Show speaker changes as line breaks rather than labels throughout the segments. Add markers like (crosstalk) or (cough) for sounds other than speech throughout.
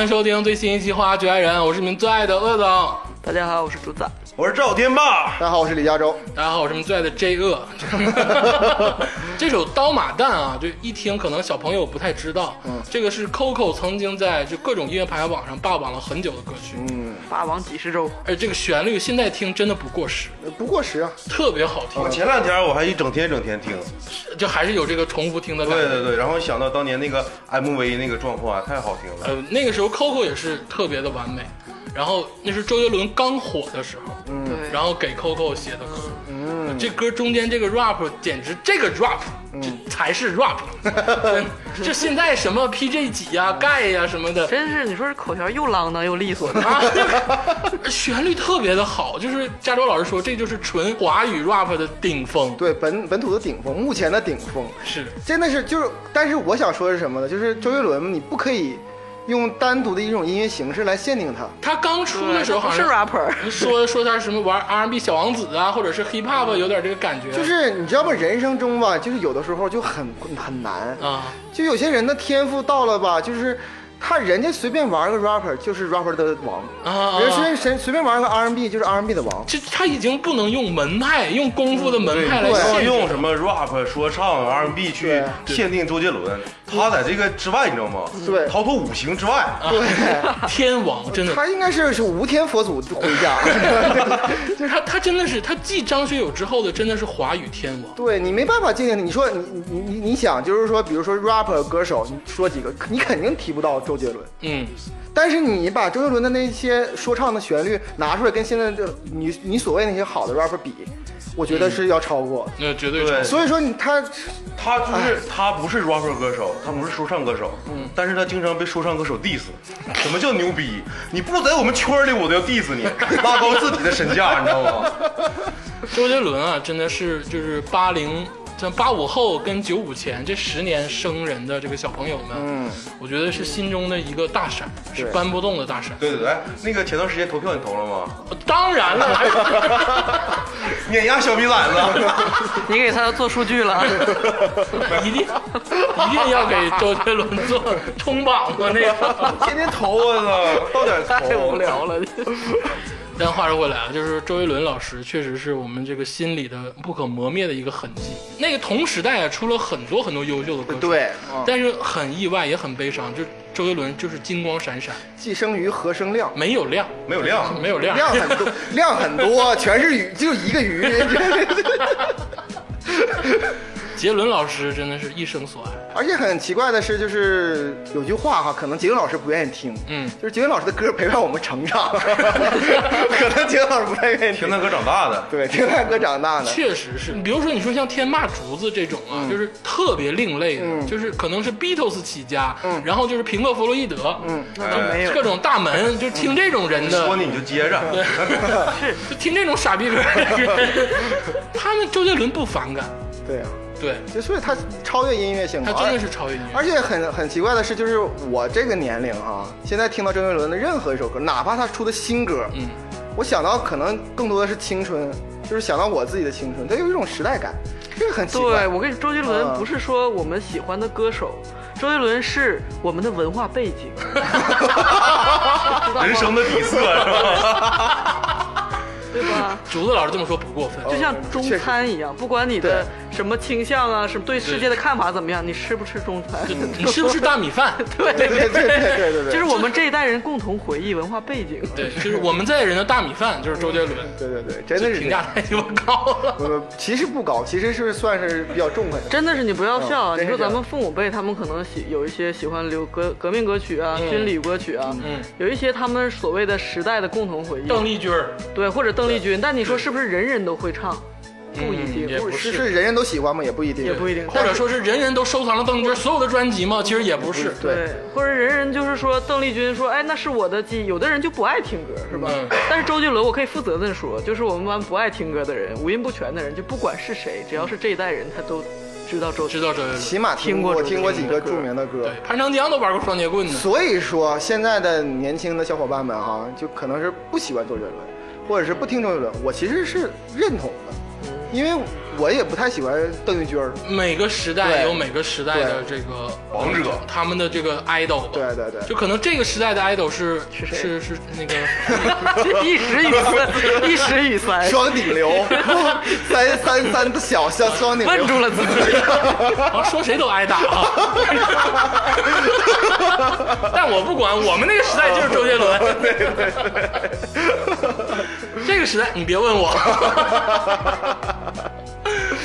迎收听最新一期《花局爱人》，我是你们最爱的鄂总。
大家好，我是竹子。
我是赵天霸，
大家好，我是李嘉洲。
大家好，我是你们最爱的 J 恶。 (laughs) 这首《刀马旦》啊，就一听可能小朋友不太知道，这个是 Coco 曾经在就各种音乐排行榜上霸榜了很久的歌曲，
霸王几十周，
而这个旋律现在听真的不过时，
不过时啊，
特别好听
我，前两天我还一整天整天听，
就还是有这个重复听的感
对
觉。
对对，然后想到当年那个 MV 那个状况啊，太好听了。
呃，那个时候 Coco 也是特别的完美，然后那是周杰伦刚火的时候，
对，
然后给 Coco 写的歌，
嗯
这歌中间这个 rap 简直这个 rap，、这才是
(laughs)
rap，真这现在什么 PJ 几
嗯
呀、盖呀、什么的，
(laughs)
真是你说这口条又啷当又利索的，
啊，旋律特别的好，就是加州老师说这就是纯华语 rap 的顶峰，
对本本土的顶峰，目前的顶峰，
是
真的是就是，但是我想说的是什么呢？就是周杰伦，你不可以用单独的一种音乐形式来限定他。
他刚出的时候
不
好
是
像
rapper，
说说他是什么玩 R&B 小王子啊，或者是 hip
嗯
hop 有点这个感觉，
就是你知道吗？人生中吧，就是有的时候就很很难，
啊，
就有些人的天赋到了吧，就是他人家随便玩个 rapper 就是 rapper 的王，
啊啊
人随随随便玩个 R&B 就是 R&B 的王。
这他已经不能用门派，用功夫的门
对，
派来
不
限
能
制
用什么 rap、说唱、R&B 啊去限定周杰伦，他在这个之外，你知道吗？
对啊
逃脱五行之外，
对，
天王，真的，
他应该是是无天佛祖回家。 (laughs)
他他真的是他继张学友之后的真的是华语天王，
对你没办法界定的，你说你你你你想，就是说，比如说 rapper 歌手，你说几个，你肯定提不到周杰伦。
嗯，
但是你把周杰伦的那些说唱的旋律拿出来，跟现在这你你所谓那些好的 rapper 比，我觉得是要超过。
那绝对
对
是，
所以说你他
他就是他不是 rapper 歌手，他不是说唱歌手，但是他经常被说唱歌手 diss。什么叫牛逼？你不在我们圈里，我都要 diss 你，拉高自己的身价，你知道吗？
周杰伦啊，真的是就是八零。像八五后跟九五前这十年生人的这个小朋友们，嗯，我觉得是心中的一个大山，是搬不动的大山。
对对对，哎那个前段时间投票你投了吗？
当然了， (laughs) 还
碾压小逼崽子。
你给他做数据了，
一定一定要给周杰伦做冲榜的那个。
天天投我操，到点投。
(laughs) 太 (laughs) 无聊了。
但话说回来啊，就是周杰伦老师确实是我们这个心里的不可磨灭的一个痕迹。那个同时代啊，出了很多很多优秀的歌手，，
对，
但是很意外也很悲伤，就周杰伦就是金光闪闪，
既生瑜何生亮，
没有量，
没有量，
没有量。
量很多，量很多，全是鱼，就一个鱼。
(laughs)
(laughs)
杰伦老师真的是一生所爱，
而且很奇怪的是，就是有句话哈，可能杰伦老师不愿意听，
嗯
就是杰伦老师的歌陪伴我们成长， (laughs) 可能杰伦老师不太愿意
听
听。
他歌长大的。
对， (laughs) 听他歌长大的，
确实是。比如说你说像天霸竹子这种啊，就是特别另类的，就是可能是 Beatles 起家，然后就是平克·弗洛伊德，嗯，
那都没有
各，种大门，就听这种人的。
说你你就接着，
(laughs) 就听这种傻逼歌的人，他们周杰伦不反感，
对啊，
对
就所以他超越音乐性
他
嘛，
真的是超越音乐。
而且很很奇怪的是，就是我这个年龄哈、现在听到周杰伦的任何一首歌，哪怕他出的新歌，
嗯，
我想到可能更多的是青春，就是想到我自己的青春，它有一种时代感，这个很奇怪
对，。我跟你说周杰伦不是说我们喜欢的歌手，周杰伦是我们的文化背景，
人生的底色是吧？
对吧？
竹子老师这么说不过分，
就像中餐一样，不管你的什么倾向啊，什么对世界的看法怎么样，你吃不吃中餐？
就你吃不吃大米饭？
对对
对对对对对对
(laughs) 就是我们这一代人共同回忆文化背景。
对，就是我们在人的大米饭，就是周杰伦，
对对对，真哎的是
评
这样
价太鸡巴高
(laughs)
了。
不不，其实不高，其实是算是比较中肯的。
真的是你不要笑啊！
嗯
你说
真是这样
咱们父母辈，他们可能喜有一些喜欢流革革命歌曲啊、军旅歌曲啊，
嗯
有一些他们所谓的时代的共同回忆，啊
邓丽君儿，
对，或者邓丽君。但你说是不是人人都会唱？不一
嗯也
定，
不
是
是
是人人都喜欢吗？也不一定，
也不一定。
或
但
者
是
说是人人都收藏了邓丽君所有的专辑吗？其实也不是，
对，
对，或者人人就是说邓丽君说，哎，那是我的记忆。有的人就不爱听歌，是吧？
嗯
但是周杰伦，我可以负责任说，就是我们班不爱听歌的人，五音不全的人，就不管是谁，只要是这一代人，他都知道周杰
(laughs) 知
伦。
道周杰伦。
起码
听
听
过
过
这
听
个
过
歌
几个著名的歌
对，。潘长江都玩过双截棍呢。
所以说，现在的年轻的小伙伴们哈，就可能是不喜欢周杰伦，或者是不听周杰伦。我其实是认同的，因为我也不太喜欢邓丽君儿。
每个时代
对
有每个时代的这个
王者
他们的这个 idol 吧。
对对对
就可能这个时代的 idol 是
是谁
是是那个，
一时语塞，
(laughs)
(laughs) 一时语 (laughs) 塞，
双顶流， (laughs) 三三三小小双顶
问
(laughs)
流，
住了自己。
啊说谁都挨打啊。 (laughs) 但我不管，我们那个时代就是周杰伦。 (laughs) 对对对。这个时代你别问 (laughs) 我。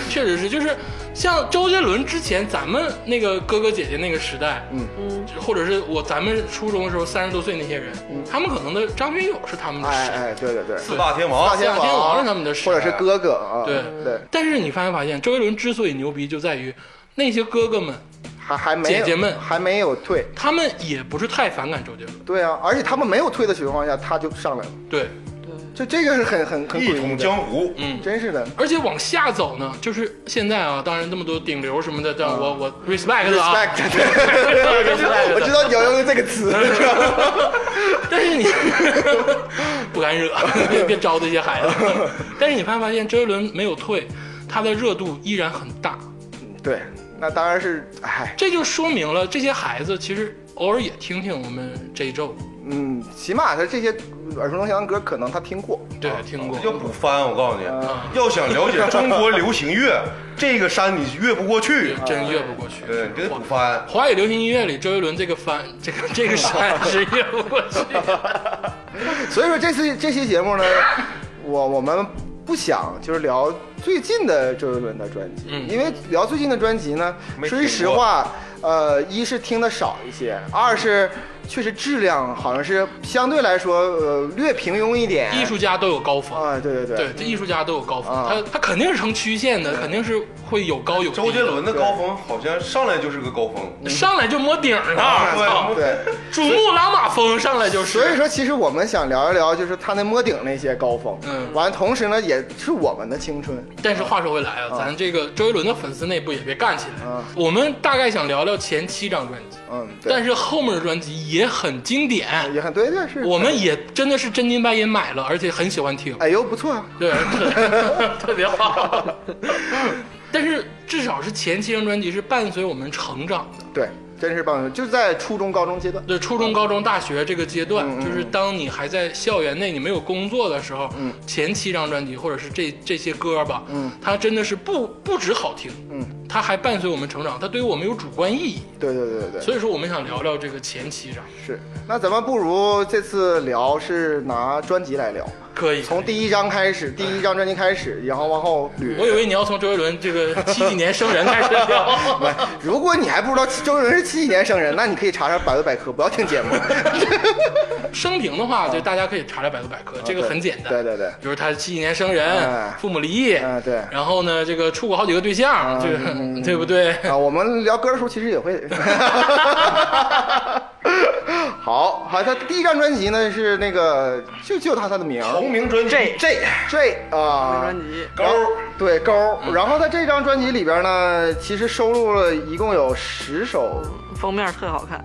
确实是，就是像周杰伦之前咱们那个哥哥姐姐那个时代，嗯嗯，或者是我咱们初中的时候三十多岁那些人，他们可能的张学友是他们的
哎
时代。
哎，对对对，四
四大天
大
王，
天王
王
是他们的时
或
代
者是哥哥啊，
对
对，
但是你发没发现，周杰伦之所以牛逼，就在于那些哥哥们，
还还没有
姐姐们
还没有退，
他们也不是太反感周杰伦，
对啊，而且他们没有退的情况下，他就上来了，
对，
就这个是很很很
一
诡异
统
的，
江湖。
嗯。
真是的，
而且往下走呢，就是现在啊，当然这么多顶流什么的，但我我 respect 的啊，
respect，对 (laughs) 我知道你要用这个词，
(laughs) 但是你 (laughs) 不敢惹， (laughs) 别招这些孩子。但是你发没发现，周杰伦没有退，他的热度依然很大，
(laughs) 对，那当然是，哎，
这就说明了这些孩子其实偶尔也听听我们 J 周，
嗯，起码他这些呃耳熟能详的歌，可能他听过，
对，听过。
要补番，我告诉你，要想了解中国流行乐， (laughs) 这个山你越不过去。
真越不过去，
对，你得补番。
华语流行音乐里，周杰伦这个翻 (laughs) 这个这个山是越不过去。
所以说这次这期节 (laughs) 目呢，我我们不想就是聊最近的周杰伦的专辑，
嗯
因为聊最近的专辑呢，
没
说句
听
实
过
话，呃，一是听的少一些，二是确实质量好像是相对来说呃略平庸一点。
艺术家都有高峰，
(laughs) 啊，对对对
对，这艺术家都有高峰，
啊
他他肯定是成曲线的，肯定是会有高有低的。
周杰伦的高峰好像上来就是个高峰，
上来就摸顶儿
啊对
了，
对。
珠穆朗玛峰上来就是。
所以说，其实我们想聊一聊，就是他那摸顶那些高峰，
嗯
完了同时呢，也是我们的青春，
但是话说回来啊，咱这个周杰伦的粉丝内部也别干起来。
啊
我们大概想聊聊前七张专辑，
嗯，对，
但是后面的专辑也很经典，
也很对，对是，
我们也真的是真金白银买了，而且很喜欢听。
哎呦不错啊，
对， (laughs) 特别好。但是至少是前七张专辑是伴随我们成长的，
对，真是棒，就在初中高中阶段，
对，初中、高中、大学这个阶段，就是当你还在校园内，你没有工作的时候，
嗯
前七张专辑或者是这这些歌吧，
嗯
它真的是不不止好听，
嗯，
它还伴随我们成长，它对于我们有主观意义。
对对对对对。
所以说，我们想聊聊这个前七张，
是，那咱们不如这次聊是拿专辑来聊，
可以。
从第一章开始，第一张专辑开始，然后往后
我
捋。
以为你要从周杰伦这个七几年生人开始
(laughs)
聊，
如果你还不知道周杰伦是七几年生人，那你可以查查百度百科，不要听
(laughs)
节目。
生平的话，就大家可以查查百度百科，这个
啊对
很简单。
对对对
比如他七几年生人
哎，
父母离异，
啊对
然后呢，这个处过好几个对象，这
(laughs)
个啊嗯 (laughs) 对不对？
啊，我们聊歌的时候其实也会。 (laughs) 好，好，他第一张专辑呢是那个就就他他的名儿
同名专辑
J
J J 啊，
专辑
高
然后对勾儿。
嗯
然后他这张专辑里边呢，其实收录了一共有十首
封面特好看，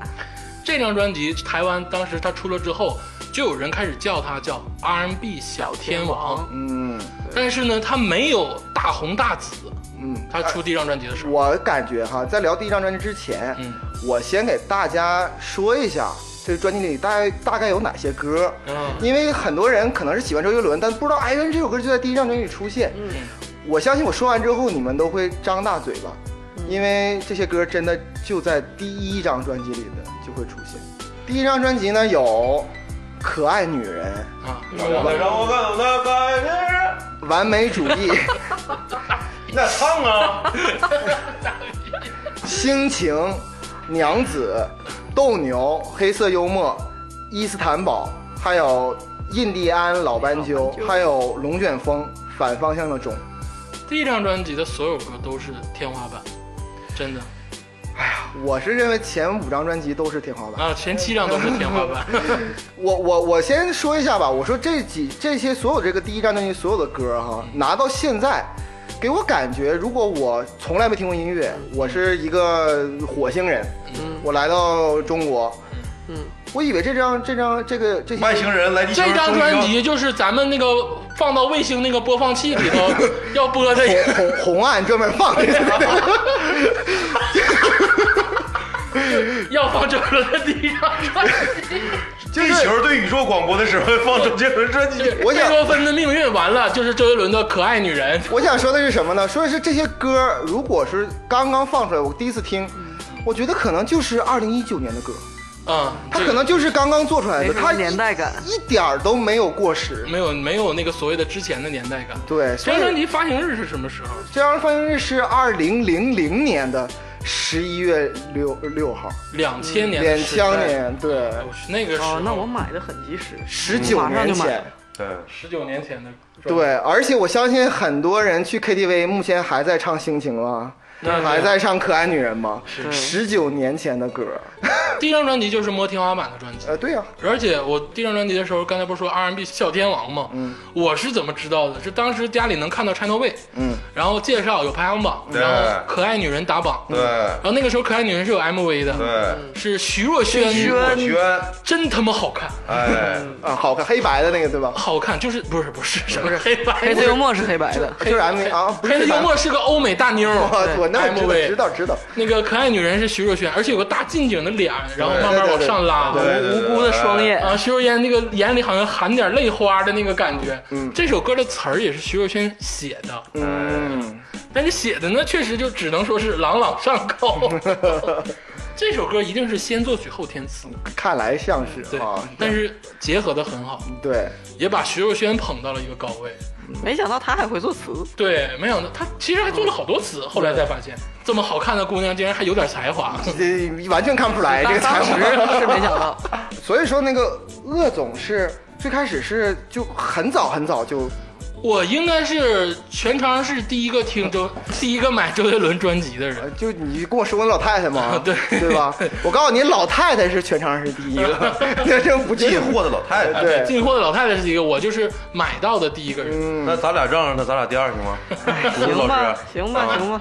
这张专辑台湾当时他出了之后，就有人开始叫他叫 R&B 小天王，
嗯
但是呢，他没有大红大紫。
嗯，
他出第一张专辑的时候，
我感觉哈，在聊第一张专辑之前，
嗯
我先给大家说一下这专辑里大概大概有哪些歌，
嗯
因为很多人可能是喜欢周杰伦，但不知道《爱人》这首歌就在第一张专辑里出现。
嗯
我相信我说完之后，你们都会张大嘴巴，
嗯
因为这些歌真的就在第一张专辑里的就会出现。第一张专辑呢有《可爱女人
啊，
晚上我看到那感觉，》
《完美主义》《
那唱啊，
心情》《娘子》《斗牛》《黑色幽默》《伊斯坦堡》，还有《印第安老斑鸠》，还有《龙卷风》《反方向的钟》。
第一张专辑的所有歌都是天花板，真的
我是认为前五张专辑都是天花板。
啊，前七张都是天花板。
我我我先说一下吧，我说这几这些所有这个第一张专辑所有的歌哈，拿到现在，给我感觉，如果我从来没听过音乐，我是一个火星人，我来到中国，
嗯，
我以为这张这张这个这些
外星人来地球。
这张专，辑就是咱们那个放到卫星那个播放器里
(laughs)
头要播这个。
红红岸专门放这
(laughs)
个，
要放周杰伦的第一张专辑，
地球对宇宙广播的时候放周杰伦专辑，
我
贝
想
多芬的命运完了就是周杰伦的可爱女人，
我想说的是什么呢？说的是这些歌，如果是刚刚放出来，我第一次听，
嗯
我觉得可能就是二零一九年的歌，
嗯，
它
这
可能就是刚刚做出来
没
的，
什
它
么年代感。
一点儿都没有过时。
没有没有那个所谓的之前的年代感。
对，
这
所
张专
以
辑发行日是什么时候？
这张翻译日是二零零零年的十一月六六号，
两千年的
两
时
千
代，
年，对，
我去那个时候，
哦，那我买的很及时，
十九
马上
年
就买
前
了。
对，
十九年前的专辑，
对，而且我相信很多人去 KTV，目前还在唱《心情》吗？
那是
还在唱《可爱女人》吗？
是
十九年前的歌，
第一张专辑就是摸天花板的专辑。
呃，对呀、
而且我第一张专辑的时候，刚才不是说 R&B 小天王吗？
嗯，
我是怎么知道的？是当时家里能看到 China Way，
嗯，
然后介绍有排行榜，
对
然后可爱女人打榜，
对，
然后那个时候可爱女人是有 MV 的，
对，
是徐若瑄，
徐若
轩，
真他妈好看，
哎，
啊，好看，黑白的那个对吧？
好看就是不是不是什么黑白
黑色幽默是黑白的，
就是 M V 啊，不
黑
是
色幽默是个欧美大妞儿，
(laughs) 我我那我
MV
知道知道知道，
那个可爱女人是徐若瑄，而且有个大近景的脸，然后慢慢往上拉，
对
对对对
无辜的双眼，
啊，徐若瑄那个眼里好像含点泪花的那个感觉。
嗯
这首歌的词儿也是徐若瑄写的，
嗯，
但是写的呢，确实就只能说是朗朗上
(laughs)
口。这首歌一定是先作曲后填词，
看来像是
对，
啊，
但是结合的很好，
对，
也把徐若瑄捧到了一个高位。
没想到他还会作词，
对，没想到她其实还做了好多词，后来才发现，这么好看的姑娘竟然还有点才华。
这完全看不出来这
当
(laughs)
当
个才
时
华。
是没想到，
所以说那个鄂总是最开始是就很早很早就
我应该是全长是第一个听周，第一个买周杰伦专辑的人
呃。就你跟我说过老太太
(laughs)
嘛，
对
对吧？我告诉你，老太太是全场是第一
(laughs)
个， (laughs) 那真不
进
进
货的老太太，
对
进货的老太太是一个，我就是买到的第一个人。
嗯
嗯
那咱俩让让他，咱俩第二行吗？
哎行吧
老师，
行吧，
啊
行吧，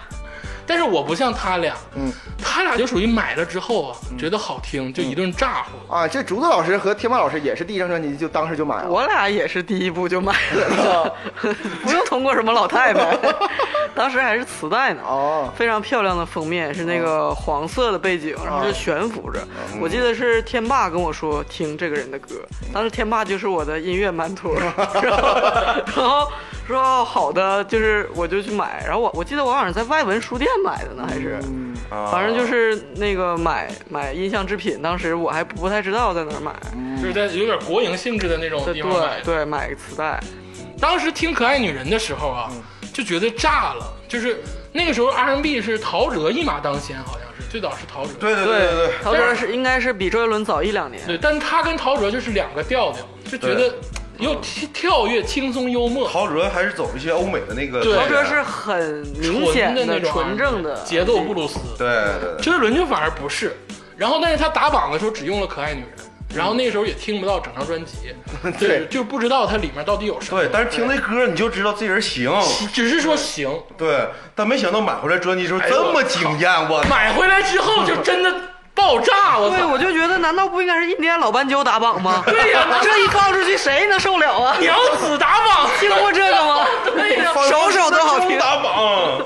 但是我不像他俩，
嗯，
他俩就属于买了之后啊，
嗯
觉得好听就一顿咋呼。
啊！这竹子老师和天霸老师也是第一张专辑就当时就买了，
我俩也是第一部就买了， (laughs) 不用通过什么老太太，当时还是磁带呢。
哦，
非常漂亮的封面，是那个黄色的背景，然后是悬浮着。我记得是天霸跟我说听这个人的歌，当时天霸就是我的音乐mentor，然后然后说哦好的，就是我就去买。然后我我记得我好像在外文书店买的呢，还是。
啊
反正就是那个买买音像制品，当时我还不太知道在哪儿买，
就是在有点国营性质的那种
嗯对
地方买
对
的。
对，买个磁带，
当时听《可爱女人》的时候啊，
嗯
就觉得炸了，就是那个时候 R&B 是陶喆一马当先，好像是最早是陶喆。
对对对对对，
陶喆是应该是比周杰伦早一两年，
对，但他跟陶喆就是两个调调，就觉得又跳跳跃、轻松、幽默。
陶喆还是走一些欧美的那个，
对
陶喆是很明显
纯的那种啊
纯正的
R&B 节奏布鲁斯，
对对对
周杰伦就反而不是。然后，但是他打榜的时候只用了《可爱女人》，然后那时候也听不到整张专辑，
(laughs) 对
就不知道它里面到底有什么。
对，但是听那歌你就知道这人行，
只是说行，
对，但没想到买回来专辑之后这么惊艳，我
买回来之后就真的爆炸，我
对，
操！
我就觉得难道不应该是印第安老斑鸠打榜吗？
对呀
(laughs) 这一放出去谁能受了啊？
鸟子打榜，
听过这个吗？
(laughs) 对
(laughs)
呀，
首首都好听，
打榜，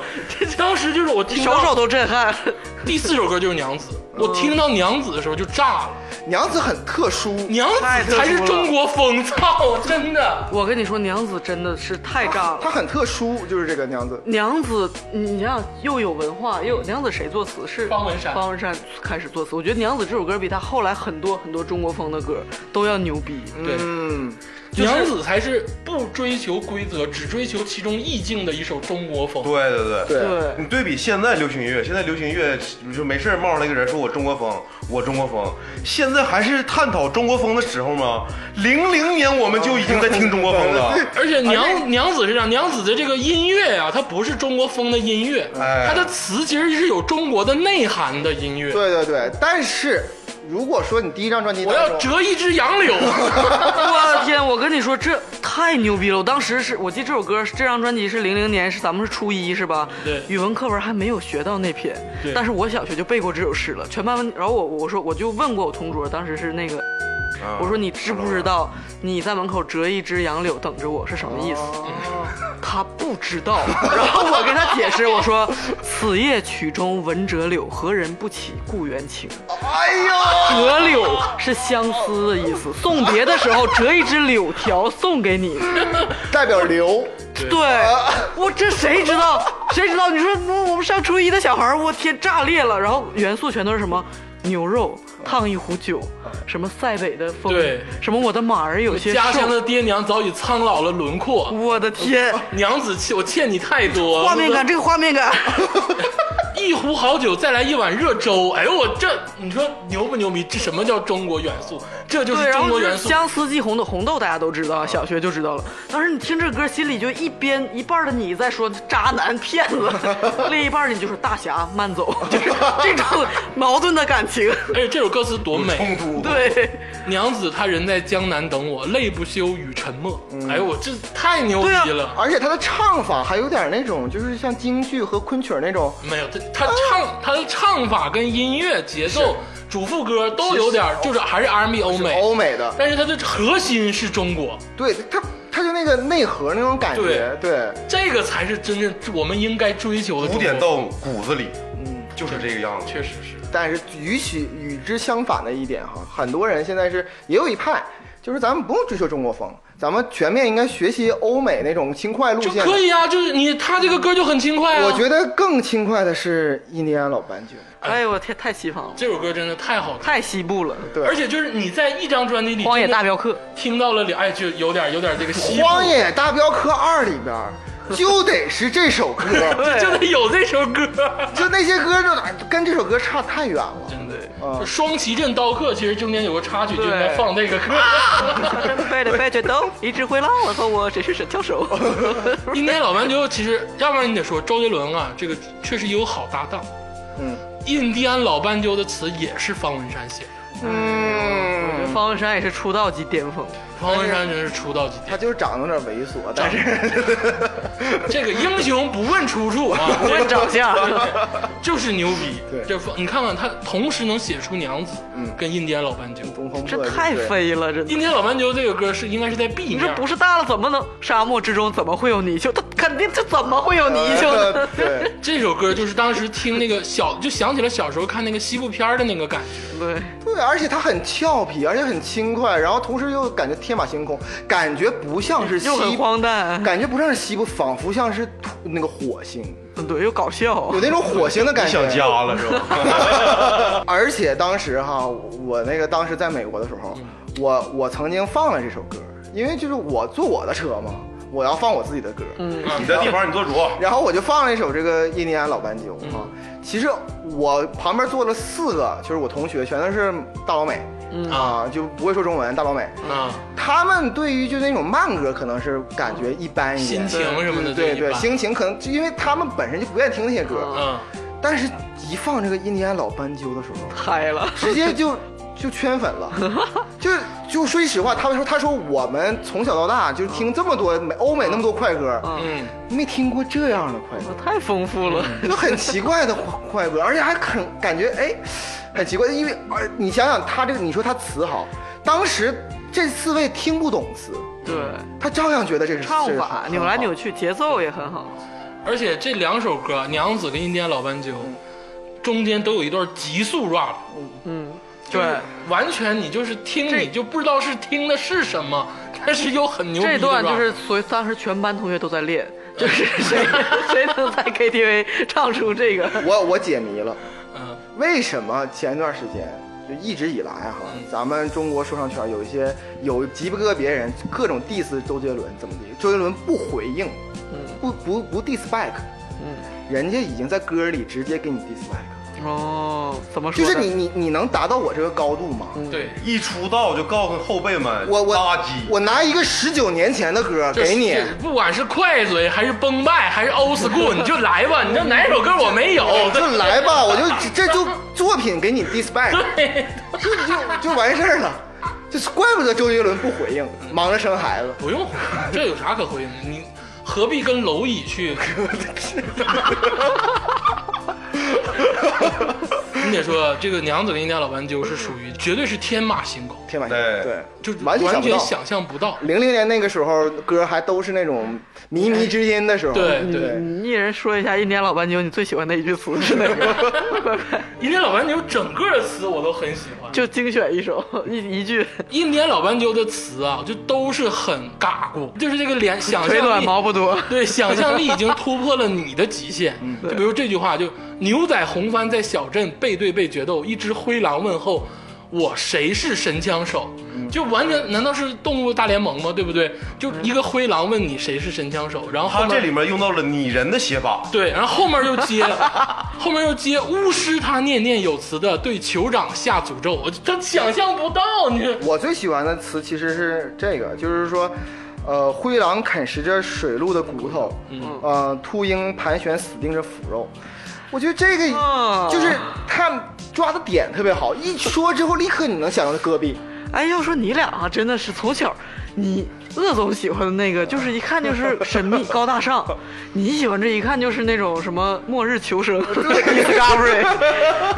当时就是我听
首首
到
都震撼。
第四首歌就是娘子，
嗯
我听到娘子的时候就炸了，
娘子很特殊，
娘子才是中国风，操，真的。
我跟你说，娘子真的是太炸
她
了。
很特殊，就是这个娘子，
娘子，你你想想，又有文化，又有娘子谁作词是
方文山
方文山开始作词。我觉得娘子这首歌比他后来很多很多中国风的歌都要牛逼。
对，
嗯，
娘子才是不追求规则，只追求其中意境的一首中国风。
对对对。
对，
对，
你对比现在流行音乐，现在流行音乐就没事冒出来一个人说我中国风，我中国风，现在还是探讨中国风的时候吗？零零年我们就已经在听中国风
(laughs)
了，
而且娘娘子是这样，娘子的这个音乐啊，它不是中国风的音乐，
哎
它的词其实是有中国的内涵的音乐。
对对对。但是如果说你第一张专辑
我
当
要
中，
折一只杨
(laughs)
柳，
我的天！我跟你说，这太牛逼了！我当时是我记得这首歌，这张专辑是零零年，是咱们是初一，是吧？
对
语文课文还没有学到那篇
对，
但是我小学就背过这首诗了，全班文。然后我我说我就问过我同桌，当时是那个
啊
我说你知不知道你在门口折一只杨柳等着我是什么意思？他不知道。 (laughs) 然后我跟他解释，我说此夜曲中闻折柳，何人不起故园情？
哎呦，
折柳是相思的意思，送别的时候折一只柳条送给你。
代表刘，
对，
啊
(laughs) 我这谁知道？谁知道？你说我我们上初一的小孩儿，我天炸裂了。然后元素全都是什么牛肉烫一壶酒，什么塞北的风，
啊对
什么我的马儿有些
家乡
瘦，
的呃爹娘早已苍老了轮廓，
我的天，
娘子气，我欠你太多。
画面感，这个画面感，
(laughs) 一壶好酒，再来一碗热粥。哎呦，我这你说牛不牛逼？这什么叫中国元素？这就是
对，然
中
后
国
就
元
是
素。
相思即红豆，红豆大家都知道，小学就知道了。当时你听这歌，心里就一边一半的你在说渣男骗子，另一半你就说大侠慢走，就是这种矛盾的感情。
而且这首歌词多美，
冲突，
(laughs)
对，
娘子她人在江南等我，泪不休雨沉默。
嗯
哎呦，我这太牛逼
对
了。
而且他的唱法还有点那种，就是像京剧和昆曲儿那种，
没有，他他唱他的唱法跟音乐节奏、主副歌都有点儿，就是还是 R&B 欧美，
欧美的，
但是它的核心是中国，
对他他就那个内核那种感觉，对，
这个才是真正我们应该追求的中
古
国
典到骨子里，
嗯。
就是这个样子。
确实是。
但是与其与之相反的一点哈，很多人现在是也有一派，就是咱们不用追求中国风，咱们全面应该学习欧美那种轻快路
就
线。
可以啊，就是你他这个歌就很轻快啊。
我觉得更轻快的是印第安老斑鸠，
哎呦我天，太西方了，
这首歌真的太好听，
太西部了，
对，
而且就是你在一张专辑里，
《荒野大镖客》
听到了两，哎，就有点有点这个西
《
部
荒野大镖客二》里边儿就得是这首歌，
就得有这首歌，
就那些歌就跟这首歌差太远了。
真的。
嗯
就双旗镇刀客其实中间有个插曲，就应该
对
放这个歌。
背着背着兜，一只灰狼问候我，谁是神枪手？
(laughs) 应该老斑鸠其实，要不然你得说周杰伦啊，这个确实也有好搭档。
嗯，
印第安老斑鸠的词也是方文山写的，
嗯，
方文山也是出道即巅峰，
方文山真是出道即
他
巅。
就是长得有点猥琐，但是
这个英雄不问出处啊，
不问长相。
(laughs) 就是牛逼。
对
这方你看看他同时能写出娘子，
嗯
跟印第安老斑鸠。
东风破
这
雨
太
对
飞了，真
印第
的。
安老斑鸠这个歌是应该是在 B
你
面
这，不是大了怎么能？沙漠之中怎么会有泥鳅？他肯定这怎么会有泥鳅呢？
对，
这首歌就是当时听那个小就想起了小时候看那个西部片儿的那个感觉。
对，
对，而且它很俏皮，而且很轻快，然后同时又感觉天马行空，感觉不像是西
又很荒诞，
感觉不像是西部，仿佛像是土那个火星，
对，又搞笑
有。那种火星的感
你想家
觉。
了是吧？
(laughs)
(laughs)
而且当时哈，我我那个当时在美国的时候，我我曾经放了这首歌，因为就是我坐我的车嘛，我要放我自己的歌，嗯，
你的地方你做主。
然后我就放了一首这个印第安老斑鸠啊。其实我旁边坐了四个，就是我同学，全都是大老美，啊，就不会说中文，大老美。
啊，
他们对于就那种慢歌，可能是感觉一般一
心
点，
情什么的
对
都一
对，
般
心情可能因为他们本身就不愿意听那些歌，
嗯，
但是一放这个印第安老斑鸠的时
(laughs)
候，
嗨了，
直接就就圈粉了，就是就说句实话，他们说他说我们从小到大就听这么多美欧美那么多快歌，
嗯，
没听过这样的快歌，
太丰富了。
就很奇怪的快快歌，而且还很感觉哎，很奇怪，因为而你想想他这个，你说他词好，当时这四位听不懂词。
对，
他照样觉得这是
唱
这是很
法
好
扭来扭去，节奏也很好。
而且这两首歌《娘子》跟《印第安老斑鸠》中间都有一段急速 rap，
嗯，
就是
对，
完全你就是听
这
你就不知道是听的是什么，但是又很牛逼的
这段
rap
就是，所以当时全班同学都在练，就是谁谁能在 KTV 唱出这个。
我我解谜了，
嗯
为什么前段时间就一直以来哈，咱们中国说唱圈有一些有极个别人各种 diss 周杰伦怎么的，周杰伦不回应，不不不 diss back，
嗯，
人家已经在歌里直接给你 diss back，
哦，怎么
就
说呢？
是你你你能达到我这个高度吗？
对，
一出道就告诉后辈们，
我我
垃圾，
我拿一个十九年前的歌
就是
给你
就。是不管是快嘴还是崩败还是 old school，你
(laughs)
就来吧，你知道哪首歌我没有，
就来吧，
(laughs)
我就这就作品给你 diss back，
对
就就就完事儿了，就是怪不得周杰伦不回应，
嗯
忙着生孩子。
不用回应，这有啥可回应的？你何必跟蝼
(laughs)
蚁去？你得说这个娘子跟印第安老斑鸠是属于绝对是天马行空，
天马行
对
空，对，
就
完全
完全
想
想象不到。
零零年那个时候歌还都是那种靡靡之音的时候，嗯
对对
嗯你一人说一下印第安老斑鸠，你最喜欢的一句词是哪个？ (laughs)
印第安老斑鸠整个的词我都很喜欢，
就精选一首一一句，
印第安老斑鸠的词啊，就都是很嘎咕，就是这个连想
腿
象
短
力，
毛不多。
对，想象力已经突破了你的极限。就比如这句话，就牛仔红帆在小镇背对背决斗，一只灰狼问候我谁是神枪手，就完全难道是动物大联盟吗？对不对？就一个灰狼问你谁是神枪手，然后后
他
面
这里面用到了拟人的写法，
对，然后后面又接， (laughs) 后面又接巫师他念念有词的对酋长下诅咒，我他想象不到你。
我最喜欢的词其实是这个，就是说，呃，灰狼啃食着水鹿的骨头，
嗯
呃，秃鹰盘旋死盯着腐肉。我觉得这个
啊
就是他抓的点特别好，一说之后立刻你能想到戈壁。
哎，要说你俩啊，真的是从小，你鄂总喜欢的那个，就是一看就是神秘高大上，你喜欢这一看就是那种什么末日求生 (laughs) ，discovery，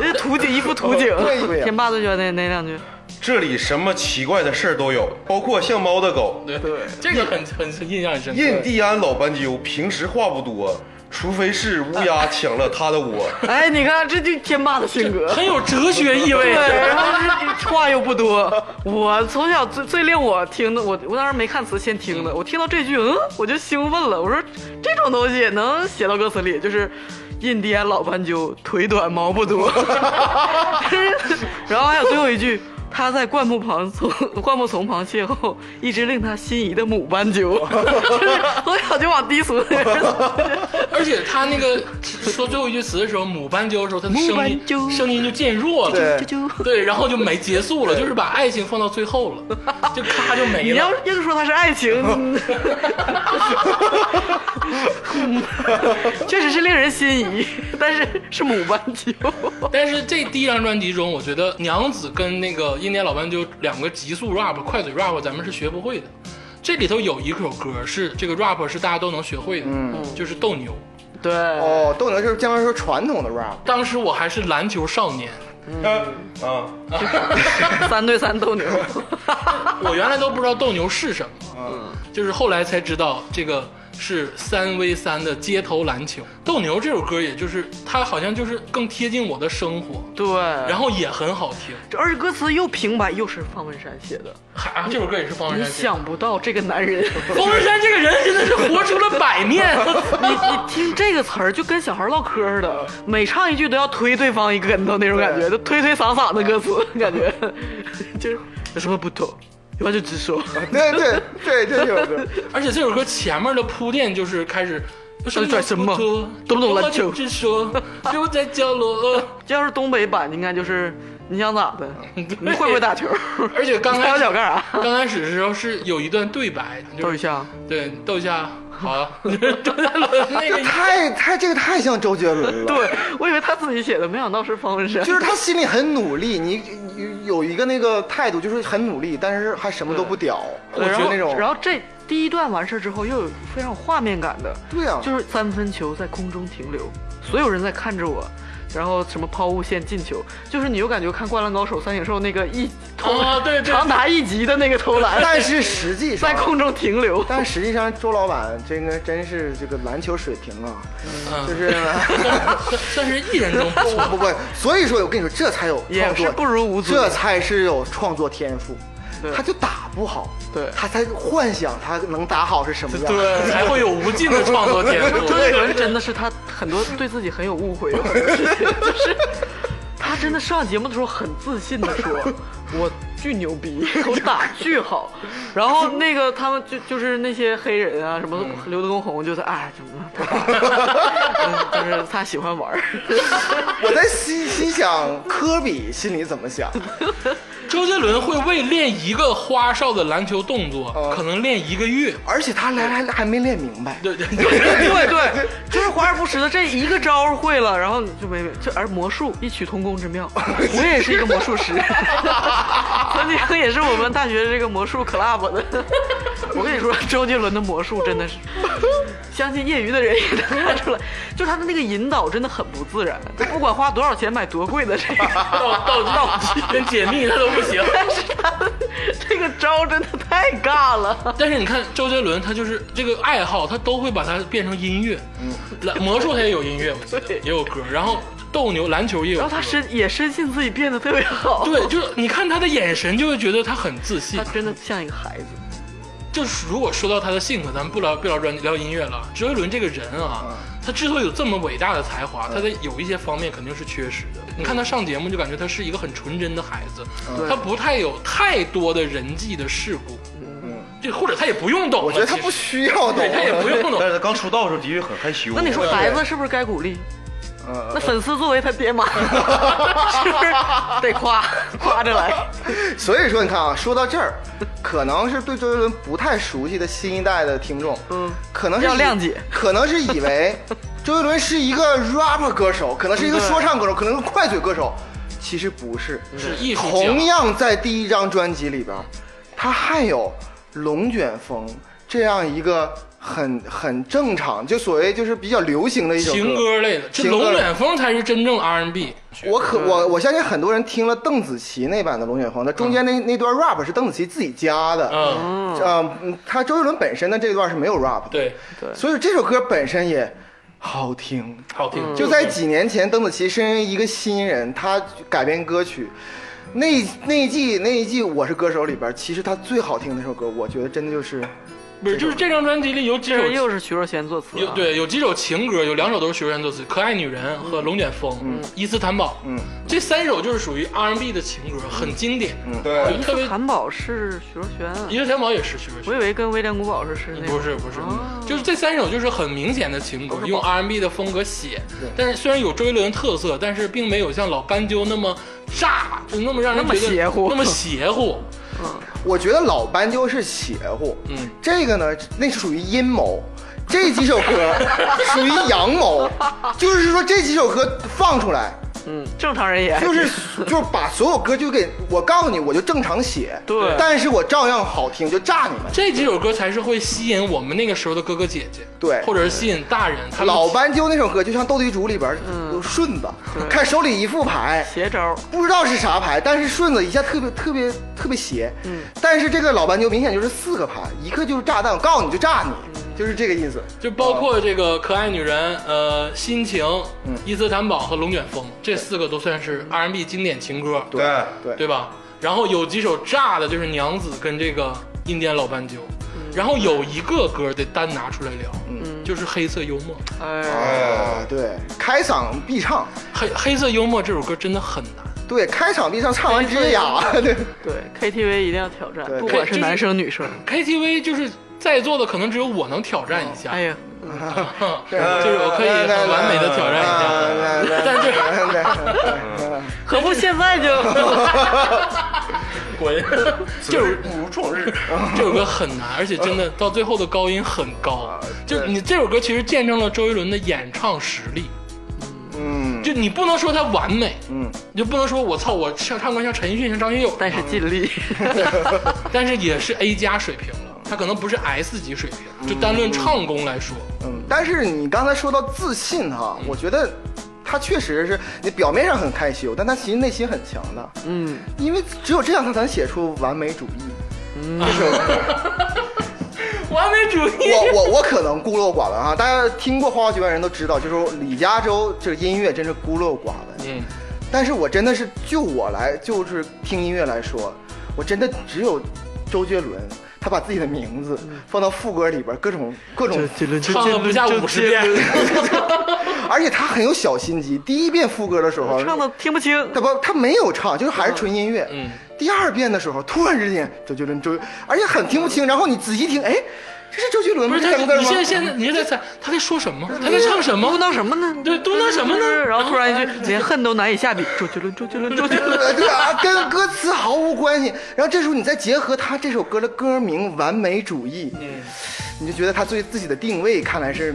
这 (laughs) 图景一副图景
对不一。样
天霸最喜欢哪哪两句？
这里什么奇怪的事儿都有，包括像猫的狗。
对，这个很很印象很深刻。
印第安老斑鸠平时话不多，除非是乌鸦抢了它
(laughs)
的窝。
(laughs) 哎，你看这就天霸的性格。
很有哲学意味
(laughs) 对，。然后这话又不多。我从小最最令我听的，我我当时没看词，先听的。我听到这句，嗯，我就兴奋了。我说这种东西也能写到歌词里，就是印第安老斑鸠腿短毛不多。 (laughs) 然后还有最后一句。他在灌木旁从灌木丛旁邂逅一只令他心仪的母斑鸠， (laughs) 就是从小就往低俗的人
而且他那个说最后一句词的时候，母斑鸠的时候，他的
母
声
斑鸠
音声音就渐弱了
对，
就就。
对，然后就没结束了，就是把爱情放到最后了，就咔就
你
没
要
了。
是硬说它是爱情， (laughs) 嗯确实是令人心仪，但是是母斑鸠。
但是这第一张专辑中，我觉得娘子跟那个印第安老斑鸠两个急速 rap、快嘴 rap，咱们是学不会的。这里头有一首歌是这个 rap 是大家都能学会的，就是斗牛。
对，
哦，斗牛就是相当于说传统
(laughs)
的 rap，
当时我还是篮球少年，
啊，
三对三 (laughs) 斗牛。
我原来都不知道斗牛是什么，就是后来才知道这个是三 v 三的街头篮球。斗牛这首歌，也就是它好像就是更贴近我的生活，
对，
然后也很好听。
这而且歌词又平白，又是方文山写的，
还啊，这首歌也是方文
你
山写的。
想不到这个男 (laughs) 人，
方文山这个人真的是活出了百面。 (laughs)
你你听这个词儿就跟小孩唠嗑似的，每唱一句都要推对方一跟头那种感觉，就推推搡搡的歌词感觉，就是有什么不懂，有话就直说。
对对对，这首歌。
而且这首歌前面的铺垫就是开始。有
到底拽什么懂不懂篮球
直说，就在角落。
这要是东北版，应该就是你想咋
(laughs)
的？你会不会打球？
而且刚
踩
开
我
始
脚干啥？
刚开始的时候是有一段对白，就
豆
是
一下，
对，斗一下， (laughs) 好啊，周杰伦那
(laughs)
个
太太这个太像周杰伦了。
对 (laughs) 我以为他自己写的，没想到是方文山。
就是他心里很努力，你你有一个那个态度，就是很努力，但是还什么都不屌。我
对 (laughs)
觉
然
得
后
那种，
然后这第一段完事之后，又有非常有画面感的，
对啊，
就是三分球在空中停留，所有人在看着我。然后什么抛物线进球，就是你又感觉看《灌篮高手》三井寿那个一投
哦
啊对对
长达一级的那个投篮，
但是实际上
在空中停留。
但实际上，周老板这个真是这个篮球水平啊，就
嗯，
是 (laughs)
算是艺人中不错。
不不不，所以说我跟你说，这才有
也
创
是
作，
不如无足
这才是有创作天赋
对。
他就打不好，
对
他才幻想他能打好是什么样。
对，才会有无尽的创作 (laughs) 天赋。
周杰伦真的是他很多对自己很有误会，有很多事情就是他真的上节目的时候很自信的说：“ (laughs) 我巨牛逼，我打巨好。”然后那个他们就就是那些黑人啊，什么刘德宏就是哎，怎么他打嗯 (laughs) 就是他喜欢玩儿。
(laughs) 我在心心想，科比心里怎么想？
周杰伦会为练一个花哨的篮球动作，可能练一个月。
而且他来还还没练明白。
对对 (laughs)
对对，就是华而不实的这一个招儿会了，然后就没没就而魔术异曲同工
(laughs)
之妙。我也是一个魔 (laughs) 术师，曾经也是我们大学这个魔术 club 的我跟你说，周杰伦的魔术真的是，相信业余的人也能看出来，就是他的那个引导真的很不自然。他不管花多少钱买多贵的这个 (laughs)
道道道具跟解密它都不行。
但是他的这个招真的太尬了。
但是你看周杰伦，他就是这个爱好，他都会把它变成音乐。嗯，魔术他也有音乐，我记得
对
也有歌。然后斗牛、篮球也有
然
歌。
后他深也深信自己变得特别好，
对，就是你看他的眼神，就会觉得他很自信
他。真的像一个孩子。
就是如果说到他的性格，咱们不聊不聊专聊音乐了。周杰伦这个人啊，他之所以有这么伟大的才华，他在有一些方面肯定是缺失的。你看他上节目，就感觉他是一个很纯真的孩子，他不太有太多的人际的事故，嗯，这或者他也不用懂了。
我觉得他
其实
不需要懂
对，他也不用懂
但。是他刚出道的时候的确很害羞。
那你说孩子是不是该鼓励？
嗯
那粉丝作为他爹
(laughs)
妈，是不是得夸夸着来？
(laughs) 所以说，你看啊，说到这儿，可能是对周杰伦不太熟悉的新一代的听众，
嗯
可能是以
要谅解
可能是以为
(laughs)
周杰伦是一个 rap 歌手，可能是一个
嗯对嗯
说唱歌手，可能是个快嘴歌手，其实不是，
是艺术家
同样在第一张专辑里边，他还有龙卷风这样一个很很正常，就所谓就是比较流行的一首
情歌类的，这
情歌
龙
类
卷风才是真正 R&B。
我可
嗯
我我相信很多人听了邓紫棋那版的《龙卷风》，那中间那、那段 rap 是邓紫棋自己加的，
嗯，
呃嗯，他周杰伦本身的这段是没有 rap 的，，
对，
所以这首歌本身也好听。
好听。
嗯就在几年前，邓紫棋身为一个新人，她改编歌曲，那那一季那一季《我是歌手》里边，其实她最好听的那首歌，我觉得真的就是
不是，就是这张专辑里有几首
这又是徐若瑄作词、
有
啊，，
对有几首情歌，有两首都是学员作词，《可爱女人》和《龙卷风》伊斯坦堡》。
嗯，
这三首就是属于 R&B 的情歌，很经典，
嗯
对
就特别。
韩宝是徐若瑄啊，
伊斯坦堡也是学员
我以为跟威廉古堡是是那个，
不是不是，
哦
就是这三首就是很明显的情歌，用 R&B 的风格写，但是虽然有周杰伦特色，但是并没有像老干鸠那么炸，就那么让人
那么
觉得
邪乎
那么邪乎。
我觉得老斑鸠是邪乎，
嗯，
这个呢，那是属于阴谋。这几首
(laughs)
歌属于阳谋，就是说这几首歌放出来，
嗯，正常
哎
人也
就是就是把所有歌就给我告诉你，我就正常写，
对
但是我照样好听，就炸你们。
这几首歌才是会吸引我们那个时候的哥哥姐姐，
对
或者是吸引大人。他们
老斑鸠那首歌就像斗地主里边
嗯
顺子，看手里一副牌，
(laughs) 邪招，
不知道是啥牌，但是顺子一下特别特别特别邪。
嗯，
但是这个老斑鸠明显就是四个牌，一个就是炸弹，我告诉你就炸
嗯
你，就是这个意思。
就包括这个可爱女人、呃，心情、
嗯
伊斯坦堡和龙卷风这四个都算是 R&B 经典情歌，
对
对
对吧？然后有几首炸的，就是娘子跟这个印第安老斑鸠，
嗯
然后有一个歌得单拿出来聊，
嗯
就是黑色幽默。
哎，
啊
哎，，
对，开场必唱，
黑黑色幽默这首歌真的很难，
对，开场必唱，唱完直接哑。 (laughs) 对，
对 KTV 一定要挑战，
对
不管
就是
是男生女
啊
生，
KTV 就是在座的可能只有我能挑战一下，
哎呀，
(laughs) 就是我可以很完美的挑战一
啊
下。
哎
(laughs)
(laughs) 但是，
何不现在就
(laughs)
(laughs) 滚！这首
不如撞日。
(laughs) 这首歌很难，而且真的到最后的高音很
(laughs) 啊
高。就你这首歌其实见证了周杰伦的演唱实力，
嗯
就你不能说他完美，
嗯，
你就不能说我操我像唱歌像陈奕迅像张学友，
但是尽
(laughs)
力，
但是也是 A 加水平了，他可能不是 S 级水
嗯
平，就单论唱功来说，
嗯，但是你刚才说到自信哈，我觉得他确实是你表面上很害羞，但他其实内心很强的，
嗯，
因为只有这样他才能写出完美主义。 (laughs)
完美主义。
我我我可能孤陋寡闻啊，大家听过《花花绝缘人》都知道，就是李嘉洲这个音乐真是孤陋寡闻。
嗯，
但是我真的是就我来，就是听音乐来说，我真的只有周杰伦，他把自己的名字
嗯
放到副歌里边，各种各种
唱了不下五十遍，
(laughs) 而且他很有小心机。第一遍副歌的时候，
唱的听不清
他，不他没有唱，就是还是纯音乐。
嗯，
第二遍的时候，突然之间周杰伦周，而且很听不清。然后你仔细听，哎，这是周杰
(laughs)
伦
不
吗？
是
这
他，
(laughs) 三个字
你现在
吗？
现在你现在在他在说什么？他在唱什 (laughs)
嘟
么？
囔什么呢？嗯
对嘟囔什么呢
然后突然
(laughs)
一句，连恨都难以下笔，周杰伦，周杰伦，周杰
(laughs)
伦，
呃对啊，跟歌词毫无关系。然后这时候你再结合他这首歌的歌名《完美主义》，
嗯，
你就觉得他对自己的定位看来是，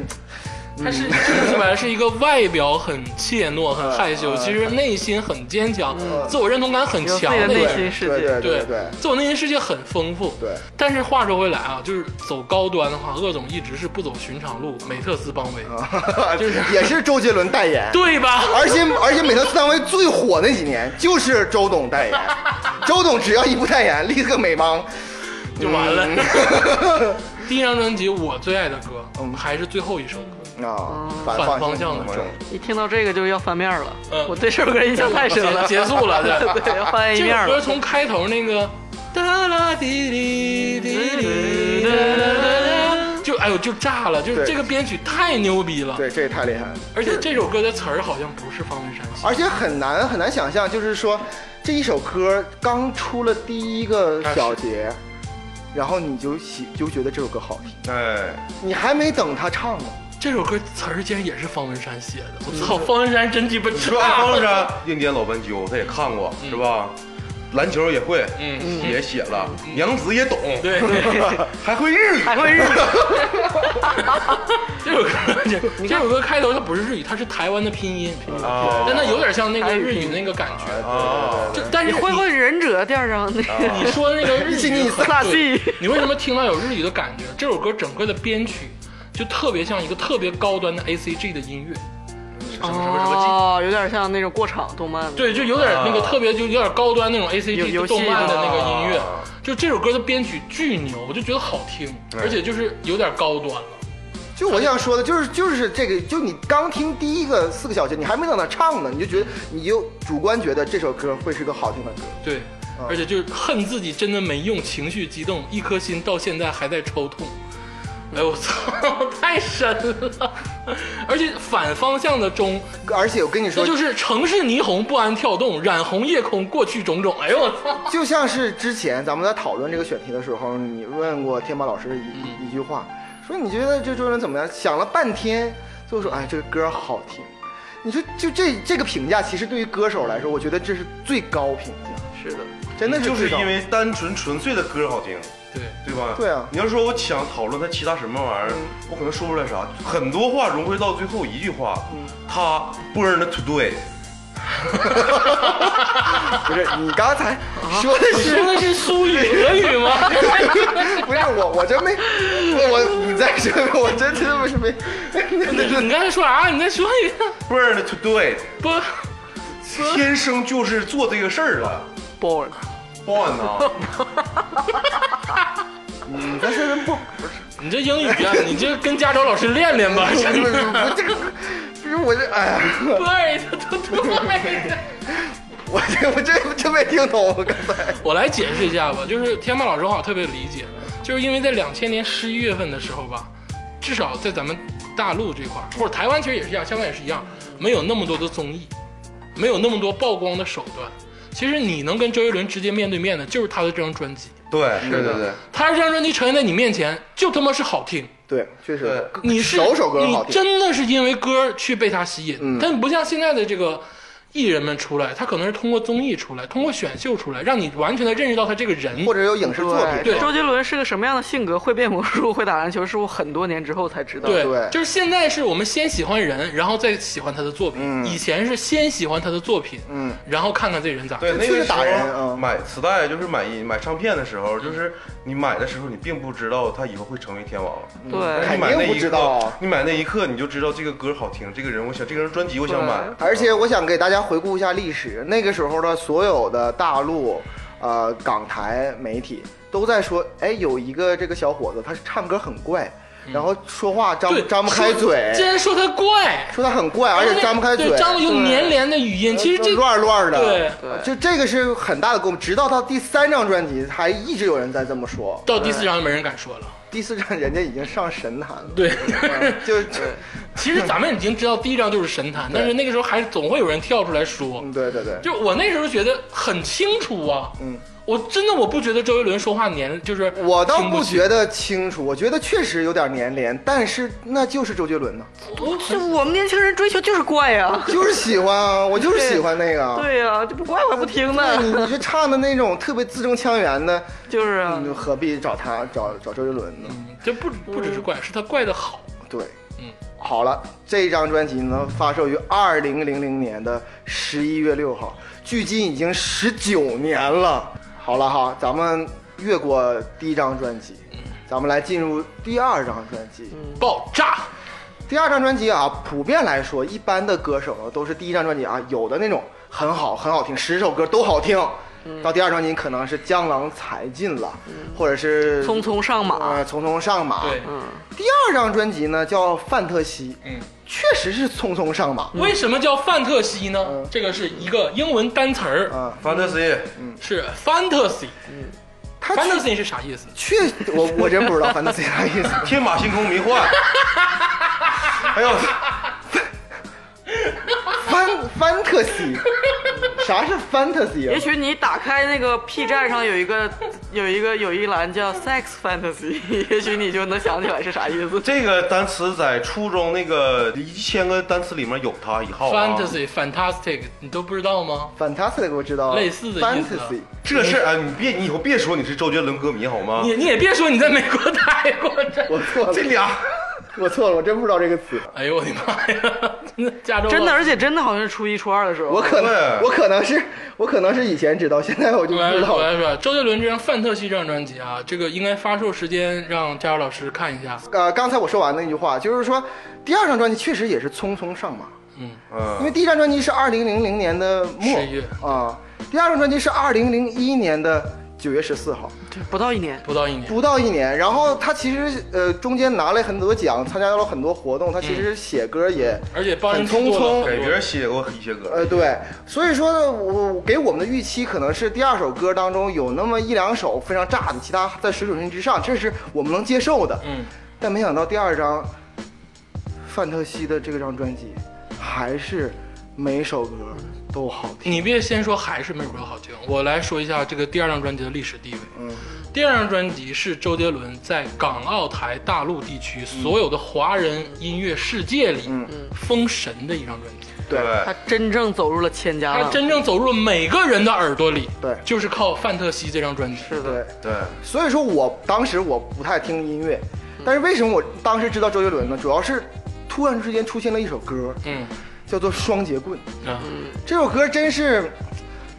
他是就是说白了是一个外表很怯懦、
嗯
很害羞，其实内心很坚强，自我认同感很
有自
强
己的
的
内
人。
心世
对
界，
对对对
自我内心世界很丰富。
对，
但是话说回来啊，就是走高端的话，鄂总一直是不走寻常路，美特斯邦威，就是
(laughs) 也是周杰伦代言。
对吧？
而且而且美特斯邦威最火那几年就是周董代
(laughs)
言，周董只要一不代言，立刻美嗯盲。
就完了。
(laughs)
第一张专辑我最爱的歌，还是最后一首歌，
啊，
反
方
方向的
周
转。
一听到这个就要翻面了
嗯。
我对这首歌印象太深
(laughs)
了，
结束了，对。
对，要翻一
这
面
首歌
了。
从开头那个哒啦滴滴滴滴哒啦哒啦，就哎呦就炸了，就是
对
这个编曲太牛逼了，
对，这也太厉害了，
而且这首歌的词儿好像不是方文山写的，
而且很难很难想象，就是说这一首歌刚出了第一个小节，然后你就喜就觉得这首歌好听，
哎，
你还没等他唱呢，
这首歌词儿竟然也是方文山写的，我操，方文山真鸡巴
你说按
炸
方山硬件老斑鸠，他也看过是吧？篮球也会，
嗯
也写了，娘子也懂，
对对，
还会日语，
还会日语，
这首歌这这首歌开头它不是日语，它是台湾的拼音，
哦
啊
但它有点像那个日语那个感觉，
啊，
就 (laughs) 但是啊
你会不会忍者第二章那 (laughs) 个
你说那个日语很
萨蒂？
你为什么听到有日语的感觉？这首歌整个的编曲就特别像一个特别高端的 A C G 的音乐，什么什么什么
哦，有点像那种过场动漫。
G，，对，就有点那个特别，就有点高端那种 A C
哦有
G
游戏哦
动漫的那个音乐
啊。
就这首歌的编曲巨牛，我就觉得好听，而且就是有点高端了。
就我想说的，就是就是这个，就你刚听第一个四个小节，你还没等他唱呢，你就觉得你就主观觉得这首歌会是个好听的歌。
对，而且就是恨自己真的没用，情绪激动，一颗心到现在还在抽痛。哎呦我操， (laughs) 太深了！而且反方向的钟
而且我跟你说，
这就是城市霓虹不安跳动，染红夜空过去种种。哎呦我操！
就像是之前咱们在讨论这个选题的时候，你问过天马老师一一句话，说你觉得这周杰伦怎么样？想了半天，最后说，哎，这个歌好听。你说就这这个评价，其实对于歌手来说，我觉得这是最高评价，
是的，
真的
就是
最高。
因为单纯纯粹的歌好听，
对，
对吧？
对啊嗯
你要说我想讨论他其他什么玩意儿，我可能说不出来啥。很多话融汇到最后一句话，
嗯
他 born today，
不是你刚才说的是
说的是苏语俄语吗？ (laughs)
不是我，我真没我你再说一遍，我真真的是没。
你刚才说啥？你再说一遍。
born
(laughs)
today，
不，
天生就是做这个事儿
(laughs)
了
born
，born 啊，
你再说人不，
你这英语啊，你这跟家长老师练练吧。 (laughs)
不是
真
不
的
是不是不是我这哎呀，
对的，对的。
我这我这真没听懂，我刚才。
我来解释一下吧，就是天霸老师我好像特别理解，就是因为在两千年十一月份的时候吧，至少在咱们大陆这块儿，或者台湾其实也是一样，香港也是一样，没有那么多的综艺，没有那么多曝光的手段。其实你能跟周杰伦直接面对面的，就是他的这张专辑，
(laughs) 对，对对对，
他这张专辑呈现在你面前，就他妈是好听。
对，确实，
你是
首首歌好
你
听。嗯
真的是因为歌去被他吸引，但不像现在的这个艺人们出来，他可能是通过综艺出来，通过选秀出来，让你完全的认识到他这个人，
或者有影视作品，
对
周杰伦是个什么样的性格？会变魔术，会打篮球，是我很多年之后才知道。
对，
啊对
就是现在是我们先喜欢人，然后再喜欢他的作品。以前是先喜欢他的作品，
嗯，
然后看看这人咋。
对，
这
那
确
个
实打人
时候
嗯
买磁带就是买买唱片的时候，就是你买的时候，你并不知道他以后会成为天王。但
对
是你买那
嗯肯定不
一
知道啊
刻，你买那一刻你就知道这个歌好听，这个人我想，这个人专辑我想买。
而且我想给大家回顾一下历史，那个时候的所有的大陆，呃，港台媒体都在说，哎，有一个这个小伙子，他唱歌很怪，然后说话张
嗯对，
张不开嘴，
竟然说他怪，
说他很怪，而且张不开嘴
对，，张有粘连的语音，其实这
乱乱的，
对
对
就这个是很大的共鸣。直到到第三张专辑，还一直有人在这么说，
到第四章就没人敢说了。
第四张人家已经上神坛了，嗯
对， (laughs)
就 (laughs)
其实咱们已经知道第一章就是神坛，但是那个时候还是总会有人跳出来说。
嗯，对对对，
就我那时候觉得很清楚啊，
嗯。
我真的我不觉得周杰伦说话年就是
我倒
听不
不
清
觉得清楚，我觉得确实有点粘连，但是那就是周杰伦呢，
我
这我们年轻人追求就是怪呀、
就是喜欢啊，我就是喜欢那个啊。
对呀、这不怪我不听
对
嗯
你
呢，
你这唱的那种特别字正腔圆的，
就是啊
嗯
你，就何必找他找找周杰伦呢？
这不不只是怪，是他怪的好。
对，
嗯，
好了，这张专辑呢发售于二零零零年的十一月六号，距今已经十九年了。好了哈，咱们越过第一张专辑，咱们来进入第二张专辑。
爆炸，
第二张专辑啊，普遍来说，一般的歌手呢都是第一张专辑啊，有的那种很好很好听，十首歌都好听，
嗯
到第二张专辑可能是江郎才尽了，或者是
匆匆上马，
呃匆匆上马。
对，
嗯，
第二张专辑呢叫《范特西》，
嗯，
确实是匆匆上马。
为什么叫范特西呢
嗯？
这个是一个英文单词儿，
啊，
范特西，
是 fantasy。
他确
fantasy 是啥意思？
确，我我真不知道范特西啥
(laughs)
意思。
天马行空迷幻。 (laughs) 哎呦，
范范特西，啥是 fantasy
也
啊？
许你打开那个 P 站上有一个有一个有一栏叫 Sex Fantasy，也 (laughs) 许你就能想起来是啥意思。
这个单词在初中那个一千个单词里面有它一号啊。
fantasy、fantastic，你都不知道吗？
fantastic 我知道，
类似的意思啊
fantasy。
这事儿啊，你别，你以后别说你是周杰伦歌迷好吗？
你你也别说你在美国待过，这，
我 (laughs) 错了，
这
(laughs)
俩，
我错了，我真不知道这个词。
哎呦我的妈呀！真的加州
(laughs)
啊
真
吗
的，而且真的好像是初一初二的时候，
我可能，
对
我可能是，我可能是以前知道，现在我就
我
不
来
知道
我
了。
来说，周杰伦这张《范特西》这张专辑啊，这个应该发售时间让加州老师看一下。
呃，刚才我说完那句话，就是说，第二张专辑确实也是匆匆上马，
嗯，
因
嗯，
为第一张专辑是二零零零年的末
11月
啊，第二张专辑是二零零一年的九月十四号，
对不到一年，
不到一年，
不到一年。然后他其实呃中间拿了很多奖，参加了很多活动，他其实写歌也。
而且帮人
很匆
制作了
匆
很多
给别人写过一些歌，
呃，对，所以说呢，我我给我们的预期可能是第二首歌当中有那么一两首非常炸的，其他在水准线之上，这是我们能接受的。
嗯，
但没想到第二张范特西的这张专辑，还是每首歌都好听。
你别先说还是没有歌好听，我来说一下这个第二张专辑的历史地位。
嗯，
第二张专辑是周杰伦在港澳台、大陆地区所有的华人音乐世界里
嗯
封神的一张专辑。
对
他真正走入了千家
他
了。
真正走入每个人的耳朵里，
对
就是靠《范特西》这张专辑。
是的
对，，
对，
所以说我当时我不太听音乐，
嗯
但是为什么我当时知道周杰伦呢？主要是突然之间出现了一首歌，
嗯
叫做《双截棍》，
嗯
啊，
这首歌真是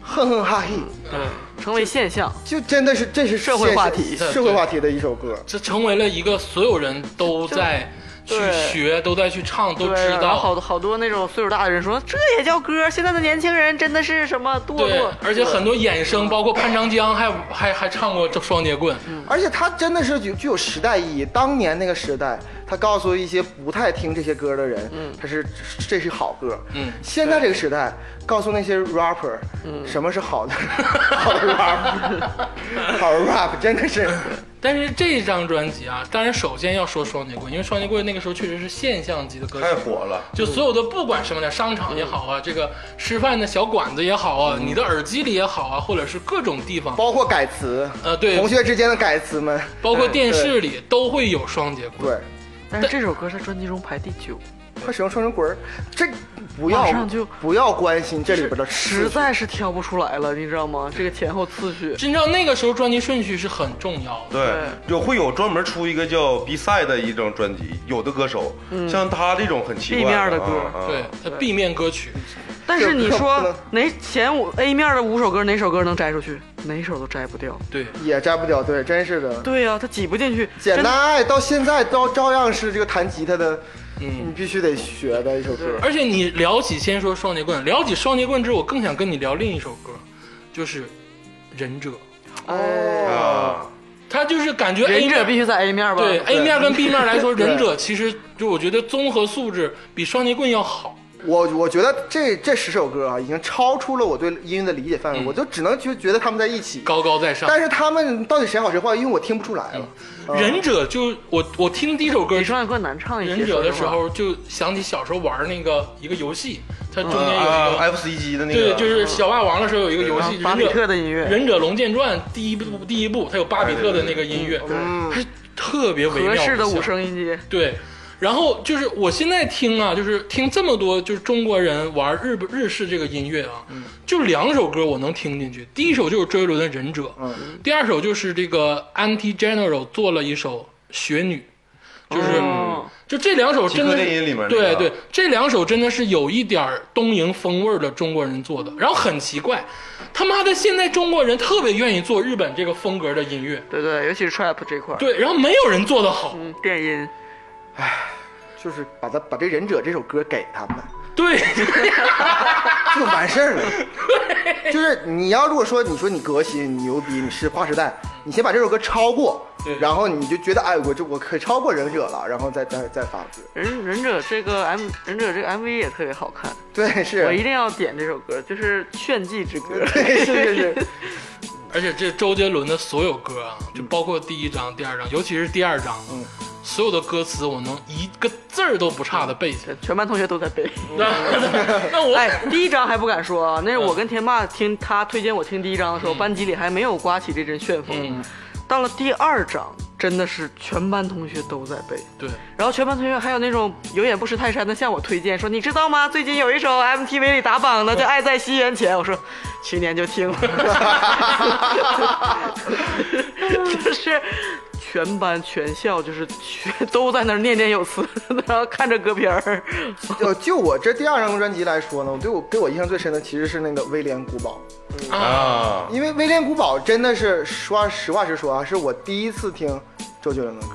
哼哼哈嘿。
对，
成为现象。
就真的是这是
嗯社会
现实
话题
社会话题的一首歌。
这成为了一个所有人都在去
对
学、都在去唱、都
对，
知
然后好
道。
多好多那种岁数大的人说这也叫歌，现在的年轻人真的是什么堕
对
落，，
而且很多衍生，包括潘长江还还还唱过这双截
嗯
棍，
而且它真的是具具有时代意义。当年那个时代，它告诉一些不太听这些歌的人，
嗯
它是这是好歌。
嗯
现在这个时代，告诉那些 rapper，什
嗯
么是好的， (laughs) 好
(laughs)
的 rap，好的 rap 真的是，
但是这张专辑啊，当然首先要说双截棍，因为双截棍那个时候确实是现象级的歌曲，
太火了。
就所有的不管什么的商场也好啊，这个吃饭的小馆子也好啊，你的耳机里也好啊，或者是各种地方，
包括改词，
呃，对
同，学之间的改词们，
包括电视里都会有双截棍。
对，
但是这首歌在专辑中排第九，
快使用双人滚儿，这不要
马上就
不要关心这里边的
实
次序
在是挑不出来了，你知道吗？这个前后次序，
真正那个时候专辑顺序是很重要的。
对，有会有专门出一个叫比赛的一种专辑，有的歌手，
嗯
像他这种很奇怪
地面的歌
啊
对，它 B 面歌曲，
但是你
这不能
说哪前五 A 面的五首歌，哪首歌能摘出去？哪首都摘不掉。
对，
也摘不掉，对，真是的。
对呀、它挤不进去。
简
真的，
单爱哎到现在都照样是这个弹吉他的，
嗯
你必须得学的一首歌。
而且你聊起先说双截棍，聊起双截棍之后，我更想跟你聊另一首歌，就是《忍者》，
啊
哦，
啊，
它就是感觉哎 A
忍者
面
必须在 A 面吧？
对 A 面跟 B 面来说，
对
忍者其实就我觉得综合素质比双截棍要好。
我我觉得这这十首歌啊，已经超出了我对音乐的理解范围，
嗯
我就只能就觉得他们在一起。
高高在上。
但是他们到底谁好谁坏，因为我听不出来了。啊
忍者就我我听第一首歌
比双截棍难唱一些。
忍者的时
说实话，
候，就想起小时候玩那个一个游戏，它中
嗯
间有一
啊
哎
个。
，F C G 的那
对
个，，
就是小霸王的时候有一个游戏，
巴
忍
比特
者
的音乐，
忍者龙剑传第一部第一部，它有巴比特的那个音乐，
嗯，
它是特别微妙
合适的
像
五声音阶。
对，然后就是我现在听啊，就是听这么多就是中国人玩日本日式这个音乐啊，
嗯
就两首歌我能听进去，第一首就是周杰伦的《忍者》，
嗯
第二首就是这个嗯 Anti General 做了一首《雪女》，就是、
哦
就就这两首真的
极客电音里面那
对
个
对，这两首真的是有一点儿东瀛风味儿的中国人做的，然后很奇怪，他妈的现在中国人特别愿意做日本这个风格的音乐，
对对，尤其是 trap 这块儿，
对，然后没有人做得好，
嗯，电音，
就是把他把这忍者这首歌给他们。
对，
就完事儿了。就是你要如果说你说你革新、你牛逼、你是划时代，你先把这首歌超过
对，
然后你就觉得哎，我就我可超过忍者了，然后再再再发歌。
忍忍者这个 M 忍者这个 MV 也特别好看，
对，是
我一定要点这首歌，就是炫技之歌。
对，是是是，
而且这周杰伦的所有歌啊，就包括第一章、第二章，尤其是第二章，
嗯
所有的歌词我能一个字儿都不差的背
(laughs)
下来。
(laughs) 全班同学都在背。
那那我、
(laughs) 哎，第一章还不敢说啊，那是我跟天霸听他推荐我听第一章的时候，班级里还没有刮起这阵旋风。
嗯
到了第二章，真的是全班同学都在背。
对，
然后全班同学还有那种有眼不识泰山的向我推荐说，你知道吗？最近有一首 MTV 里打榜的叫《爱在西元前》，我说去年就听了， (laughs) 就是全班全校就是全都在那儿念念有词，然后看着歌片儿，
就就我这第二张专辑来说呢，我对我给我印象最深的其实是那个《威廉古堡
啊》，，
因为《威廉古堡》真的是说实话实说啊，是我第一次听周杰伦的歌，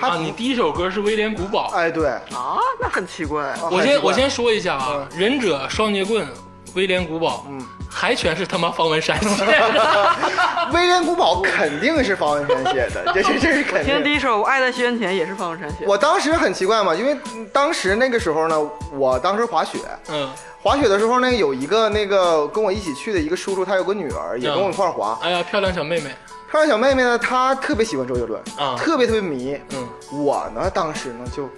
他
啊，你第一首歌是《威廉古堡》
哎对，哎
啊，那很奇怪。
我
很奇
先
怪
我先说一下啊，忍者、双截棍、威廉古堡，嗯，还全是他妈方文山写的。
《威廉古堡》肯定是方文山写的，这是这是肯定
听
的
第。一首《爱在西元前》也是方文山写的，
我当时很奇怪嘛，因为当时那个时候呢，我当时滑雪，
嗯，
滑雪的时候呢，有一个那个跟我一起去的一个叔叔，他有个女儿，也跟我一块儿滑。
哎呀，漂亮小妹妹，
漂亮小妹妹呢，她特别喜欢周杰伦，
啊
特别特别迷。
嗯，
我呢，当时呢就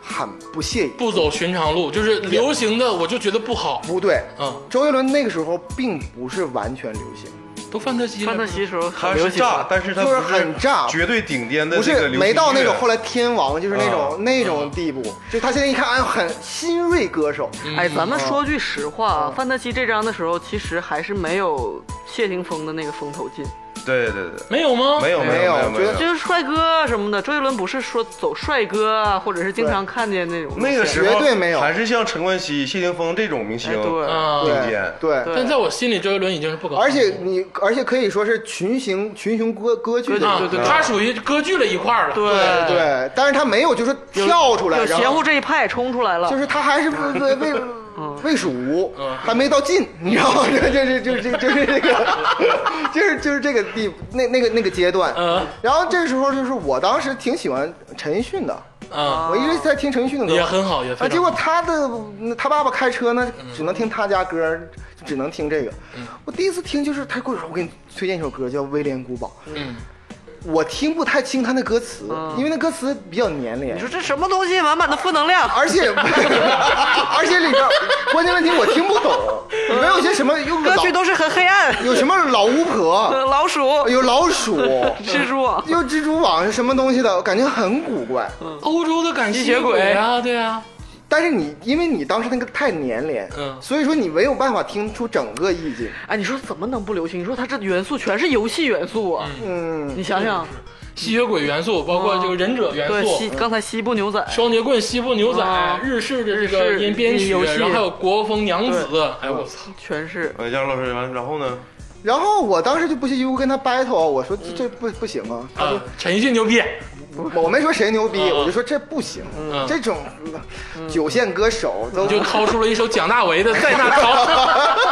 很不屑一顾，
不走寻常路，就是流行的，我就觉得不好。
不对，
嗯，
周杰伦那个时候并不是完全流行，
都范特西了，
范特西时候
他
很流
是
行
炸
啊，，
但是他
就是
不
很炸
绝对顶尖的
不
那个
是
流
没
行
到那
音
种
乐
后来天王就是那种、
啊
那种地步。就他现在一看，哎，很新锐歌手，
哎，咱们说句实话啊，范特西这张的时候，其实还是没有谢霆锋的那个风头劲，
对对对，
没有吗？
没有
哦没
没
有
有没
觉得
有，
就是帅哥什么的。周杰伦不是说走帅哥啊，或者是经常看见那种
那个
是
时候
绝对没有
还是像陈冠希、谢霆锋这种明星
哎，对
啊，
顶
对
尖
对。
对
但在我心里，周杰伦已经是不可。
而且你，而且可以说是群雄群雄割割据的
啊，
一
对
个，
他属于歌剧了一块儿了。
对
对
对，但是他没有就是跳出来，
有
然
邪
后
乎这一派冲出来
啊
了，
就是他还是魏魏
(laughs)
魏蜀
嗯，
还没到晋，你知道吗？这这这这这 (laughs) 就是这个，就是就是这个地那那个那个阶段
嗯。
然后这时候就是我当时挺喜欢陈奕迅的，
啊，
我一直在听陈奕迅的
也
歌。
很好，也非
啊，
常
结
好
果他的他爸爸开车呢，只能听他家歌，就只能听这个。
嗯
我第一次听就是他跟我说，我给你推荐一首歌叫《威廉古堡》，
嗯，
我听不太清他那歌词，因为那歌词比较粘连
你。说这什么东西，满满的负能量。
(laughs)
而且而且里边关键问题我听不懂，
嗯
里边有些什么有
歌曲
老
都是很黑暗，
有什么老哎巫婆，
呃老鼠、
嗯
有老鼠，
蜘蛛，
有蜘蛛网是什么东西的，我感觉很古怪。
欧洲的感嗯
吸
吸
血鬼
鬼啊，对啊，
但是你因为你当时那个太粘连，
嗯
所以说你没有办法听出整个意境。
哎，你说怎么能不流行？你说它这元素全是游戏元素啊，
嗯，
你想想，
吸血鬼元素，包括这个忍者元
嗯对
素嗯
西，刚才西部牛仔，
双截棍、西部牛仔、
啊
日式的这
日
个
式
音编曲，
游戏
然后还有国风娘子，哎我操，
全是
呃，杨老师，完然后呢？
然后我当时就不屑一顾跟他 battle，我说这
嗯
这不不行啊，
哎
他
啊，陈奕迅牛逼，
我没说谁牛逼，
嗯
我就说这不行，
嗯
这种九线歌手都
你就掏出了一首蒋大为
(laughs)
的《在那逃》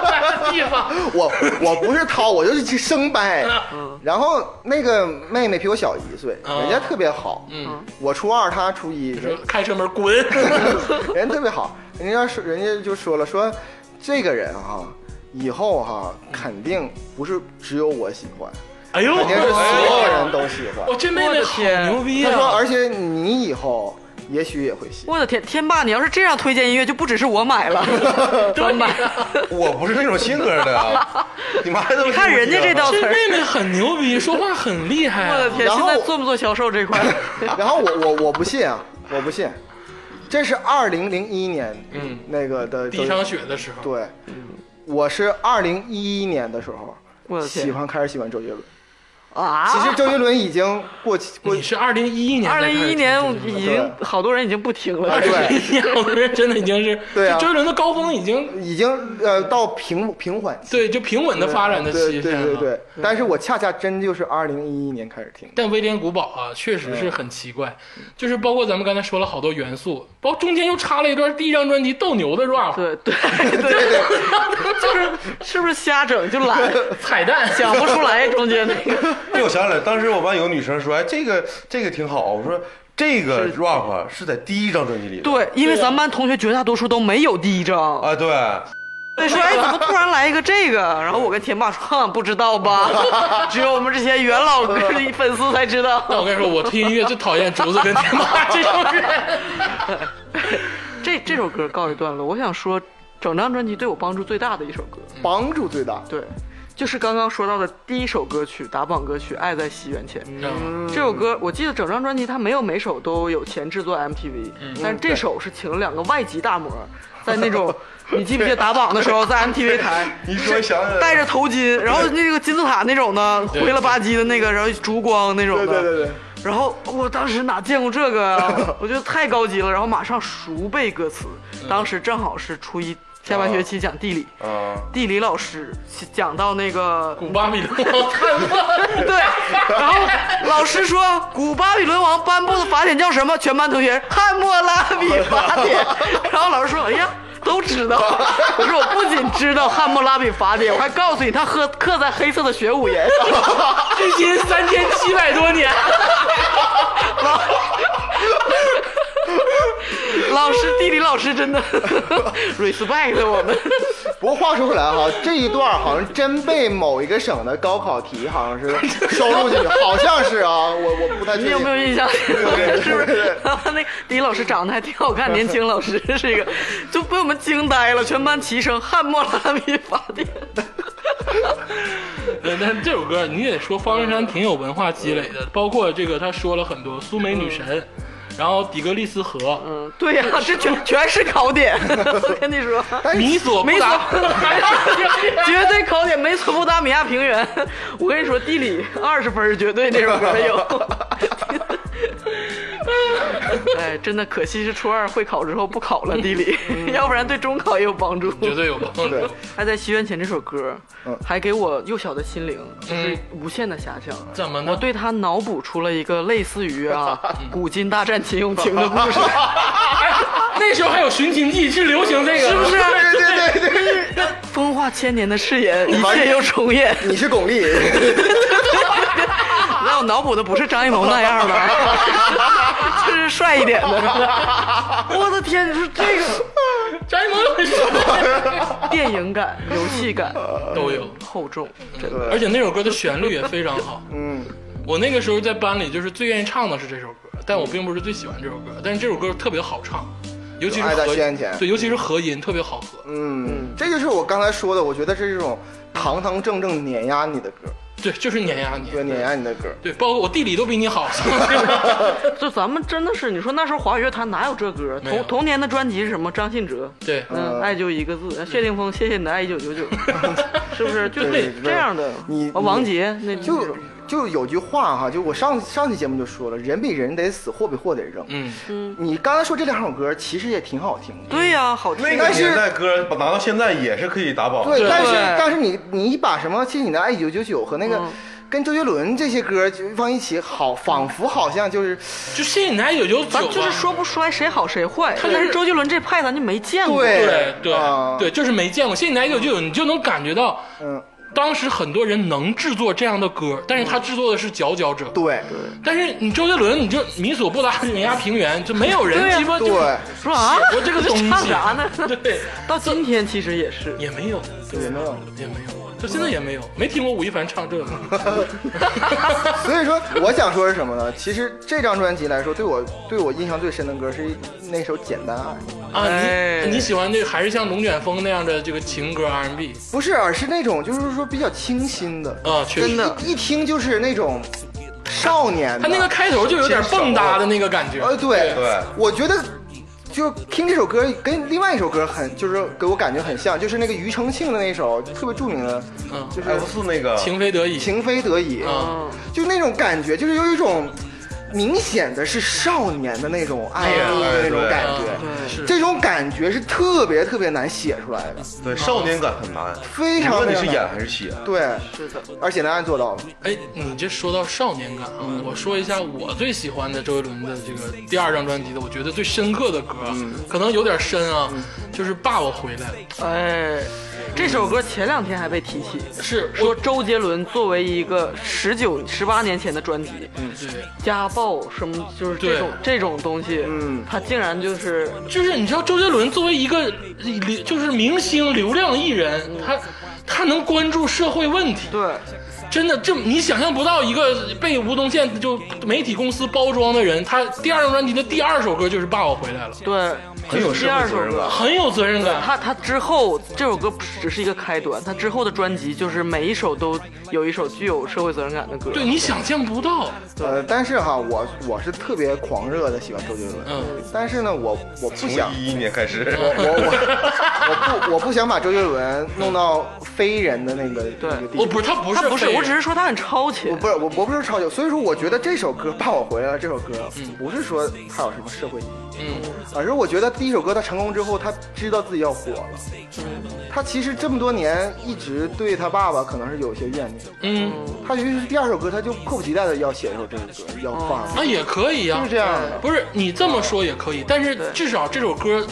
在那地方，
我我不是掏，我就是去生掰。
嗯
然后那个妹妹比我小一岁，
啊
人家特别好。
嗯，
我初二，她初一，
就说 (laughs)
人
开车门滚，
(laughs)
人家特别好。人家说，人家就说了，说这个人哈、以后哈、肯定不是只有我喜欢，
哎呦，
肯定是所有人都喜欢
我。这妹妹好牛逼
他说，
啊！
而且你以后也许也会喜欢。
我的天，天霸，你要是这样推荐音乐，就不只是我买
(laughs)
了，专买。
我不是那种性格的
(laughs)
啊，你妈还这么啊
你看人家这道
刀，
这
词儿，
妹妹很牛逼，说话很厉害
我的
啊。
天，
然
现
后
在做不做销售这
(laughs)
块？
(laughs) 然后我我我不信啊，我不信，这是二零零一年，
嗯
那个的
第一场雪的时候，
对，我是二零一一年的时候
我的天
喜欢开始喜欢周杰伦，
啊！
其实周杰伦已经过期过
你是二零一一年，
二零一一年已经
对
好多人已经不听了，
啊对
(laughs)
(laughs) 好多人真的已经是，
对啊
就周杰伦的高峰已经
已经呃到平平缓期
对，就平稳的发展的期
嗯对对
限了。
对对。但是我恰恰真就是二零一一年开始听的，
但威廉古堡啊，确实是很奇怪，
嗯
就是包括咱们刚才说了好多元素，包括中间又插了一段第一张专辑斗牛的 rap，
对
(laughs)
对对，就是是不是瞎整就懒，
彩蛋， (laughs)
想不出来中间那个，
哎对，我想起来，当时我班有个女生说，哎，这个这个挺好。我说这个 rap 是在第一张专辑里的。
对，因
啊
为咱们班同学绝大多数都没有第一
(laughs)
张，
啊，对，
对，说哎怎么突然来一个这个，然后我跟天霸说哼不知道
(laughs)
吧，只有我们这些元老哥的粉丝才知
但我
道，
跟你说，我听音乐最讨厌竹子跟天
(laughs)
霸这种人。
这这首歌告一段落，我想说整张专辑对我帮助最大的一首歌，
帮助最大。
对，就是刚刚说到的第一首歌曲打榜歌曲《爱在西元前》
嗯
这首歌，我记得整张专辑它没有每首都有钱制作 MTV，、但是这首是请了两个外籍大模，在那种你记不记得打榜的时候，在 MTV 台
你说想起
戴
来，
着头巾，然后那个金字塔那种的，
对
灰了吧唧的那个，然后烛光那种的，
对对对对，
然后我当时哪见过这个
(laughs)
啊，我觉得太高级了，然后马上熟背歌词，
嗯
当时正好是初一下半学期讲地理。
啊，
地理老师讲到那个
古巴比伦王探望，
(laughs) 对，然后老师说古巴比伦王颁布的法典叫什么？全班同学汉谟拉比法
(laughs)
典。然后老师说，哎呀。都知道，我说我不仅知道《汉谟拉比法典》，我还告诉你，它刻刻在黑色的玄武岩上。
(laughs) 至今三千七百多年。
老 (laughs) 师，地理老师真的 (laughs) respect 我们。
不过话说回来哈，啊这一段好像真被某一个省的高考题好像是收录进去，好像是啊，我我不太确定。
你有没有印象？
对
是不
对
是
对？
然后那地理老师长得还挺好看，年轻老师是一个，就被我们惊呆了，全班齐声《汉谟拉比法典》。嗯
对，但是这首歌你也说方文山挺有文化积累的，包括这个他说了很多苏美女神，然后底格利斯河，
嗯，对呀、这全全是考点， (laughs) 我跟你说，
哎
米索
没
布达，
绝对考点，美索不达米亚平原。我跟你说，地理二十分儿绝对这首歌有。 (laughs) 哎，真的可惜是初二会考之后不考了地理，
嗯
(laughs) 要不然对中考也有帮助。
(laughs) 绝对有帮助
对。
还在《西元前》这首歌，
嗯
还给我幼小的心灵就是
嗯
无限的遐想。
怎么呢
我对他脑补出了一个类似
(laughs)
于啊
嗯
《古今大战秦俑情》的故事， (laughs)
哎那时候还有《寻秦记》，是流行这个，
是不是？
(laughs)
啊
对对对对，
风化千年的誓言，一切又重演。 (laughs)
你是巩俐，
那我脑补的不是张艺谋那样的， (laughs) 就是帅一点的。 (laughs) 我的天，你说这个
张艺谋也是
电影感、游戏感
(laughs) 都有。
厚重，真的。
而且那首歌的旋律也非常好。
嗯，
我那个时候在班里就是最愿意唱的是这首歌，但我并不是最喜欢这首歌，但是这首歌特别好唱，尤其是
爱在
和
西元前
对，尤其是和音特别好和。
嗯，这就是我刚才说的，我觉得是这种堂堂正正碾压你的歌，
对，就是碾压你。
对，碾压你的歌。
对，包括我地理都比你
(laughs)
好。
就咱们真的是，你说那时候华语乐坛哪有这歌？
没有
同同年的专辑是什么？张信哲，
对，
嗯，
呃
爱就一个字。谢霆锋，谢谢你的爱一九九九，是不是？就这
对对
这样的。
你
哦王杰那那
就
种
就有句话哈，就我上上期节目就说了，人比人得死，货比货得扔。
嗯，
你刚才说这两首歌其实也挺好听的，
对呀，好听。
那个年代歌把拿到现在也是可以打榜。
对，但是
对
但是你你把什么《谢谢你的爱一九九九》和那个、
嗯
跟周杰伦这些歌就放一起，好仿佛好像就是
就吸引男九九
咱
九，
就是说不出来谁好谁坏，
他
但
就是
是周杰伦这派咱就没见过。
对
对对、
啊
对，就是没见过。现在一九九九，你就能感觉到，
嗯，
当时很多人能制作这样的歌，但是他制作的是佼佼者。
对
但是你周杰伦，你就米索不达米亚平原，就没有
对
人
呀
鸡巴就
对，
说啊，
我这个东西
(laughs) 唱啥呢？
(laughs)
(laughs)
对，
到今天其实也是，
也没有，对
也没有。
也没有，就现在也没有，没听过吴亦凡唱这个。
(laughs) 所以说，我想说是什么呢？其实这张专辑来说，对我对我印象最深的歌是那首《简单爱》，
啊，
哎
你你喜欢这个还是像龙卷风那样的这个情歌 R&B
不是，而是那种就是说比较清新的，
啊？确
真
实，
的
一一听就是那种少年的。
他那个开头就有点
牵手
蹦哒的那个感觉。
呃，对
对
我觉得就听这首歌跟另外一首歌很，就是给我感觉很像，就是那个庾澄庆的那首特别著名的，
嗯，
就是
哎，不是那个，
情非得已，
情非得已，
啊，
嗯
就那种感觉，就是有一种明显的是少年的那种
哎
爱慕的那种感觉，
啊是
这种感觉是特别特别难写出来的，
对，少年感很难，
非常
无论
非
你是
常
演
难。
还是啊写，
对，
是的，
而且南安做到了，
哎，你这说到少年感啊，我说一下我最喜欢的周杰伦的这个第二张专辑的，我觉得最深刻的歌，啊可能有点深啊，就是《爸爸回来了
哎，这首歌前两天还被提起，》，
是
说周杰伦作为一个十九、十八年前的专辑，
对，
家暴什么就是
嗯对
这种这种东西，嗯，他竟然就是
就是你知道周杰伦作为一个就是明星流量艺人，他他能关注社会问题，
对
真的，这你想象不到，一个被吴宗宪就媒体公司包装的人，他第二张专辑的第二首歌就是《爸，我回来了》，
对，
很有
第
社
二
会
首
责任
歌
感。。
很有责任感。
他他之后这首歌只是一个开端，他之后的专辑就是每一首都有一首具有社会责任感的歌。
对，你想象不到，
呃，但是哈，我我是特别狂热的喜欢周杰伦，
嗯，
但是呢，我我不
从
想。
一一年开始，
我我我不我不想把周杰伦弄到非人的那个
对
那个地
我
步，
哦不是他不是
他不是，
废人
我只是说他很超
我
前。
不是我我不是超级，所以说我觉得这首歌《爸我回来了》这首歌，不是说它有什么社会意义，
嗯
而是我觉得第一首歌他成功之后，他知道自己要火了，
嗯
他其实这么多年一直对他爸爸可能是有些怨念，
嗯，
他于是第二首歌他就迫不及待的要写一首这首歌要放，
那也可以啊
就是，这样的，
不是你这么说也可以，但是至少这首歌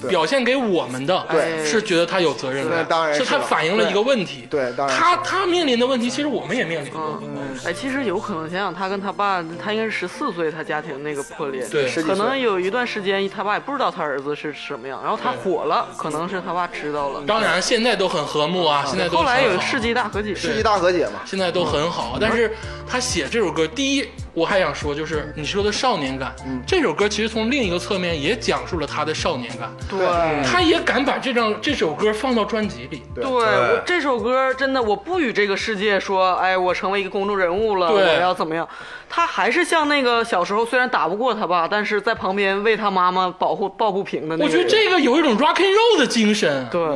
对
表现给我们的，
对
是觉得他有责任
那
感，
当然
是
是
他
了
反映了一个问题，
对当然
他他面临的问题，其实我们也面临过，
嗯，哎，其实有可能，想想他跟他爸，他应该是十四岁，他家庭那个破裂，
对
十几
可
岁
能有一段时间他爸也不知道他儿子是什么样，然后他火了，可能是他爸知道了。
当然现在都很和睦
嗯
啊，现在都
后来有嗯
很好
世纪大和解，
世纪大和解嘛，
现在都很好，但是他写这首歌，第一，我还想说，就是你说的少年感，
嗯
这首歌其实从另一个侧面也讲述了他的少年感，
对。
他也敢把这张这首歌放到专辑里，
嗯对
对我这首歌真的，我不与这个世界说，哎，我成为一个公众人物了，我
对
要怎么样？他还是像那个小时候，虽然打不过他爸，但是在旁边为他妈妈保护抱不平的那
我
个
觉
人。
得这个嗯有一种 rock and roll 的精神，
对、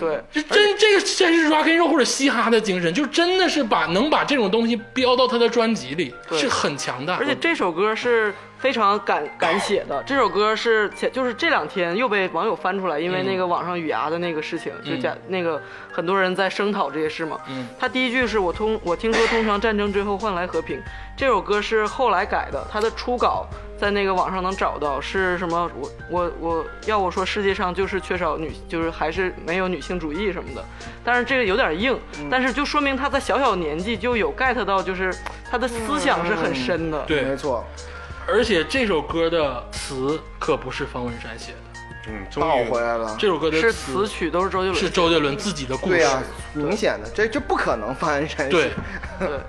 对，
这真这个真是 rock and roll 或者嘻哈的精神，就真的是把能把这种东西标到他的专辑里，
对
是很强大
而。且这首歌是非常敢敢写的，这首歌是前就是这两天又被网友翻出来，因为那个网上雨牙的那个事情，就讲那个很多人在声讨这些事嘛。
嗯
他第一句是我通我听说通常战争最后换来和平，这首歌是后来改的，它的初稿在那个网上能找到，是什么？我我我要我说世界上就是缺少女，就是还是没有女性主义什么的。但是这个有点硬，但是就说明他在小小年纪就有 get 到，就是他的思想是很深的。
对
没，错，
而且这首歌的词可不是方文山写的，
(laughs) 嗯，
爸
终
我
于
回来了，
这首歌的
是词啊曲都是周杰伦。
是周杰伦自己的故
对
事
呀、。明显的，这这不可能发生山
对，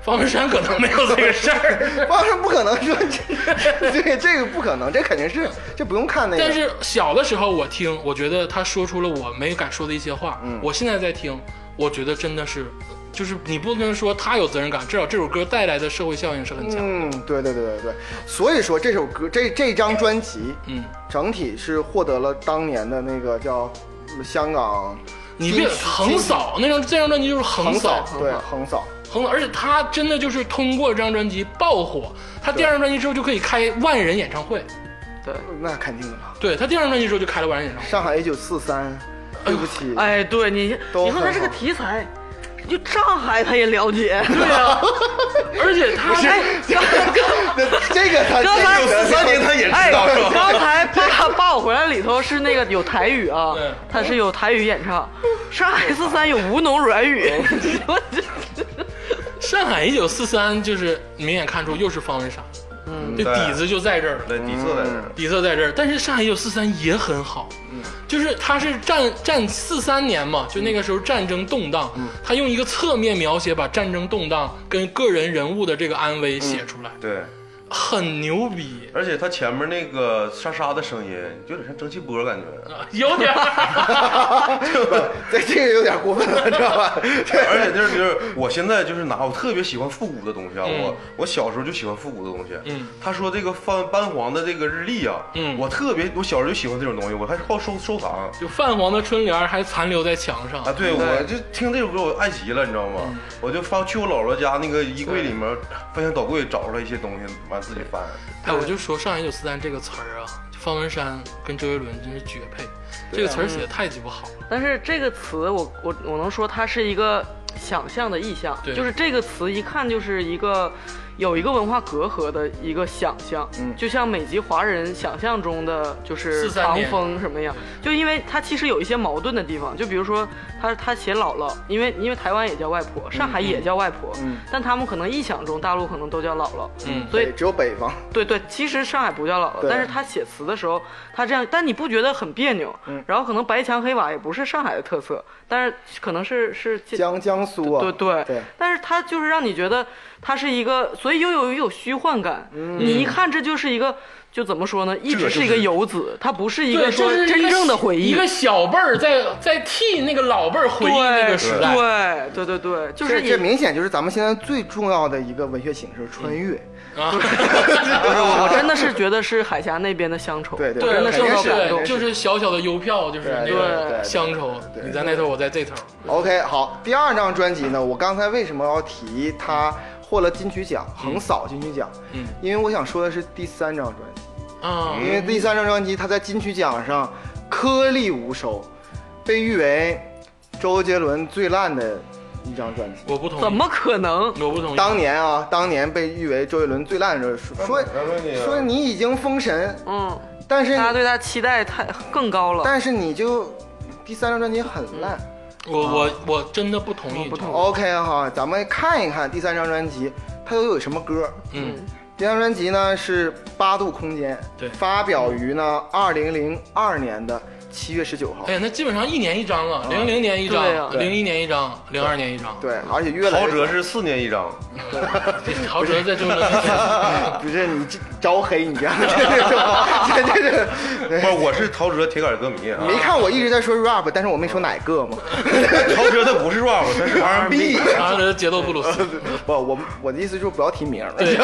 方文山可能没有这个事
(laughs)
儿，
当然不可能说这，对这个不可能，这肯定是这不用看那个。
但是小的时候我听，我觉得他说出了我没敢说的一些话。
嗯
我现在在听，我觉得真的是，就是你不能说他有责任感，至少这首歌带来的社会效应是很强。
嗯，对对对对对，所以说这首歌这这张专辑
嗯，
整体是获得了当年的那个叫什么香港
你别
金曲
横扫那张这张专辑就是横扫，
对横扫，
横扫，而且他真的就是通过这张专辑爆火。他第二张专辑之后就可以开万人演唱会，
对，
那肯定的了。
对他第二张专辑之后就开了万人演唱会。
上海一九四三，对不起，
哎，对你，
都
你看他
很
这个
好
题材，就上海他也了解，对啊呀、
而且他
哎，刚
那这个
(laughs)
他
刚才
这个
四三年他也知 (laughs)
哎
道是，吧？
刚才爸爸我回来里头是那个有台语啊
对，
他是有台语演唱，上海四三有吴侬软语， (laughs) 我这
上海一九四三就是明显看出又是方文山，嗯，这
对
底子就在这儿了。
对，底色在这儿，
嗯
底色在这儿，但是上海一九四三也很好，就是它是战战四三年嘛，就那个时候战争动荡，他用一嗯个侧面描写把战争动荡跟个人人物的这个安危写出来，
对，
很牛 (laughs) 逼，
而且他前面那个沙沙的声音，就有点像蒸汽波感觉，
有点儿
这这个有点过分了，知道吧？对，
而且就是就是我现在就是拿我特别喜欢复古的东西啊，
嗯
我我小时候就喜欢复古的东西。
嗯，
他说这个泛斑黄的这个日历啊，
嗯
我特别我小时候就喜欢这种东西，我还好收收藏啊。
就泛黄的春联儿还残留在墙上，
对，我就听这首歌我爱极了，你知道
嗯
吗？我就翻去我姥姥家那个衣柜里面翻箱倒柜找出来一些东西，完自己翻。
哎，我就说“上海九四三”这个词儿啊，方文山跟周杰伦真是绝配，这个词儿写的太鸡巴好了。
但是这个词我，我我能说它是一个想象的意象，
对
就是这个词一看就是一个有一个文化隔阂的一个想象，
嗯
就像美籍华人想象中的就是
43
唐
年
风什么样，就因为它其实有一些矛盾的地方，就比如说他他写姥姥，因为因为台湾也叫外婆，上海也叫外婆，
嗯
但他们可能臆想中大陆可能都叫姥姥，
嗯
所以
只有北方，
对对，其实上海不叫姥姥，
对
但是他写词的时候，他这样，但你不觉得很别扭？
嗯
然后可能白墙黑瓦也不是上海的特色，但是可能是是这
江江苏啊，
对对
对
但是他就是让你觉得他是一个，所以又有又有虚幻感。
嗯
嗯
你一看这就是一个，就怎么说呢？一直
就是
一个游子，他不是一
对，
个说
这是一
真
个
正的回忆
一。个小辈儿在在替那个老辈儿回忆那个时代。
对对对对，就
这
是
这
你
明显就是咱们现在最重要的一个文学形式——穿越。
(laughs)
啊， (laughs)
我真的是觉得是海峡那边的乡愁。
对对
对，
真的
肯
受
定
到
是
感动。
就是小小的邮票，就是那
对
对
个
对
乡愁，
对
你在那头，我在这头。
OK，好，第二张专辑呢，我刚才为什么要提它获了金曲奖，横扫金曲奖？
嗯
因为我想说的是第三张专辑，
啊，
嗯
因为第三张专辑它在金曲奖上颗粒无收，被誉为周杰伦最烂的一张专辑。
我不同意，
怎么可能？
我不同意？
当年啊，当年被誉为周杰伦最烂的，说说说嗯你已经封神，
嗯。
但是
大家对嗯他期待太更高了。
但是你就第三张专辑很烂。
我我我真的不同意，
我不同意
OK 哈，咱们看一看第三张专辑它都有什么歌。
嗯，
第三张专辑呢是《八度空间》，
对
发表于呢二零零二年的七月十九号
哎。呀，那基本上一年一张啊，零零年一
对啊
张，零一年一张，零二年一张。
对，而且越来
陶
越
喆是四年一张，
陶喆在周杰伦面前 (laughs)
(laughs) 不是你这招黑，你这样这这这
不
这，
是，我是陶喆铁杆歌迷啊。
(laughs) 没看我一直在说 rap，但是我没说哪个
(laughs)
嘛。
陶喆他不是 rap，他是 R&B。
陶喆节奏布鲁斯。
(laughs) 不，我我的意思就是不要提名了。，
对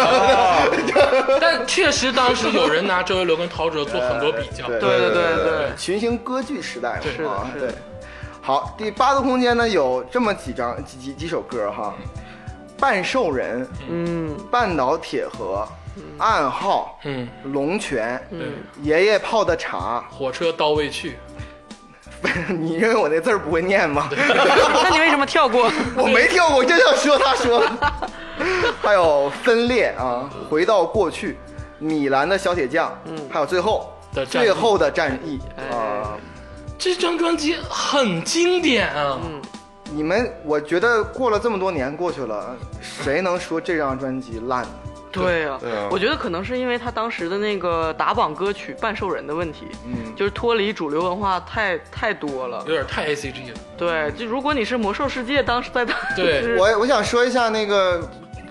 (laughs)
但确实当时有人拿周杰伦跟陶喆做很多比较。
对
对对对
对
对，
群星歌剧时代
对
嘛，啊
是的是的
对。好，第八度空间呢有这么几张几几几首歌哈，半兽人、
嗯，
半岛铁盒、暗号、
嗯，
龙泉、
对，
爷爷泡的茶。 (laughs)
火车到未去，
你认为我那字儿不会念吗？
那你为什么跳过？
我没跳过，我就想说他说。还有分裂啊，回到过去，米兰的小铁匠，嗯，还有最后
的战役
最后的战役啊。
这张专辑很经典啊。
你们，我觉得过了这么多年过去了，谁能说这张专辑烂呢？
对呀、
对啊
我觉得可能是因为他当时的那个打榜歌曲半兽人的问题，
嗯
就是脱离主流文化太太多了
有。点太 A C G 了，
对，就如果你是魔兽世界，当时在当
对
就是
我我想说一下那个，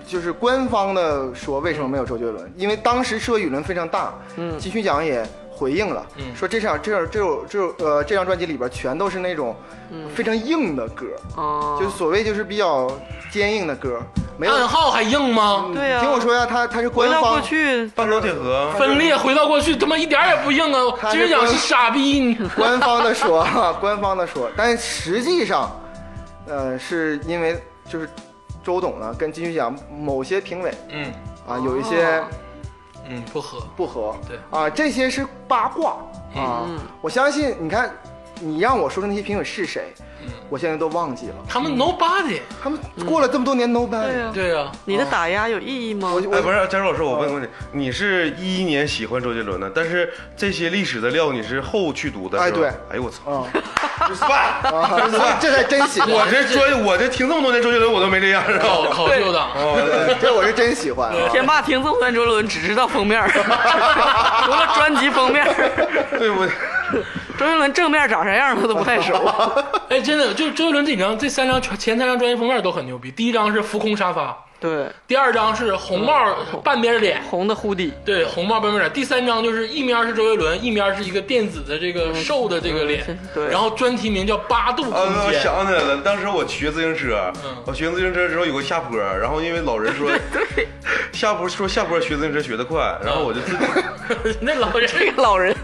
就是官方的说为什么没有周杰伦，因为当时社会舆论非常大，
嗯
金曲奖也回应了，
嗯
说这场这首这首这首呃这张专辑里边全都是那种
嗯
非常硬的歌，
啊，
就是所谓就是比较坚硬的歌，没有。嗯
暗号还硬吗？
对呀、
你听我，说呀，他他是
啊回
官
到
方
过去，
半岛铁盒，
分裂回到过去，他妈一点儿也不硬
他
啊！
是
金曲奖是傻逼，你
官方的说， (laughs) 哈官方的说，但实际上，呃，是因为就是周董呢跟金曲奖某些评委
嗯
啊有一些
哦
嗯不合，
不和，
对
啊，这些是八卦啊
嗯，
我相信你看，你让我说出那些评委是谁，我现在都忘记了，
他们 nobody，
他们过了这么多年 no
嗯对
ban，
呀、
对啊，
你的打压有意义吗？
我
哎，
我
不是，佳茹老师，我问个问题，
嗯
你是一一年喜欢周杰伦的，但是这些历史的料你是后去读的，
哎
是吧
对
哎呦我操，
啊
饭，
啊，所以这才真喜
我
欢，
这专，我这听这么多年周杰伦，我都没这样
考
啊。
考究党，
哦，
这我是真喜欢啊。
天霸听这么多周杰伦，只知道封面儿， (laughs) 除了专辑封面儿， (laughs)
对我，
周杰伦正面长啥样他都不太
(laughs)
熟。
哎，真的，就周杰伦这张这三张前三张专辑封面都很牛逼。第一张是浮空沙发，
对，
第二张是红帽
嗯
半边脸，
红的护底，
对，红帽半边脸。第三张就是一面是周杰伦，一面是一个电子的这个瘦的这个脸
嗯，对
然后专题名叫《八度空
呃
嗯，我
间》。
想起来了，当时我学自行车，
嗯
我学自行车之后有个下坡，然后因为老人
(laughs)
说下坡说下坡学自行车学得快，然后我就自己，
(laughs) 嗯那老人
(laughs) 这个老人，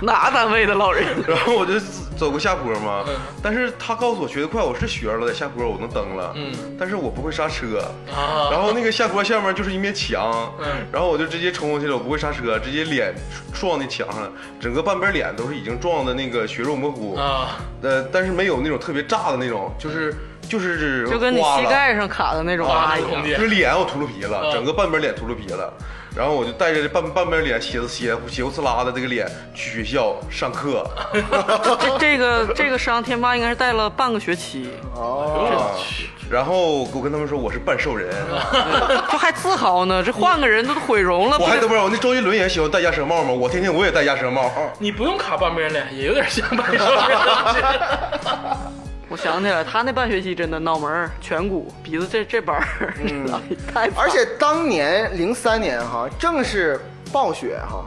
哪单位的老人？
(laughs) 然后我就走过下坡嘛
嗯。
但是他告诉我学得快，我是学了，在下坡我能蹬了，
嗯
但是我不会刹车。
啊，
然后那个下坡下面就是一面墙，
嗯
然后我就直接冲过去了，我不会刹车，直接脸撞那墙上了，整个半边脸都是已经撞的那个血肉模糊，
啊，
呃，但是没有那种特别炸的那种，就是就是
就跟你
花
膝
了
盖上卡的那种
八
疤一
度空
样。
间
就是脸我秃噜皮了，
嗯
整个半边脸秃噜皮了，然后我就带着这半半边脸斜斜斜不刺拉的这个脸去学校上课，
这这个这个伤，天霸应该是戴了半个学期，
哦，
啊，然后我跟他们说我是半兽人，
(laughs)
就还自豪呢。这换个人都毁容了，
我还
不
都不知道，我那周杰伦也喜欢戴鸭舌帽吗？我天天我也戴鸭舌帽，
你不用卡半边脸，也有点像半边
(laughs)
脸。
我想起来，他那半学期真的脑门儿、颧骨、鼻子这这板儿， (laughs) 太棒了
嗯 (laughs) 而且当年零三年哈，正是暴雪哈，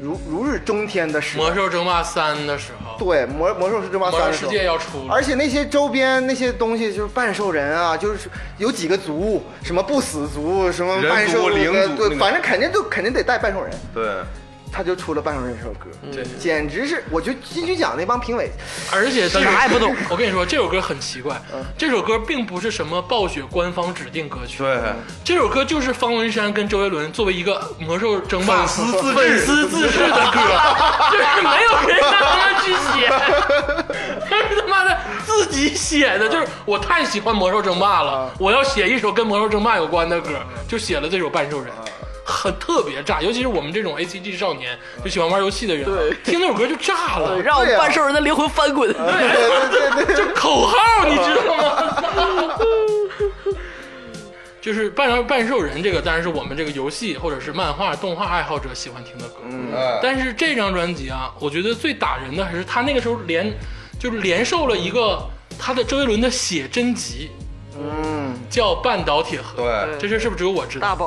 如如日中天的时候
魔，兽争霸三的时候，
对魔魔兽世界争霸
魔兽
三的时
世
候。
界要出了，
而且那些周边那些东西，就是半兽人啊，就是有几个族，什么不死族，什么
人族
半兽族
灵族
对，
那个
反正肯定就肯定得带半兽人，
对。
他就出了半兽人这首歌，
对，
简直是，我觉得金曲奖那
(laughs)
帮评委，
而且这
啥也不懂。
我跟你说，这首歌很奇怪，
嗯
这首歌并不是什么暴雪官方指定歌曲，
对，
这首歌就是方文山跟周杰伦作为一个魔兽争霸
粉丝自制
粉丝自制的
(laughs)
歌，就是没有人让他们去写， (laughs) 他是他妈的自己写
嗯
的。就是我太喜欢魔兽争霸了，我要写一首跟魔兽争霸有关的歌，就写了这首《半兽人》。
嗯
很特别炸，尤其是我们这种 A C G 少年，就喜欢玩游戏的人，啊听那首歌就炸了，
让我们半兽人的灵魂翻滚。
啊对啊对对对，
就口号，你知道吗？ (laughs) 就是半兽半兽人这个，当然是我们这个游戏或者是漫画、动画爱好者喜欢听的歌。
嗯
嗯
哎
但是这张专辑啊，我觉得最打人的还是他那个时候连就是连售了一个他的周杰伦的写真集，
嗯，
叫《半岛铁盒》。这
对，
事是不是只有我知道
(laughs) 大？
(laughs)
宝，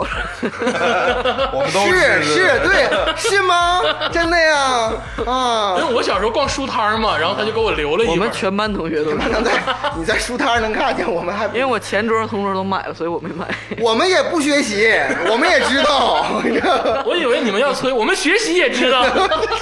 我们都
是
知
是，
(laughs)
(laughs)
对，是吗？真的呀，啊，
因为我小时候逛书摊儿嘛，然后他就给我留了一
我
本。
们全班同学
(laughs)
都
你
是，
(laughs)
能在你在书摊儿能看见，我们还
因为我前桌和同桌都买了，所以我没买。 (laughs)
我们也不学习，我们也知道，你知道吗 (laughs)
我以为你们要催，我们学习也知道。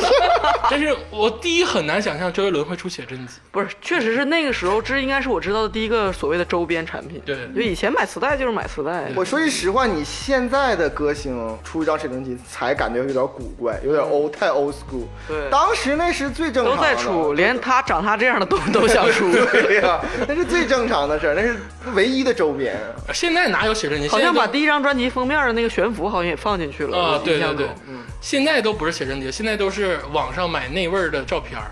(laughs) 但是我第一很难想象周杰伦会出写真集。
不是，确实是那个时候，这应该是我知道的第一个所谓的周边产品。
对
就以前买磁带就是买磁带，
我说句实话，你现在的歌星出一张写真集，才感觉有点古怪，有点
嗯
old，太 old school。
对
当时那是最正常
都
的。
在出，连他长他这
(laughs)
样的都都想出。
(laughs) 对呀、那是最正常的事儿，那是唯一的周边。
现在哪有写真集？
好像
现在
把
都
第一张专辑封面的那个悬浮好像也放进去了
啊，
我
对
印
对
象
对
中，嗯
现在都不是写真集，现在都是网上买那味儿的照片
(laughs)
儿。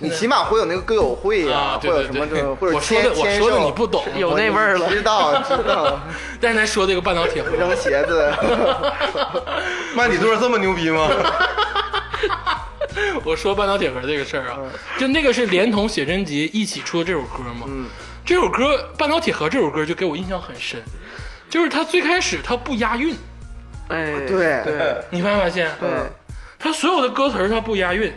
你起码会有那个歌友会呀、
啊，
会
对
有
对
什么
对
这种，或者
我说
签
的我
签
说的
售
你不懂，
有那味儿了
知道知
(laughs)
道，
但是咱说这个半导体
(laughs)
盒，
扔鞋子。
麦里顿这么牛逼吗？
我说半导体盒这个事儿啊，
嗯
就那个是连同写真集一起出的这首歌嘛。
嗯
这首歌《半导体盒》这首歌就给我印象很深，就是它最开始它不押韵，
哎，
啊对
对
你发没发现？
对，
嗯
它所有的歌词儿它不押韵，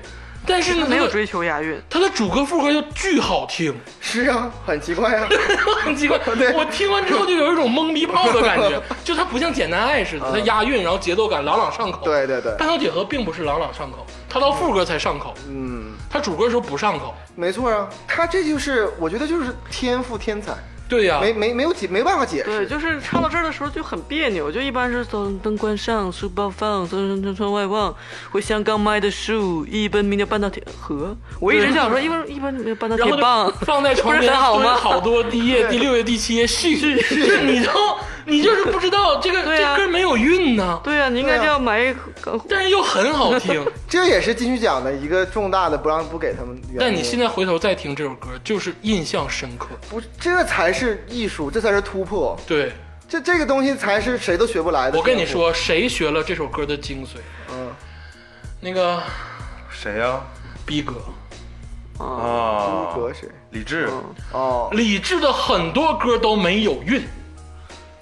但是呢，
没有
它的
追求押韵。
它的主歌副歌就巨好听。
(laughs) 是啊，很奇怪
(laughs)
啊。
很奇怪，我听完之后就有一种懵逼炮的感觉，就它不像简单爱似的，它押韵，然后节奏感朗朗上口。
对对对
半岛铁盒并不是朗朗上口，它到副歌才上口，
嗯，
它主歌的时候不上口。
没错啊，他这就是我觉得就是天赋天才，
对呀、
没没没有解没办法解
对，
释。
就是唱到这儿的时候就很别扭，就一般是灯灯关上，书包放，从从窗外望，回香港买的书，一本名叫《半岛铁盒》。我一直想说，一本一本名叫《半岛
然
铁
后就
棒》，
放在床
(laughs) 不是
边
很好
蹲
吗？
好多第一页、第六页、第七页续，就是你都你就是不知道这个
对
这
啊
歌没有韵呢，
对啊，你应该
对啊
叫买一个。
但是又很好听。
这也是金曲奖的一个重大的不让不给他们原因。
但你现在回头再听这首歌，就是印象深刻。
不，这才是艺术，这才是突破，
对
这这个东西才是谁都学不来的。
我跟你，说，谁学了这首歌的精髓？
嗯，
那个
谁呀、
逼哥。
啊，
啊，
金格谁？
李志，
哦，
李志的很多歌都没有韵，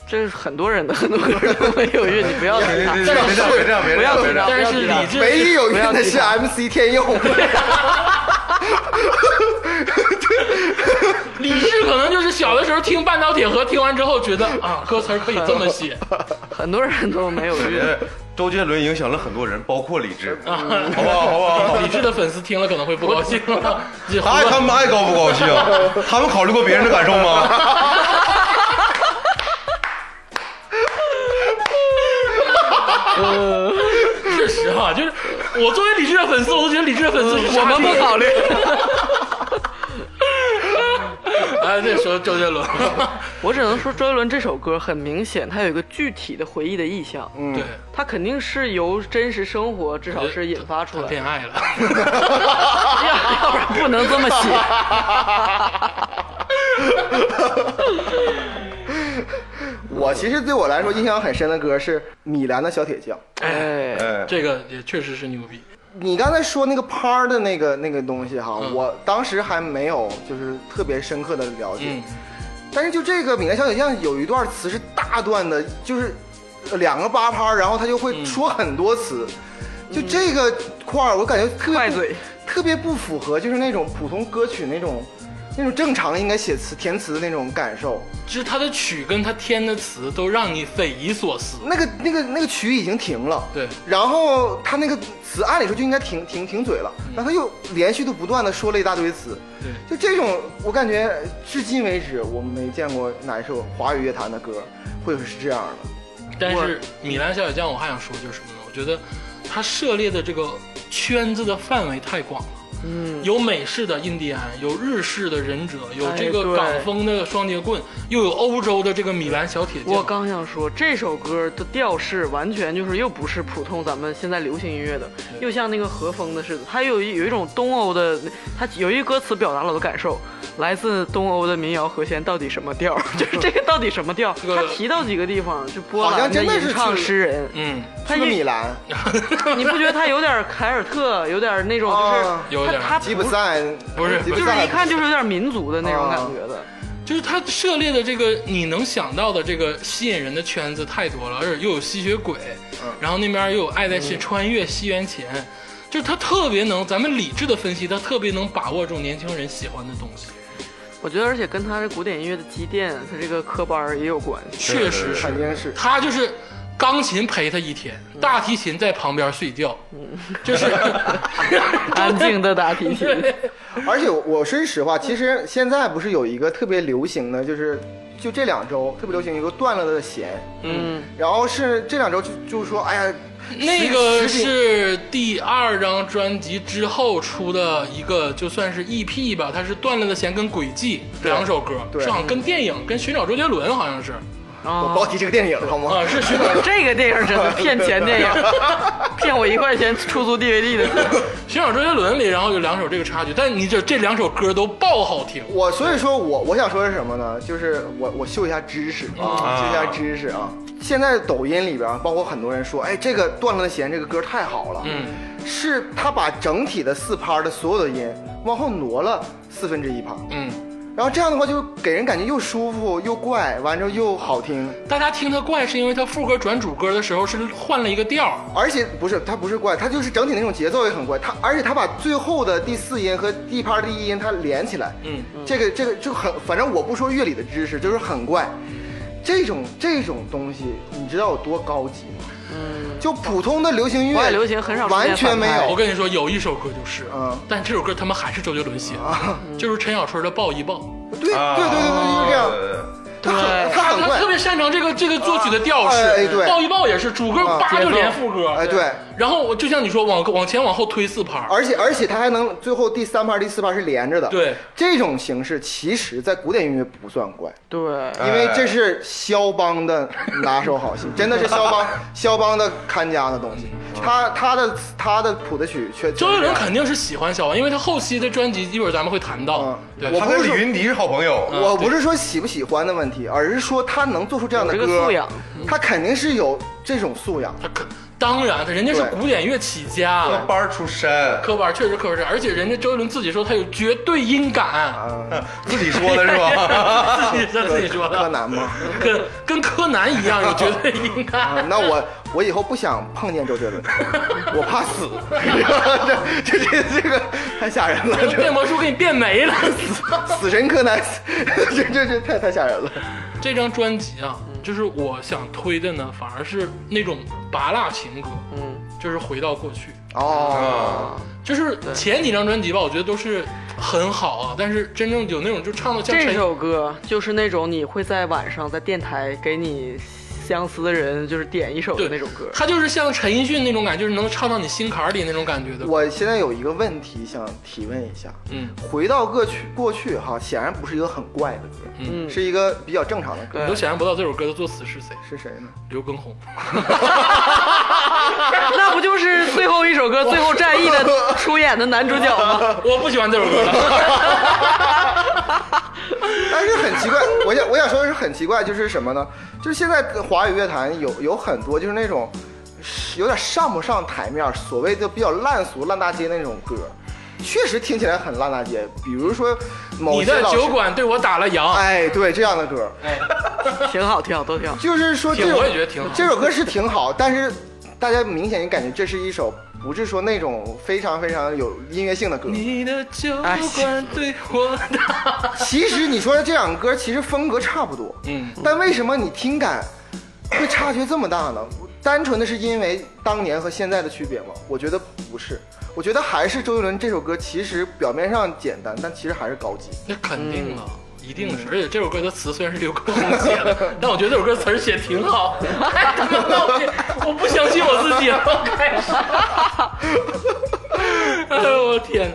这是很多人的很多歌都没有乐，你不要提
哎
别
他
别别别这样，别这样，别这样，别这样。
但是李志
唯一有韵的
不
是 MC 天佑， (laughs)
李志可能就是小的时候听半岛铁盒，听完之后觉 (laughs) 得啊，歌词儿可以这么 (laughs) 写，
很多人都没有
别
乐。
别周杰伦影响了很多人，包括李志，好不
嗯
好？好不好？
李志的粉丝听了可能会不高 (laughs) 兴。这
他爱他们爱高不高
(laughs)
兴？他们考虑过别人的感受吗？
确实哈，就是我作为李志的粉丝，我都觉得李志的粉丝是
我们不考虑。
(laughs) 哎，对，说周杰 (laughs) 伦，
我只能说周杰伦这首歌很明显，他有一个具体的回忆的意象，
嗯
对，
他肯定是由真实生活至少是引发出来的，
恋爱了，
要要不然不能这么写。
(laughs) 我其实对我来说印象很深的歌是米兰的小铁匠。
哎，
哎，
这个也确实是牛逼。
你刚才说那个拍儿的那个那个东西哈，
嗯
我当时还没有就是特别深刻的了解，
嗯，
但是就这个米兰小铁匠有一段词是大段的，就是呃两个八拍儿，然后他就会说很多词，就这个块儿我感觉特别不
快嘴，
特别不符合就是那种普通歌曲那种那种正常应该写词填词的那种感受。
就是他的曲跟他填的词都让你匪夷所思。
那个那个那个曲已经停了，
对
然后他那个词按理说就应该停停停嘴了，然后他又连续的不断的说了一大堆词，
对，
就这种我感觉至今为止我没见过哪一首华语乐坛的歌会是这样的，
但是米兰小铁匠，我还想说就是什么呢？我觉得他涉猎的这个圈子的范围太广了。嗯，有美式的印第安，有日式的忍者，有这
哎
个
对
港风的双截棍，又有欧洲的这个米兰小铁匠。
我刚想说这首歌的调式完全就是又不是普通咱们现在流行音乐的，又像那个和风的似的，它有一有一种东欧的，它有一歌词表达了我的感受，来自东欧的民谣和弦到底什么调？ (laughs) 就是这个到底什么调？
个
他提到几个地方，就波
好
兰
像真的是
吟唱
去
诗人，
嗯，
他
是不是
一
米兰、
(laughs) 你不觉得他有点凯尔特，有点那种
哦
就
有
是
点
他他
吉普
不
赛
不是
吉
就
普
是
赛
一看就是有点民族的那种感觉的，
就是他涉猎的这个你能想到的这个吸引人的圈子太多了，而且又有吸血鬼，然后那边又有爱在西穿越西元前，就是他特别能，咱们理智的分析，他特别能把握住年轻人喜欢的东西，
我觉得而且跟他这古典音乐的积淀，他这个科班儿也有关系。
确实是。
肯定是
他就是钢琴陪他一天，
嗯
大提琴在旁边睡觉，就是
(laughs)
安静的打提琴，
而且我我说句实话，其实现在不是有一个特别流行的，就是就这两周特别流行一个断了的弦，
嗯，
然后是这两周就就是说，哎呀，
那个
十十几
是第二张专辑之后出的一个，就算是 EP 吧，它是《断了的弦》跟《轨迹》两首歌，
对
是好像跟电影跟《寻找周杰伦》好像是
我
啊
不，要提这个电影好吗？
啊，是
(laughs)
寻找
这个电影真的骗钱电影， (laughs) 骗我一块钱出租 DVD 的，
寻找周杰伦里，然后有两首这个插曲，但你这这两首歌都爆好听，
我所以说我我想说的是什么呢？就是我我秀一下知识啊，秀一下知识啊。现在抖音里边，包括很多人说，哎，这个断了的弦这个歌太好了，
嗯，
是他把整体的四拍的所有的音往后挪了四分之一拍，
嗯，
然后这样的话就给人感觉又舒服又怪，完之后又好听。
大家听它怪是因为它副歌转主歌的时候是换了一个调儿，
而且不是，它不是怪，它就是整体那种节奏也很怪。它而且它把最后的第四音和第一拍第一音它连起来，
嗯，
这个这个就很，反正我不说乐理的知识，就是很怪。这种这种东西，你知道有多高级吗？嗯，就普通的流行音
国
乐，
外流行很少出现
完全没
我
有。
跟你说，有一首歌就是，
哦嗯啊
但这首歌他们还是周杰伦写的，就是陈小春的《抱一抱》。
哎
对对对对
啊
对，就是这样。它很它
他
很
他
怪
特，别擅长这个这个作曲的调式，
哎哎对
抱一抱也是主歌
啊
叭
节
就
奏
连副歌，
哎对。
然后我就像你说，往往前往后推四拍儿，
而且而且它还能最后第三拍第四拍是连着的。
对，
这种形式其实在古典音乐不算怪。
对，
因为这是肖邦的拿手好戏，真的是肖邦肖邦的看家的东西。他他的他的谱的曲却
周杰伦
全
肯定是喜欢小王，因为他后期的专辑一会儿咱们会谈到
嗯，
对，
我
他跟李云迪是好朋友
这。样我不是说喜不喜欢的问题，而是说他能做出这样的
有这
歌，
个素养
他肯定是有这种素养。
他可当然，人家是
对
古典乐起家，
科班出身，
科班确实科班，而且人家周杰伦自己说他有绝对音感，
啊，
自己说的是
(laughs)
吧？
自己他自己说
柯
的，
南嘛。
跟跟柯南一样有绝对音
(laughs) 啊
感。
那我我以后不想碰见周杰
(laughs)
伦，我怕死。 (laughs) 这这这这个太吓人
(laughs)
了，
变魔术给你变没了。
这死神柯南， (laughs) 这这这太太吓人了。
(laughs) 这张专辑啊，就是我想推的呢，反而是那种拔蜡情歌，
嗯，
就是回到过去。
哦，
啊，
就是前几张专辑吧，我觉得都是很好啊，但是真正有那种就唱的像
这
陈
首歌就是那种你会在晚上在电台给你相思的人就是点一首的
对
那种歌。
他就是像陈奕迅那种感觉，就是能唱到你心坎里那种感觉的。
我现在有一个问题想提问一下，
嗯，
回到过去过去哈，显然不是一个很怪的歌，
嗯，
是一个比较正常的歌。
你都想象不到这首歌的作词是谁，
是谁呢？
刘畊 (laughs) 宏。
那不就是最后一首歌《最后战役》的出演的男主角吗？
我不喜欢这首歌了。
但是很奇怪， (laughs) 我想我想说的是很奇怪，就是什么呢？就是现在华语乐坛有有很多就是那种有点上不上台面，所谓的比较烂俗烂大街那种歌，确实听起来很烂大街。比如说某
你
些
的
老师
酒，馆对我打了烊。
哎，对这样的歌，
哎，
挺好，挺好，都挺好。
就是说这
挺
首
我也觉得挺好
这首歌是挺好，但是大家明显感觉这是一首不是说那种非常非常有音乐性的歌。
你的酒馆对我打。
其实你说的这两个歌其实风格差不多，
(laughs) 嗯，
但为什么你听感会差距这么大呢？单纯的是因为当年和现在的区别吗？我觉得不是，我觉得还是周杰伦这首歌其实表面上简单，但其实还是高级。
那肯定啊。一定是，而且这首歌的词虽然是刘畊宏写的，但我觉得这首歌词儿写挺好。哎，他妈闹心我不相信我自己了，开始。哎呦我天！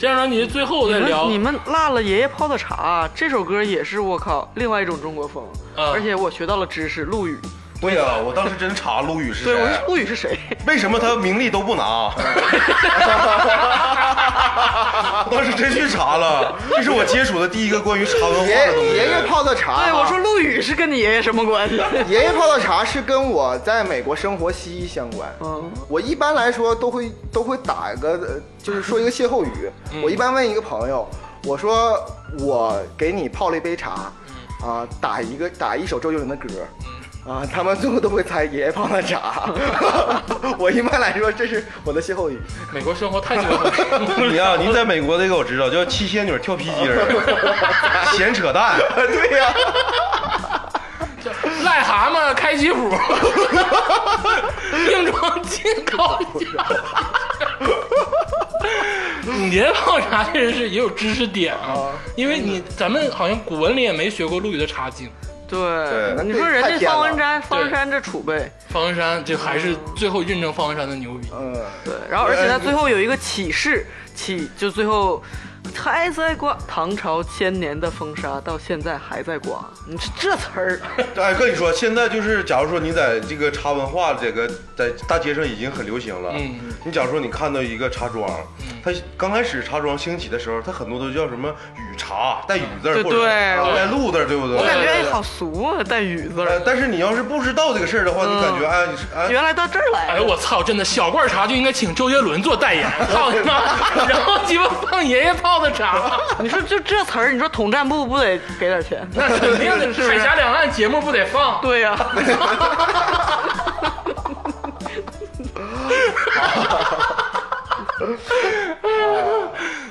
这样让你最后再
你
聊
们你们落了爷爷泡的茶这首歌也是我靠另外一种中国风，
啊
而且我学到了知识。陆羽，
对呀，我当时真查陆羽是
对，
啊
我
谁啊
说，陆羽是谁？ (laughs)
为什么他名利都不
(laughs)
拿？我当时真去查了，这是我接触的第一个关于茶文化
爷
哎
的东西。
爷爷泡的茶，
啊
对，我说陆羽是跟你爷爷什么
(laughs)
关系？
爷爷泡的茶是跟我在美国生活息息相
哦
关。
嗯，
我一般来说都会都会打一个，呃就是说一个歇后语。我一般问一个朋友，我说我给你泡了一杯茶，啊，打一个打一首周杰伦的歌，啊，他们最后都会猜爷爷泡的茶。我一般来说这是我的歇后语。
美国生活太久了。
你呀、您在美国那个我知道，叫七仙女跳皮筋儿，
(laughs)
闲扯淡。
对呀、
癞蛤蟆开吉普，硬装进口价。年泡茶确实是也有知识点啊，因为你咱们好像古文里也没学过陆羽的《茶经》，
对，
对
你说人家
太偏了
方文山，方文山这储备，
方文山就还是最后印证方文山的牛逼。
嗯，
对，然后而且他最后有一个启示，启就最后还在刮，唐朝千年的风沙到现在还在刮，你这这词儿，
哎，跟你说，现在就是，假如说你在这个茶文化这个在大街上已经很流行了。
嗯
你假如说你看到一个茶庄，
嗯
它刚开始茶庄兴起的时候，它很多都叫什么雨茶，带雨字儿，
嗯对
或者啊
对
带露字儿，对不对？
我感觉
对
哎
对
好俗啊，带雨字
呃
儿，，嗯
但是你要是不知道这个事儿的话，你感觉哎，你是哎，
(laughs) 原来到这儿来
哎，
了，
我操！真的，小罐茶就应该请周杰伦做代言，操你妈！然后鸡巴放爷爷泡的茶，
你说就这词儿，你说统战部不得给点钱？
那肯定的，海峡两岸节目不得放？
对呀、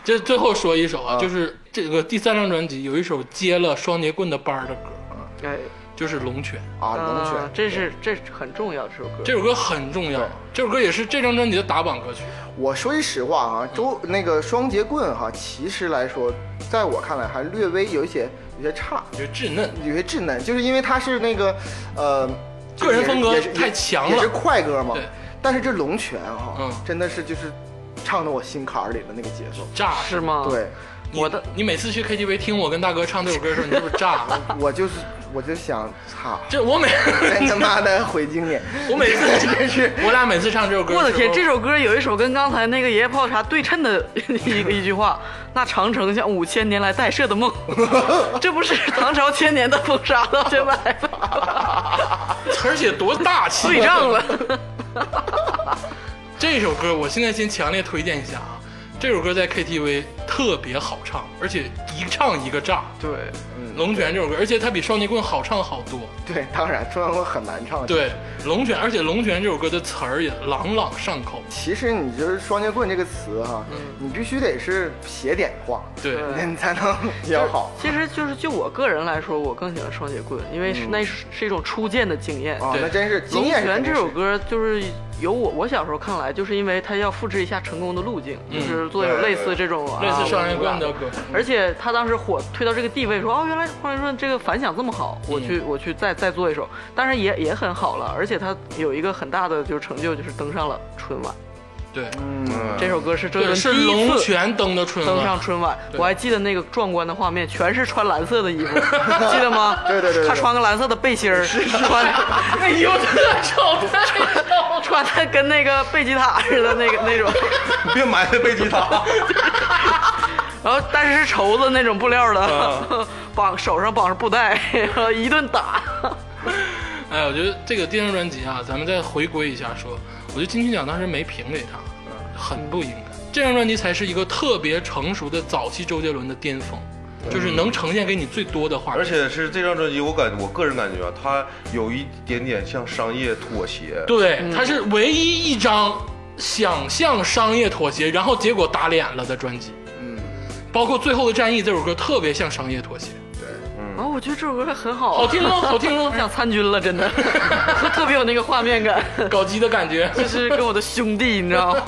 这最后说一首啊，就是这个第三张专辑有一首接了双截棍的班儿的歌，
哎，
就是《龙泉》。
啊，龙
啊
泉，
这是这是很重要这首歌，
这首歌很重要，这首歌也是这张专辑的打榜歌曲。
我说句实话啊，周那个双节棍哈、其实来说，在我看来还略微有一些有些差。
我觉得稚嫩，
有些稚嫩，就是因为他是那个，呃，
个人风格
也是
太强了
也是快歌嘛
对。
但是这龙泉哈、
嗯
真的是就是唱到我心坎儿里的那个节奏。
炸
是？吗？
对，
你
我的
你每次去 KTV 听我跟大哥唱这首歌的时候，你是不是炸
(laughs)
了？
我就是我就想，操， (laughs)
这我每
真他妈的毁经典。
我每 (laughs) 次真是，我俩每次唱这首歌，
我的天，这首歌有一首跟刚才那个爷爷泡茶对称的一个一句话，那长城像五千年来代射的
(laughs)
梦，这不是唐朝千年的
(laughs)
风沙到现在还在
词儿写多大气，啊
对仗了。啊
这首歌我现在先强烈推荐一下啊，这首歌在 KTV 特别好唱，而且一唱一个炸。
对，
龙泉这首歌，而且它比少年棍好唱好多。
嗯对，当然中央我很难唱。，
对，龙泉，而且龙泉这首歌的词儿也朗朗上口。
其实你就是“双截棍”这个词哈，你必须得是写点化，
嗯对，
对
你才能比较好。
其实就是就我个人来说，我更喜欢双截棍，因为
嗯
是那是是一种初见的经验。
啊，
对
那真是经
龙
验是
泉
肯定是。
这首歌就是由我我小时候看来，就是因为它要复制一下成功的路径，
嗯
就是做一种类似这种啊
类似少年棍的。歌。
而且他当时火推到这个地位，说哦，原来《双截棍》这个反响这么好，我去我去再再做一首，当然也也很好了。而且他有一个很大的就是成就，就是登上了春晚。
对，
嗯
这首歌是周
对，
杰伦
是
第一
龙
次
泉登的春
登
晚
上。春晚，
对
我还记得那个壮观的画面，全是穿蓝色的衣服，记得吗？
对对对对
他穿个蓝色的背心儿，穿
哎呦，特丑，太丑！
(laughs) 穿的跟那个贝吉塔似的那个那种，
你别埋汰贝吉塔，
然后但是是绸子那种布料的，绑手上绑着布带，然后一顿打。
(laughs) 哎，我觉得这个电视专辑啊，咱们再回归一下说，我觉得金曲奖当时没评给他，
嗯
很不应该。这张专辑才是一个特别成熟的早期周杰伦的巅峰，就是
嗯
能呈现给你最多的画
(laughs) 而
面。
且是这张专辑，我感我个人感觉啊，它有一点点像商业妥协。
对，它是唯一一张想向商业妥协，然后结果打脸了的专辑。
嗯，
包括《最后的战役》这首歌特别像商业妥协，
对，
然后哦我觉得这首歌很好，
好听吗？好听
我
吗？
想参军了，真的， (laughs) 特别有那个画面感，
搞基的感觉。
就是跟我的兄弟，你知道吗？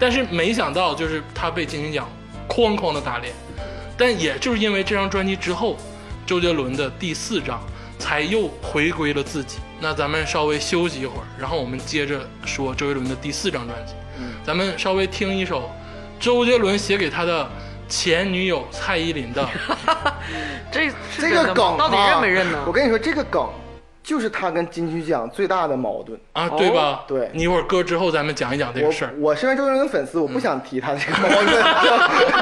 但是没想到，就是他被金曲奖哐哐的打脸，但也就是因为这张专辑之后，周杰伦的第四张才又回归了自己。那咱们稍微休息一会儿，然后我们接着说周杰伦的第四张专辑。
嗯
咱们稍微听一首周杰伦写给他的前女友蔡依林
(laughs)
的
这是
这
真的
个
吗
梗
到底
啊
认没认呢？
我跟你说，这个梗就是他跟金曲奖最大的矛盾。
啊，对吧？
哦对
你一会儿歌之后咱们讲一讲这个事儿
我。我身为周杰伦的粉丝，我
嗯
不想提他这个矛盾。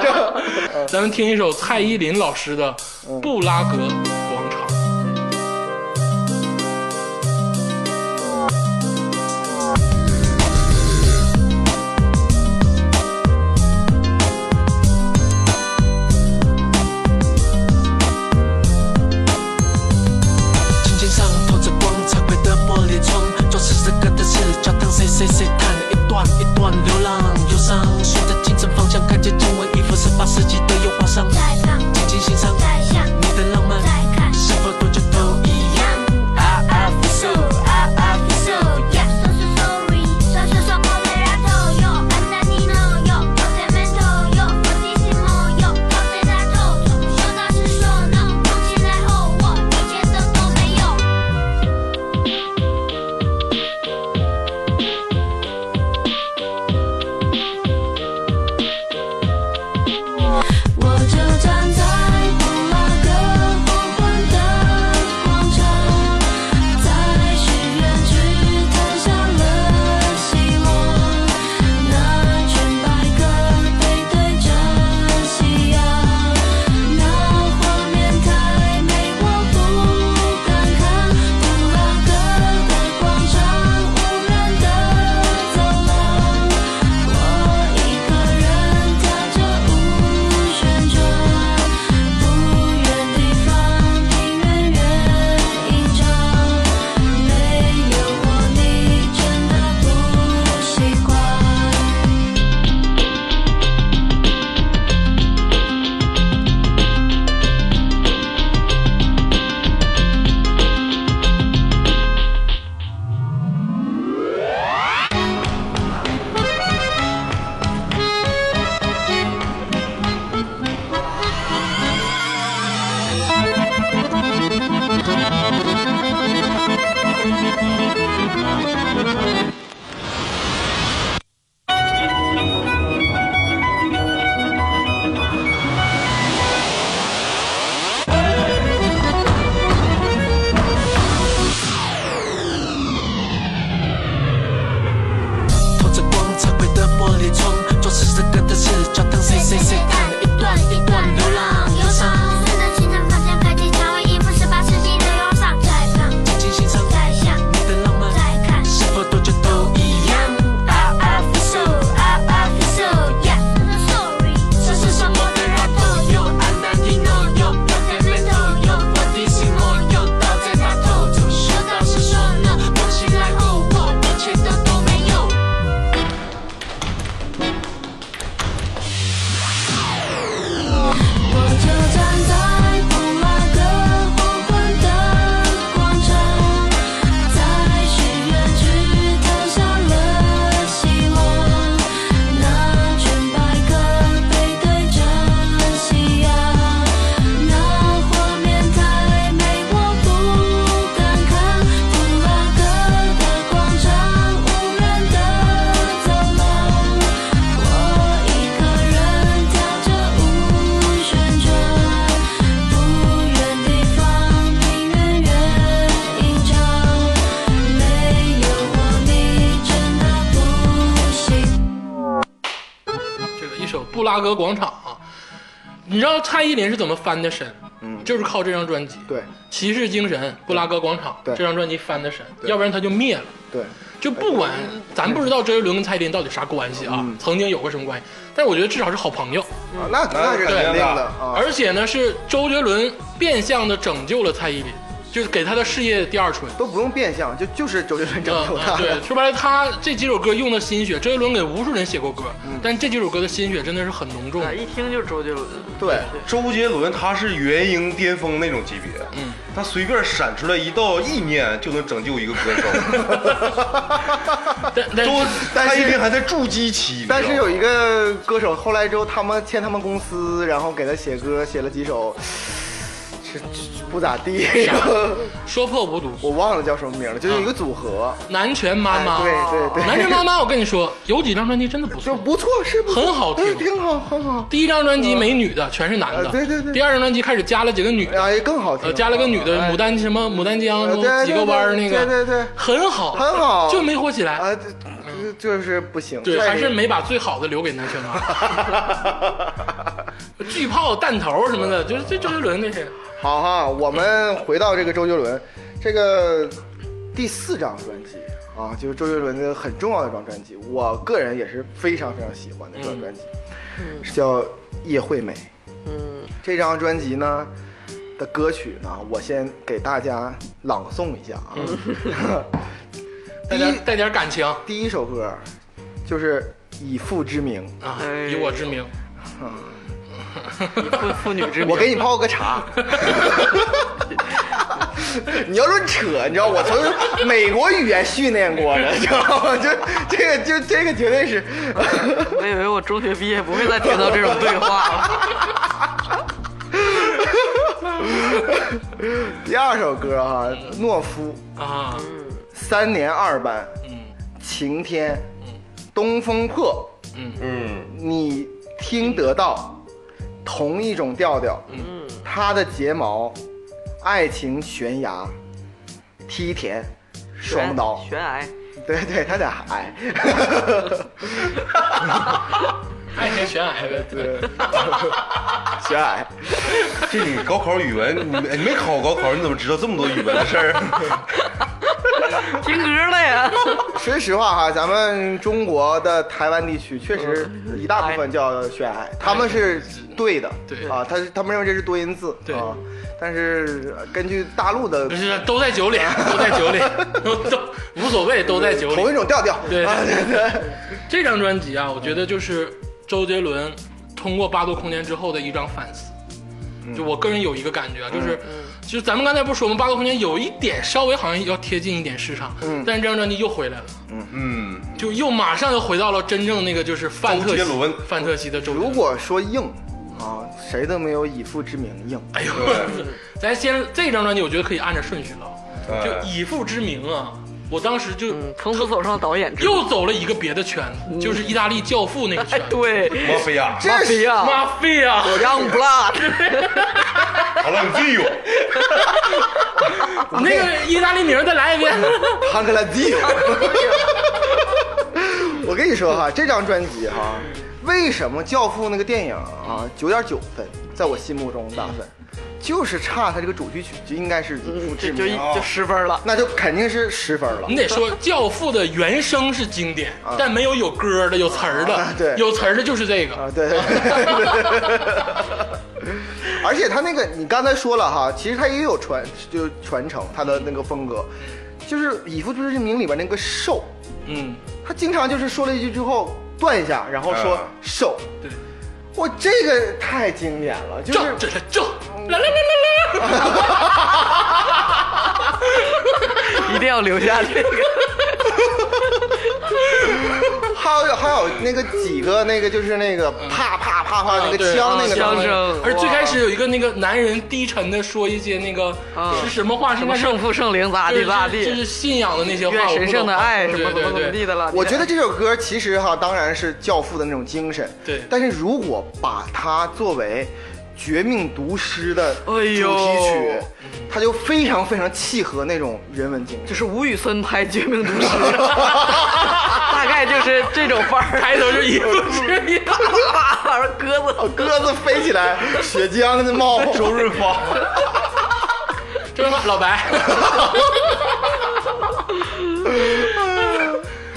(laughs)
就就
咱们听一首蔡依林老师的
嗯
《布拉格广场》。
轻轻上透着光，彩绘的玻璃窗，装饰着干的是教堂，谁谁谁弹一段一段流浪忧伤，顺着清晨方向看见经文衣服，十八世纪的油画上，
再放
轻轻欣赏
再想
你的浪漫
再，看
是否多久都一样？I I feel so I I feel so yeah。
Sorry，
拉哥广场。啊你知道蔡依林是怎么翻的身？嗯，就是靠这张专辑。
对
骑士精神、布拉格广场
对
这张专辑翻的身，要不然他就灭了。
对，
就不
哎
管咱不知道周杰伦跟蔡依林到底啥关系
嗯
啊，曾经有过什么关系，但是我觉得至少是好朋友。
嗯
啊那那是肯定的啊。
而且呢，是周杰伦变相的拯救了蔡依林，就是给他的事业第二春。
都不用变相，就就是周杰伦拯
嗯
救
嗯
他
对
的，，
说白了，他这几首歌用的心血，周杰伦给无数人写过歌，
嗯
但这几首歌的心血真的是很浓重的
啊，。
哎
一听就是周杰伦。
(laughs) 对，
周杰伦他是元婴巅峰那种级别，
嗯，
他随便闪出来一道意念就能拯救一个歌手。
(laughs) 但但
周
但是
蔡依林还在筑基期，
但是
你知道
有
吗
一个歌手后来之后，他们签他们公司，然后给他写歌，写了几首，是不咋地，
啊
然后
说破无毒，
我忘了叫什么名了，就是
嗯
一个组合，
南拳妈妈，
哎对对对
南拳妈妈，我跟你
(laughs)
说，有几张专辑真的不
就
错。
不错，是不错
很好听
嗯挺好，很好，
第一张专辑没女的，全是男的。
呃对对哎对
第二张专辑开始加了几个女的，
然后也更好
呃，
听，
加了个女的，牡丹什么牡丹江
呃，对
几个弯儿
对
那
对
个，
对对对
很好，
很好
就没火起来。
啊，这这就是不行，
对，
在
还是没把最好的留给南拳妈
(laughs)
妈。巨炮、弹头什么的，就是这周杰伦那些。
好哈，我们回到这个周杰伦，这个第四张专辑啊，就是周杰伦的很重要的一张专辑，我个人也是非常非常喜欢的一张专辑，是叫《叶惠美》。
嗯，
这张专辑呢的歌曲呢，我先给大家朗诵一下啊。
带
(laughs) 第
点
一
带点感情
第一首歌就是《以父之名
啊，
哎
以我之名，
以妇妇女之》，名，
我给你泡个茶。 (laughs) 你要论扯，你知道我从美国语言训练过的， (laughs) 你知道吗？就这个就这个绝对是。 (laughs)
我以为我中学毕业不会再听到这种对话了。
第二首歌哈、懦夫》
啊，
嗯三年二班，
嗯
晴天，东风破，
嗯
嗯，
你听得到同一种调调，
嗯
他的睫毛，爱情悬崖，梯田， (laughs) 双刀，
悬崖，
对对，他俩矮，
爱情悬崖呗。
(laughs) (laughs) 对，悬崖，
这你高考语文，你没你没考过高考，你怎么知道这么多语文的事儿？
听歌了
(laughs)
呀。
说实话哈，咱们中国的台湾地区确实
嗯
一大部分叫悬崖，他们是对的，
哎对
啊，他是他们认为这是多音字，
对
啊，但是呃根据大陆的
不是，都在酒里，都在
(laughs)
酒里，都都无所谓，都在酒里。
同一种调调，
对
啊对对，
这张专辑啊，我觉得就是周杰伦通过八度空间之后的一张反思。
嗯
就我个人有一个感觉啊，就是，
嗯
就是咱们刚才不是说吗？八度空间有一点稍微好像要贴近一点市场，但是这张专辑又回来了，
嗯，
就又马上又回到了真正那个就是范特
周杰
西
伦、
范特西的周杰伦。
如果说硬啊，谁都没有以父之名硬，
哎呦
对，
(laughs) 咱先这张专辑，我觉得可以按着顺序唠。
哎
就以父之名啊，我当时就
嗯，从此走上导演之路。
又走了一个别的圈子，就是意大利教父那个圈
哎，
子，
对，
莫菲亚，
这是
呀
妈费啊！
让不辣，
好了，你队友，
那个意大利名儿再来一遍。
潘克拉蒂。我跟你说哈，这张专辑哈，为什么《教父》那个电影啊九点九分，在我心目中打分，就是差它这个主题曲就应该是啊《以父之
这就
名
一》，就十分了。
那就肯定是十分了
(laughs) 你。得说《教父》的原声是经典，但没有有歌的、有词儿
啊
的。
对
有词儿的就是这个
啊，。对， (laughs) 而且他那个，你刚才说了哈，其实他也有传，就是传承他的那个风格，就是《以父之名》里边那个兽，
嗯，
他经常就是说了一句之后断一下，然后说
啊
瘦。
对，
我这个太经典了，就
这
是
这这这，来来来来来，
一定要留下
(laughs)
这个。
还有还有那个几个那个就是那个啪啪啪啪
嗯
那
啊
个
对
枪
啊
那个
枪
东西
声
而最开始有一个那个男人低沉的说一些那个
啊
是什么话，是
什么圣父圣灵咋
就是
地咋
就是就
地，
是信仰的那些话，
愿神圣的爱
我
什
不
么
懂啊
怎么怎么
对对
地
对，
的了。
我觉得这首歌其实哈，当然是《教父》的那种精神。
对
但是如果把它作为《绝命毒师》的主
哎
题
呦
曲，它就非常非常契合那种人文精神。
就是吴宇森拍《绝命毒师》， (laughs) 大概就是这种范儿。
开头就一副这样。
啊，鸽子，
哦鸽子飞起来，血浆的冒，
(laughs)
周润发，
这是老白。 (laughs)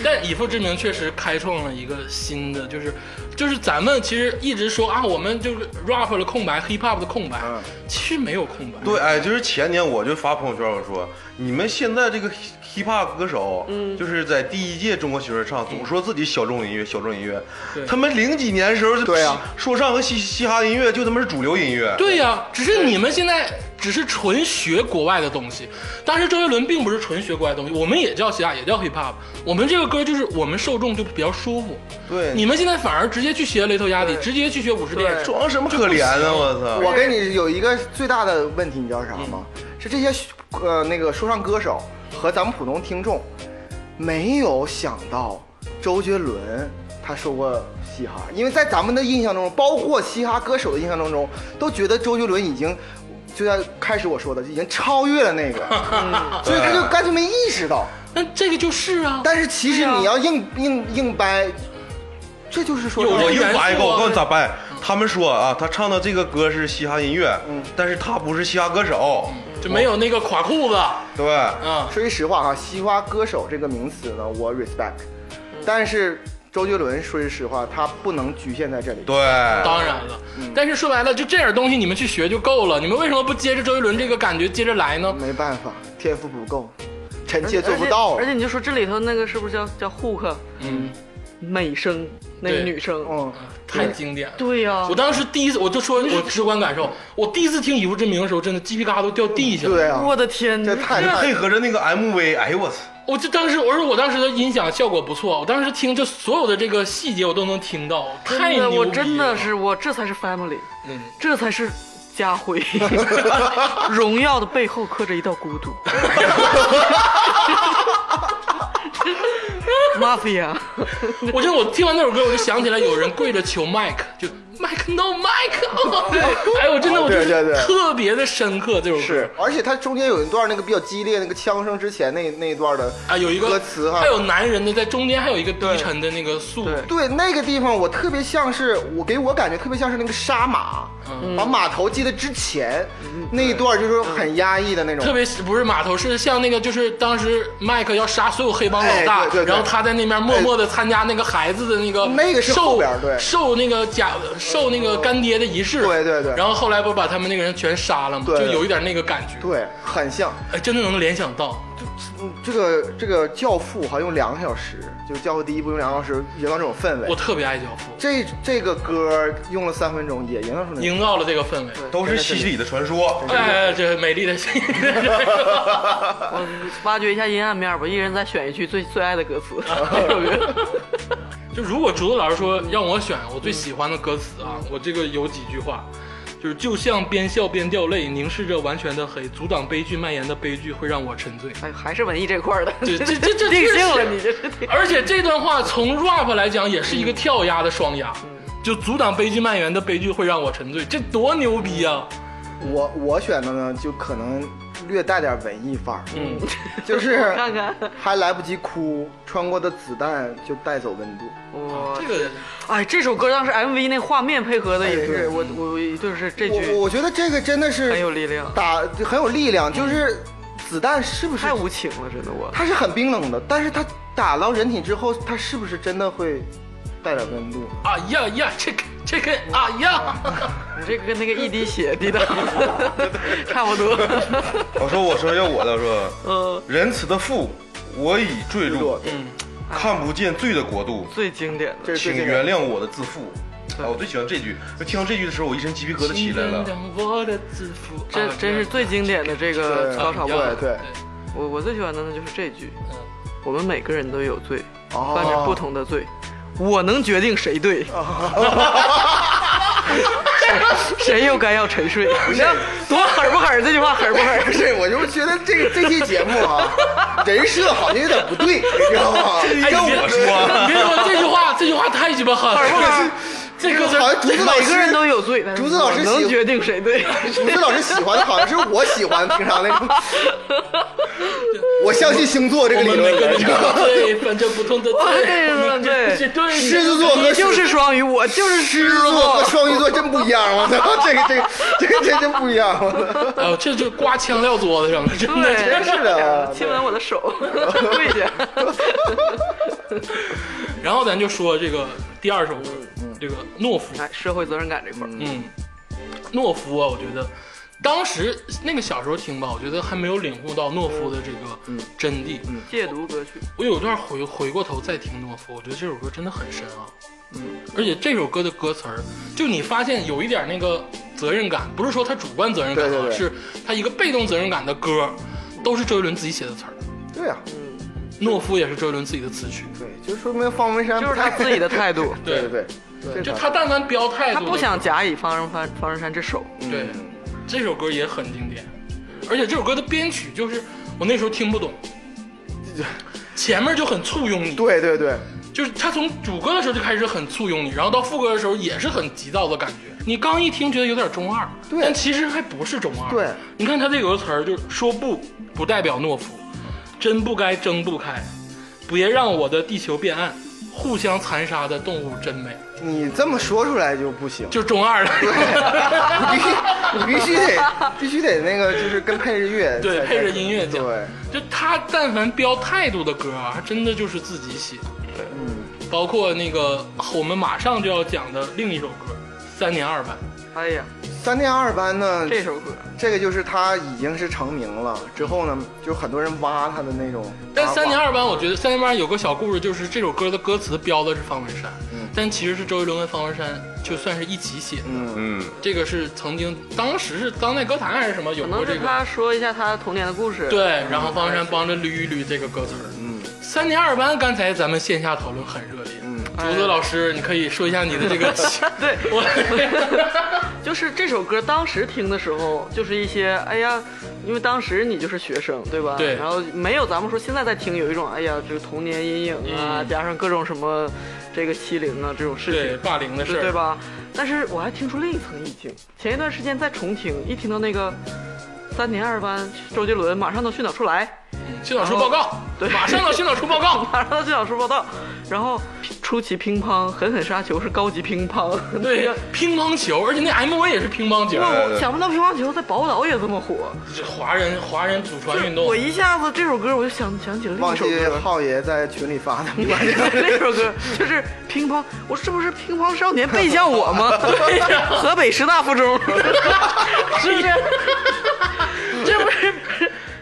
但以父之名确实开创了一个新的，就是就是咱们其实一直说啊，我们就是 rap 的空白，hip hop 的空白，其实没有空白。
对，哎，就是前年我就发朋友圈，我说你们现在这个 hip hop 歌手，
嗯
就是在第一届中国新说唱总说自己小众音乐，小众音乐
对，
他们零几年的时候，
对啊，
说唱和嘻嘻哈音乐就他妈是主流音乐，
对呀、只是你们现在只是纯学国外的东西，但是周杰伦并不是纯学国外的东西，我们也叫嘻哈，也叫 hip hop，我们这个歌就是我们受众就比较舒服。
对
你们现在反而直接去学雷头鸭底，直接去学五十店，
对
装什么可怜呢？我操！
我跟你有一个最大的问题，你知道啥吗？
嗯
是这些呃那个说唱歌手和咱们普通听众没有想到周杰伦他说过嘻哈，因为在咱们的印象中，包括嘻哈歌手的印象当中，都觉得周杰伦已经。就像开始我说的，已经超越了
(laughs)
那个，所以他就干脆没意识到。
那这个就是啊。
但是其实
对啊
你要硬硬硬掰，这就是说
有
我
人
硬掰一个，我
元素
告诉
啊
你咋掰。他们说啊，他唱的这个歌是嘻哈音乐，
嗯
但是他不是嘻哈歌手，
就没有那个垮裤子啊、
对吧？
哦
说句实话哈，嘻哈歌手这个名词呢，我 respect，但
嗯
是周杰伦说句实话，他不能局限在这里。
对，
当然了。
嗯
但是说白了，就这点东西你们去学就够了，你们为什么不接着周杰伦这个感觉接着来呢？
没办法，天赋不够，臣
而
妾
且
做不到啊
而且。而且你就说这里头那个是不是叫叫 hook
嗯，
美声那个
对
女生？
嗯，
太经典了。
对呀
我，当时第一次，我就说我直观感受，我第一次听《以物之名》的时候，真的鸡皮疙瘩都掉地下了。
对啊
我，的天，
这太
你说
太
配合着那个 MV，哎呦我操！
我就当时我说我当时的音响效果不错，我当时听这所有的这个细节我都能听到，
真
太牛
的，
逼了！
我真的是我这才是 family，
嗯
这才是
(laughs)
家辉，荣耀的背后刻着一道孤
(laughs)
独。Mafia，
(laughs) 我真的我听完那首歌，我就想起来有人跪着求麦克，就麦克 no 麦克，
(laughs)
对，哎，我真的我就
对对对
特别的深刻这首歌，
是，而且他中间有一段那个比较激烈那个枪声之前那那一段的
啊，有一个
歌词哈
还，有男人的在中间还有一个低沉的那个速，
对
对那个地方我特别像是我给我感觉特别像是那个杀马，
嗯
把马头系在之前那一段，就是很压抑的那种
特。别是不是码头，是像那个就是当时麦克要杀所有黑帮老大，
哎对对对
然后他在那边默默的参加那个孩子的那个
那个是后
受
边对
受那个假受那个干爹的仪式，
对对对
然后后来不把他们那个人全杀了吗？
对
就有一点那个感觉，
对，很像。
哎，真的能联想到，
嗯，这个这个《教父》好像用两个小时，就《教父》第一部用两个小时营造这种氛
我
围。
特别爱教父，
这这个歌用了三分钟也营造出来。
营造了这个氛围。
都是西西里的传说，
哎，这美丽的
我挖掘一下阴暗面吧，一人再选一句最最爱的歌词。这首歌
(laughs) 就如果竹子老师说让我选我最喜欢的歌词啊，我这个有几句话，就是就像边笑边掉泪，凝视着完全的黑，阻挡悲剧蔓延的悲剧会让我沉醉。
哎，还是文艺这块儿的，
这这这这
定
这
性了，
是
你这是
(laughs)
定。
而且这段话从 rap 来讲也是一个跳压的双压，
嗯
就阻挡悲剧蔓延的悲剧会让我沉醉，这多牛逼啊！
我我选的呢，就可能略带点文艺范儿，
嗯，
就是
(laughs) 看看
还来不及哭，穿过的子弹就带走温度。
我
这个
哎，这首歌当时 MV 那画面配合的也
哎对
是，我我我就是这
我
句
我觉得这个真的
很有
是
力量，
打就很有力量，就是子弹是不是
太无情了，真的我。
它是很冰冷的，但是它打到人体之后，它是不是真的会带点温度？
啊呀呀，这个这个啊
(laughs)
呀，
你这个跟那个一滴血滴答差不多。 (laughs)
我说我说要我的，我说
呃，
仁慈的父，我已坠
嗯
入啊
落，
看不见罪的国度，
最经典的，
这是
请
最经典的
原谅我的自负。啊，我最喜欢这句，就听到这句的时候，我一身鸡皮疙瘩起来了。啊
我的自负，
这
啊
真是最经典的这个
对
高潮部
啊
分
对。对，
我我最喜欢的呢就是这句
嗯：
我们每个人都有罪，
哦
犯着不
(laughs)
同的罪，我能决定谁对，
哦
谁谁又该要沉
(laughs)
睡。你看多狠不狠？这句话狠不狠？
不是，我就是觉得这个这期节目啊，人设好像有点不对，你知道吗？
跟我说，
你别说这句话，这句话太鸡巴狠
狠不
了。
狠？
这歌词
好像竹子老师
每个人都有罪，但是
竹子老师
我
喜
能决定谁
(laughs)
对。
竹子老师喜欢的好像是我喜欢平
(laughs)
常那种，我相信星座这个
我
理
们每个
论，
人
你知道吗
对，反正不同的
哇这
对，
个
我们这
对
这对
狮子座
你
和
就是双鱼，我就是狮
狮子
子
座和
座。
双鱼座真不一样，我操，这个这个这个这真不一样，我操
哎呦，这就刮枪料桌子上 (laughs) 了，真的是。
真
对，
是的
亲吻我的手， (laughs) 跪下。
(laughs)
然后咱就说这个第二首歌，这个懦夫，
哎，社会责任感这块儿，
嗯，懦夫啊，我觉得当时那个小时候听吧，我觉得还没有领悟到懦夫的这
嗯
个真谛。
戒毒歌曲，
我有一段回回过头再听懦夫，我觉得这首歌真的很深啊。嗯，而且这首歌的歌词儿，就你发现有一点那个责任感，不是说他主观责任感啊，
对对对
是他一个被动责任感的歌，都是周杰伦自己写的词儿。
对呀、
懦夫也是周杰伦自己的词曲，
对，就说明方文山
就是他自己的态
(laughs)
度，
对对对，这
就
个
他但凡标态度
他
的
不想假以方方方世山之手。
对，这首歌也很经典，而且这首歌的编曲就是我那时候听不懂，
(laughs)
前面就很簇拥你，
对对对，
就是他从主歌的时候就开始很簇拥你，然后到副歌的时候也是很急躁的感觉。你刚一听觉得有点中二，
对
但其实还不是中二。
对，
你看他这有个词儿，就是说不不代表懦夫，真不该争不开，别让我的地球变暗，互相残杀的动物真美，
你这么说出来就不行。
就是中二了。
你必须，你 (laughs) 必须得，必须得那个，就是跟配着
(laughs)
乐，
对
才
配着音乐讲
对，
就他但凡标态度的歌啊，还真的就是自己写。对，嗯包括那个我们马上就要讲的另一首歌，三年二班。
哎呀，
三店二班呢，
这首歌，
这个就是他已经是成名了，之后呢，就很多人挖他的那种八
但
卦。
三年二班，我觉得三年二班有个小故事，就是这首歌的歌词标的是方文山，但其实是周杰伦跟方文山就算是一起写的。
嗯，
(laughs) 嗯，
这个是曾经当时是当代歌坛还是什么有
可
过
能
这
是
个。
他说一下他童年的故事。
对，然后方文山帮着捋一捋这个歌词儿。嗯，三年二班，刚才咱们线下讨论很热烈。嗯，竹子老师，你可以说一下你的这个
哎 (laughs) 对，
我
就是这首歌当时听的时候，就是一些哎呀，因为当时你就是学生，对吧？
对
然后没有咱们说现在在听有一种哎呀，就是童年阴影啊，
嗯
加上各种什么这个欺凌啊这种事
对
情，
霸凌的事儿，
对？吧？但是我还听出另一层意境。前一段时间在重听，一听到那个三年二班周杰伦，马上到训导处来， (laughs)
训导处报告，
哦对。
马上到训导处报告
马上到训导处报道，然后出奇乒乓，狠狠杀球是高级乒乓， (laughs)
对，乒乓球，而且那 MV 也是乒乓球，
哦我我想不到乒乓球在宝岛也这么火，
这华人华人祖传运动
我。一下子这首歌我就想想起了另
忘
一首
记
歌，
浩爷在群
(laughs)
里发的，
(laughs) 那首歌就是乒乓，我是不是乒乓少年背向
(laughs)
我吗？河北师大附中，是不 (laughs) 是？这不是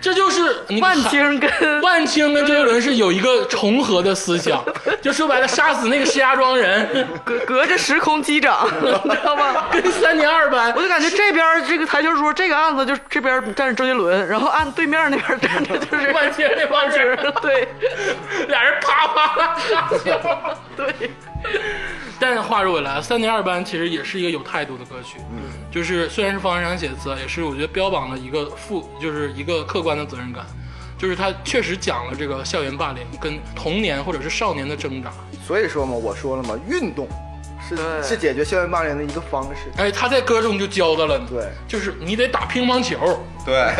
这就是你
万
看
青跟
万青跟周杰伦是有一个重合的思
(laughs)
想，就说白了，杀死那个石家庄人，
隔隔着时空击掌， (laughs) 你知道吗？
跟三年二班
我就感觉这边儿这个台球桌这个案子，就这边儿站着周杰伦，然后按对面那边儿站
(laughs)
着就是
万青那帮人，
(laughs) 对
俩人啪啪啪撒娇。
对，
但是话说回来，三年二班其实也是一个有态度的歌曲，嗯，就是虽然是方文山写的词啊，也是我觉得标榜了一个负，就是一个客观的责任感，就是他确实讲了这个校园霸凌跟童年或者是少年的挣扎。
所以说嘛，我说了嘛，运动
对
是是解决校园霸凌的一个方式。
哎，他在歌中就教他了，
对，
就是你得打乒乓球，
(laughs)
对，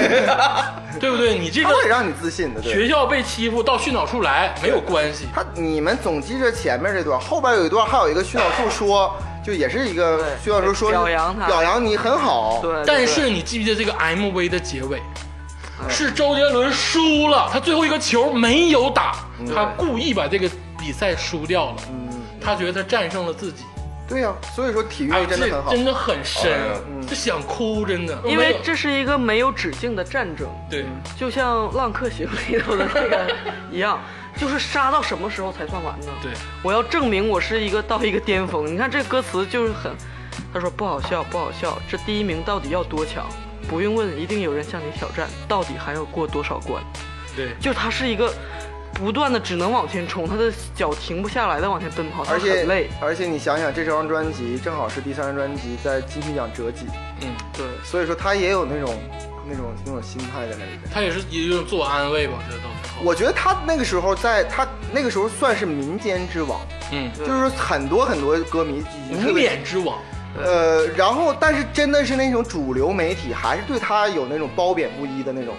(laughs)
对不对？你这
它
个
会让你自信的，对。
学校被欺负到训导处来没有关系，
他你们总记着前面这段，后边有一段还有一个训导处说，就也是一个
对
训导处说
表扬他
表扬你很好，
对，对
但是你记不记得这个 MV 的结尾，
嗯
是周杰伦输了，他最后一个球没有打，
嗯
他故意把这个比赛输掉了，他觉得他战胜了自己。
对呀、所以说体
哎
育，
这
真的很好，嗯
真的很深啊
哎呀，
就想哭，真的。
因
没
为
有
这是一个没有止境的战争，
对
就像《浪客行》里头的那个一样，就是杀到什么时候才算完呢？
对，
我要证明我是一个到一个巅峰。你看这歌词就是很，他说不好笑，不好笑，这第一名到底要多强？不用问，一定有人向你挑战，到底还要过多少关？
对，
就他是一个不断的只能往前冲，他的脚停不下来的往前奔跑，他
而且
很累。
而且你想想，这张专辑正好是第三张专辑在金曲奖折戟，
嗯，
对，
所以说他也有那种那种那种心态在那里边。
他也是一种自我安慰吧，我觉得到最后。
我觉得他那个时候在，他那个时候算是民间之王，
嗯，
就是说很多很多歌迷已经特
无
别
脸之王，
呃，然后但是真的是那种主流媒体还是对他有那种褒贬不一的那种，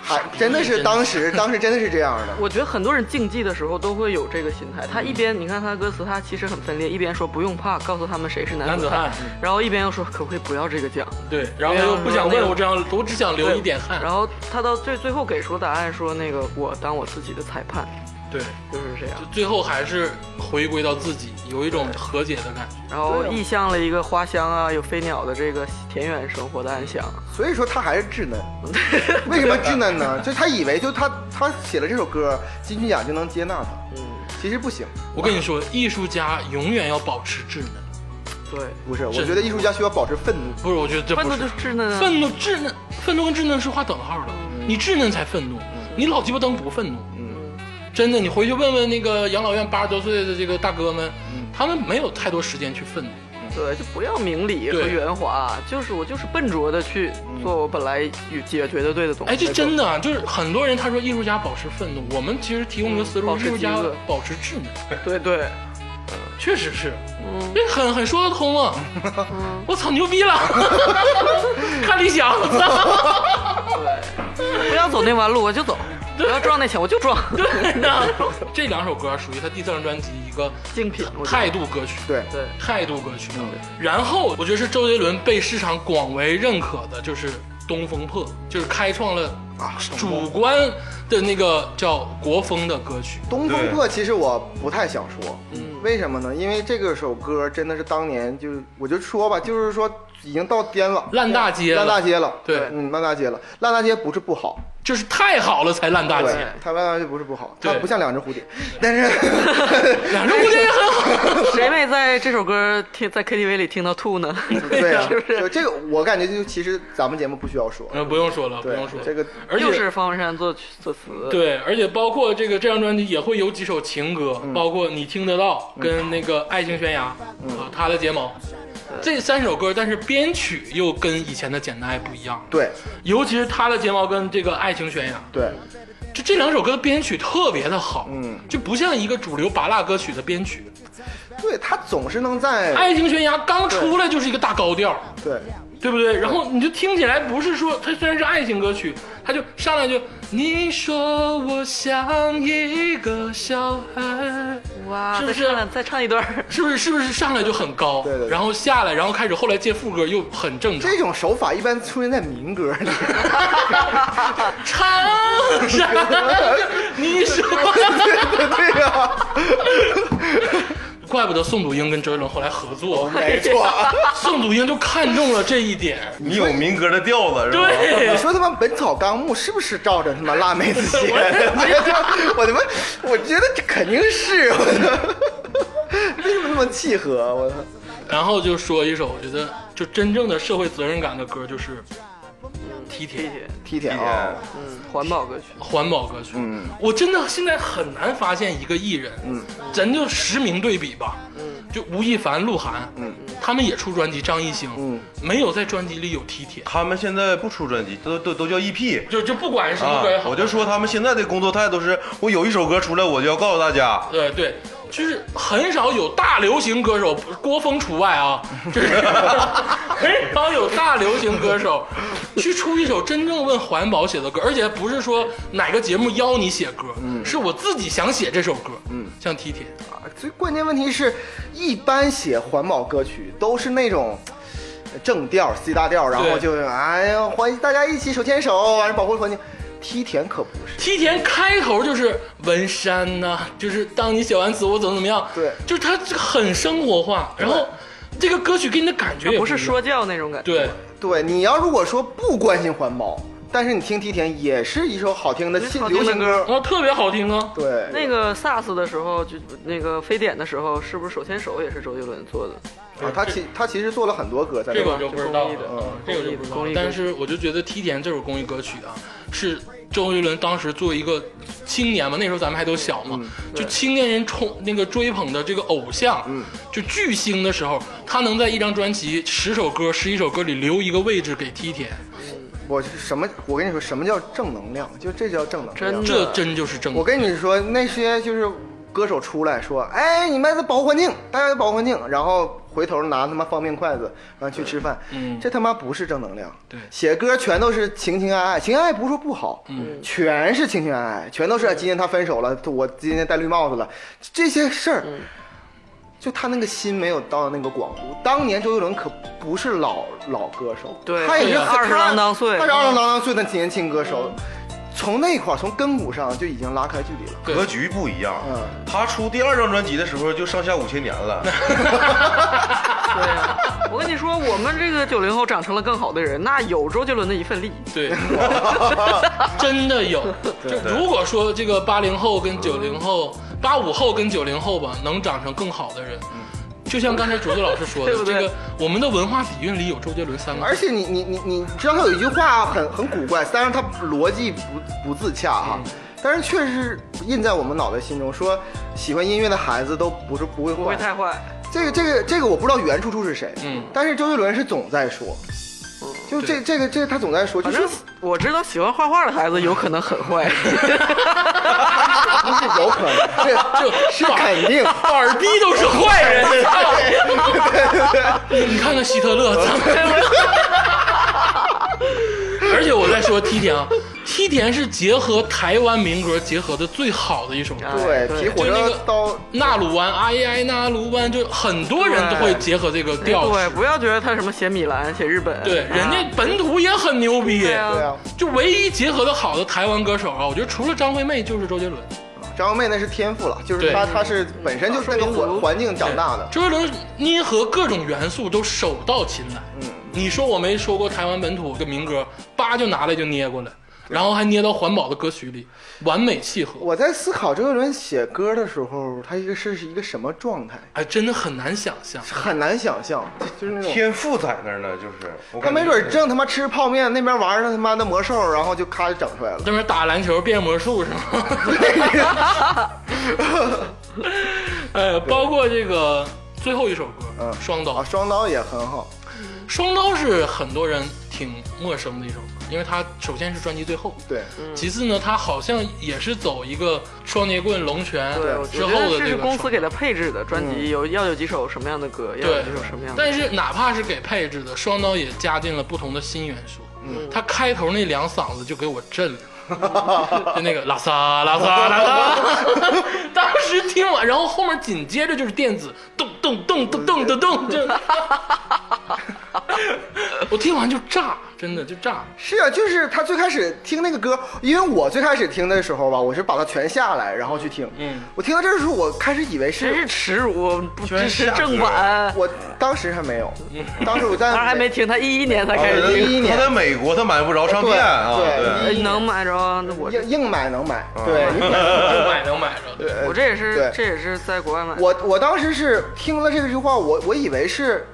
还真的是当时当时真的是这样的。
我觉得很多人竞技的时候都会有这个心态，他一边你看他的歌词，他其实很分裂，一边说不用怕，告诉他们谁是男
男子
子
汉
汉，
嗯
然后一边又说可不可以不要这
(laughs)
个奖，
对，然后他又不想问我这样，我只想流一点汗，
啊然后他到最最后给出答案说那个我当我自己的裁判，
对，
就是这样
就。最后还是回归到自己，有一种和解的感觉。
然后意象了一个花香啊，有飞鸟的这个田园生活的暗香。
所以说他还是
(laughs)
稚嫩，为什么稚嫩呢？就他以为就他他写了这首歌，金曲奖就能接纳他，
嗯，
其实不行。
我跟你说，艺术家永远要保持稚嫩。
对，
不是，我
真的
觉得艺术家需要保持愤怒。
不是，我觉得这
愤
不
怒
是
就是嗯稚嫩啊。
愤怒稚嫩，愤怒跟稚嫩是划等号的。你稚嫩才愤怒，
嗯
你老鸡巴灯不愤怒。真的，你回去问问那个养老院八十多岁的这个大哥们，
嗯
他们没有太多时间去愤怒。
对，就不要明理和
对
圆滑，就是我就是笨拙的去做我本来与解决的对的东西。
哎，这真的啊就是很多人他说艺术家保持愤怒，我们其实提供一个思
嗯
路，
保
艺
持
术家
极乐
保持稚嫩，
对对，
确实是，
嗯
这很很说得通啊。我操，牛逼了， (laughs) 看理想，我操，
对，不要走那弯路我就走，不要撞那墙我就撞，
对呀，啊这两首歌属于他第三张专辑一个
精品。我觉得
态度歌曲，
对，嗯
对，
态度歌曲。然后我觉得是周杰伦被市场广为认可的，就是《东风破》，就是开创了
啊
主观的那个叫国风的歌曲。
《东风破》其实我不太想说，
嗯
为什么呢？因为这个首歌真的是当年就是我就说吧，就是说已经到颠了，
烂大街了
烂大街了，
对
嗯，烂大街了，烂大街不是不好，
就是太好了才烂大
对
街，，
它烂大街不是不好，它
对
不像两只蝴蝶，但是 (laughs)
两只蝴蝶也很好。
谁没在这首歌听在 KTV 里听到吐呢？
对
(laughs)
啊，
是不？
就是这个我感觉就其实咱们节目不需要说，
呃，不用说了，不
对
用说了
这个
而且
又是方文山作曲作词，，
对，而且包括这个这张专辑也会有几首情歌，
嗯
包括你听得到跟那个爱情悬崖
嗯
啊，他的睫毛。这三首歌，但是编曲又跟以前的《简单爱》不一样，
对
尤其是他的睫毛跟这个《爱情悬崖》，
对，
就这两首歌的编曲特别的好，
嗯，
就不像一个主流拔蜡歌曲的编曲。
对他总是能
《
在
爱情悬崖》刚出来就是一个大高调，
对
对不对？然后你就听起来不是说它虽然是爱情歌曲，它就上来就你说我像一个小孩，
哇，
是不
再
是
唱两再唱一段儿，
是不是？是不是上来就很高，
对对对
然后下来，然后开始后来接副歌又很正常
这。种手法一般出现在民歌里，
长山，你说，
对呀，
(laughs) 怪不得宋祖英跟周杰伦后来合作，
没错。
宋祖英就看中了这一点。
你有民歌的调子是吧？
对
(laughs) 你，说他妈《本草纲目》是不是照着他妈辣妹子写的？ (laughs) 我他妈，我觉得这肯定是，我操，为什么那么契合？啊我操，
然后就说一首，我觉得就真正的社会责任感的歌，就是
嗯
梯
谢
田
谢，
梯田
一
啊
天，
嗯， (laughs) 环保歌曲，
环保歌曲。
嗯
我真的现在很难发现一个艺人，咱就实名对比吧，就吴亦凡、鹿晗，
嗯
他们也出专辑，张艺兴，没有在专辑里有梯田，
他们现在不出专辑，都都都叫 EP。
就就不管是什么
啊
歌也！好，
我就说他们现在的工作态度是，我有一首歌出来，我就要告诉大家，
对呃对，就是很少有大流行歌手，郭峰除外啊， (laughs) 就是很少有大流行歌手 (laughs) 去出一首真正为环保写的歌，而且不是说哪个节目邀你写歌，
嗯
是我自己想写这首歌，嗯，像梯田，
最关键问题是，一般写环保歌曲都是那种。正调 C 大调，然后
对
就是哎呀，欢迎大家一起手牵手，完了保护环境。梯田可不是，
梯田开头就是文山呐、就是当你写完词我怎么怎么样，
对
就是它这个很生活化，然后这个歌曲给你的感觉也
不
一
是
样
说教那种感觉，
对。
对你要如果说不关心环保，但是你听梯田也是一首好听的
好听的
新
嗯
流行歌，
然后特别好听啊，
对，
那个 SARS 的时候，就那个非典的时候，是不是手牵手也是周杰伦做的？
啊他其他其实做了很多歌在
这
里
个我
面
就不知道了，嗯这个
公
就
益
不
的
知道
公
了
益歌曲。
但是我就觉得《梯田》这首公益歌曲啊，是周杰伦当时作为一个青年嘛，那时候咱们还都小嘛，
嗯
就青年人冲那个追捧的这个偶像，
嗯
就巨星的时候，他能在一张专辑十首歌、十一首歌里留一个位置给梯田。
我什么？我跟你说，什么叫正能量？就这叫正能量。
真
这
的
真就是正
我跟你说，那些就是歌手出来说，哎，你们得保护环境，大家得保护环境，然后回头拿他妈方便筷子，然后去吃饭，
嗯
这他妈不是正能量。
对
写歌全都是情情爱爱，情爱爱不是说不好，嗯，全是情情爱爱，全都是哎今天他分手了，我今天戴绿帽子了，这些事儿。
嗯
就他那个心没有到那个广度，当年周杰伦可不是老老歌手，
对
他也是
对
很
二十郎当岁嗯
他是二十郎当岁的年轻歌手，从那块儿从根骨上就已经拉开距离了。
对
格局不一样
嗯。
他出第二张专辑的时候就上下五千年
(laughs)
了，
对
啊
呀、我跟你说，我们这个九零后长成了更好的人，那有周杰伦的一份力。 (laughs)
对，真的有。就
对
如果说这个八零后跟九零后、八五后跟九零后吧，能长成更好的人，就像刚才竹子老师说的，
嗯对不对
这个我们的文化底蕴里有周杰伦三个
而
字。
且你你你你知道他有一句话很很古怪，但是他逻辑不不自洽哈、但是确实是印在我们脑袋心中，说喜欢音乐的孩子都不是不会
不会
坏。
太坏，
这个这个这个我不知道原出处是谁，
嗯
但是周杰伦是总在说，就这这个这个他总在说，就
反
是
正我知道喜欢画画的孩子有可能很坏，
不是啊有可能，这
就是 (laughs)
肯定。
耳逼都是坏
(laughs)
人，操！你看看希特勒，操！
(laughs)
而且我在说梯田啊，梯田是结合台湾民歌结合的最好的一首歌。
对，
对
提火
就那
车
个
刀，
纳鲁湾，哎呀哎纳鲁湾，就很多人都会结合这个调
对，
式。
不要觉得他什么写米兰、写日本，
对，
啊
人家本土也很牛逼。
对啊
对啊，
就唯一结合的好的台湾歌手啊，我觉得除了张惠妹就是周杰伦。
张惠妹那是天赋了，就是
对
她她是本身就是那个
少数民
环
族
环境长大的，
周杰伦捏合各种元素都手到擒来。嗯，你说我没说过台湾本土个民歌，叭就拿来就捏过来，然后还捏到环保的歌曲里，完美契合。
我在思考周杰伦写歌的时候，他一个是是一个什么状态，
哎，真的很难想象。
很难想象，就是那种
天赋在那儿呢，就是我
他
感觉
没准正他妈吃泡面，那边玩着他妈的魔兽，然后就咔就整出来了。
这边打篮球变魔术
(laughs)
是吗？哎呃，包括这个最后一首歌，
嗯
双刀
啊，》。双刀也很好，
双刀是很多人挺陌生的一首歌，因为它首先是专辑最后，
对，
嗯
其次呢，它好像也是走一个双截棍、龙泉
对，我觉
之后
得
的
这
这
是
个
公司
双
给他配置的专辑，有要有几首什么样的歌，要有
对
几首什么样的。
但是哪怕是给配置的，双刀也加进了不同的新元素。嗯，他开头那两嗓子就给我震
(laughs)
了。就那个拉萨拉萨拉
(laughs)
萨，当时听完，然后后面紧接着就是电子咚咚咚咚咚咚咚，
(laughs)
就，我听完就炸，真的就
(laughs)
炸。
是啊，就是他最开始听那个歌，因为我最开始听的时候吧，我是把它全下来，然后去听。
嗯，
我听到这儿的时候，我开始以为
真
是，
哎是耻辱，不支持
下
正
歌
版。
我当时还没有，当时我在
当时 (laughs) 还没听，他一一年
哦
才
啊
开始听，
一一年
他在美国他买不着唱片啊，
对对
哎能买着？那我这
硬硬买能买，对，你买
能买能买着，对，
我这也是
呃对，
这也是在国外买的。
我我当时是听了这句话，我我以为是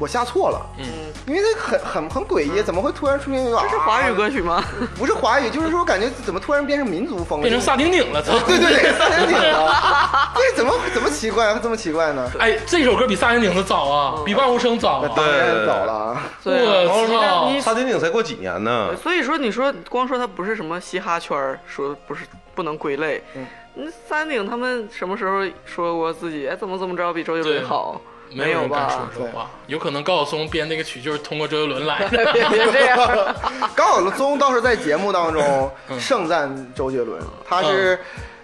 我下错了，
嗯，
因为它很很很诡异，怎么会突然出现一个？
嗯这是华语歌
啊，
曲
(laughs)
吗？
不是华语，就是说感觉怎么突然变成民族风了，
变成萨顶顶了，操！
对
(laughs)
对对，三点井了，这怎么怎么奇怪，这么奇怪呢？
哎，这首歌比萨顶顶的早
嗯
啊，比万无声早啊。
当然
对
早了啊，
对啊
我操
你
萨顶顶才过几年呢？
所以说，你说光说它不是什么嘻哈圈儿，说不是不能归类。
嗯
那三鼎他们什么时候说过自己哎怎么怎么着比周杰伦
对
好？
没有
有
人敢说
吧？
这话，有可能高晓松编那个曲就是通过周杰伦来的。
别别这样，
(laughs) 高晓松倒是在节目当中
嗯
盛赞周杰伦，他是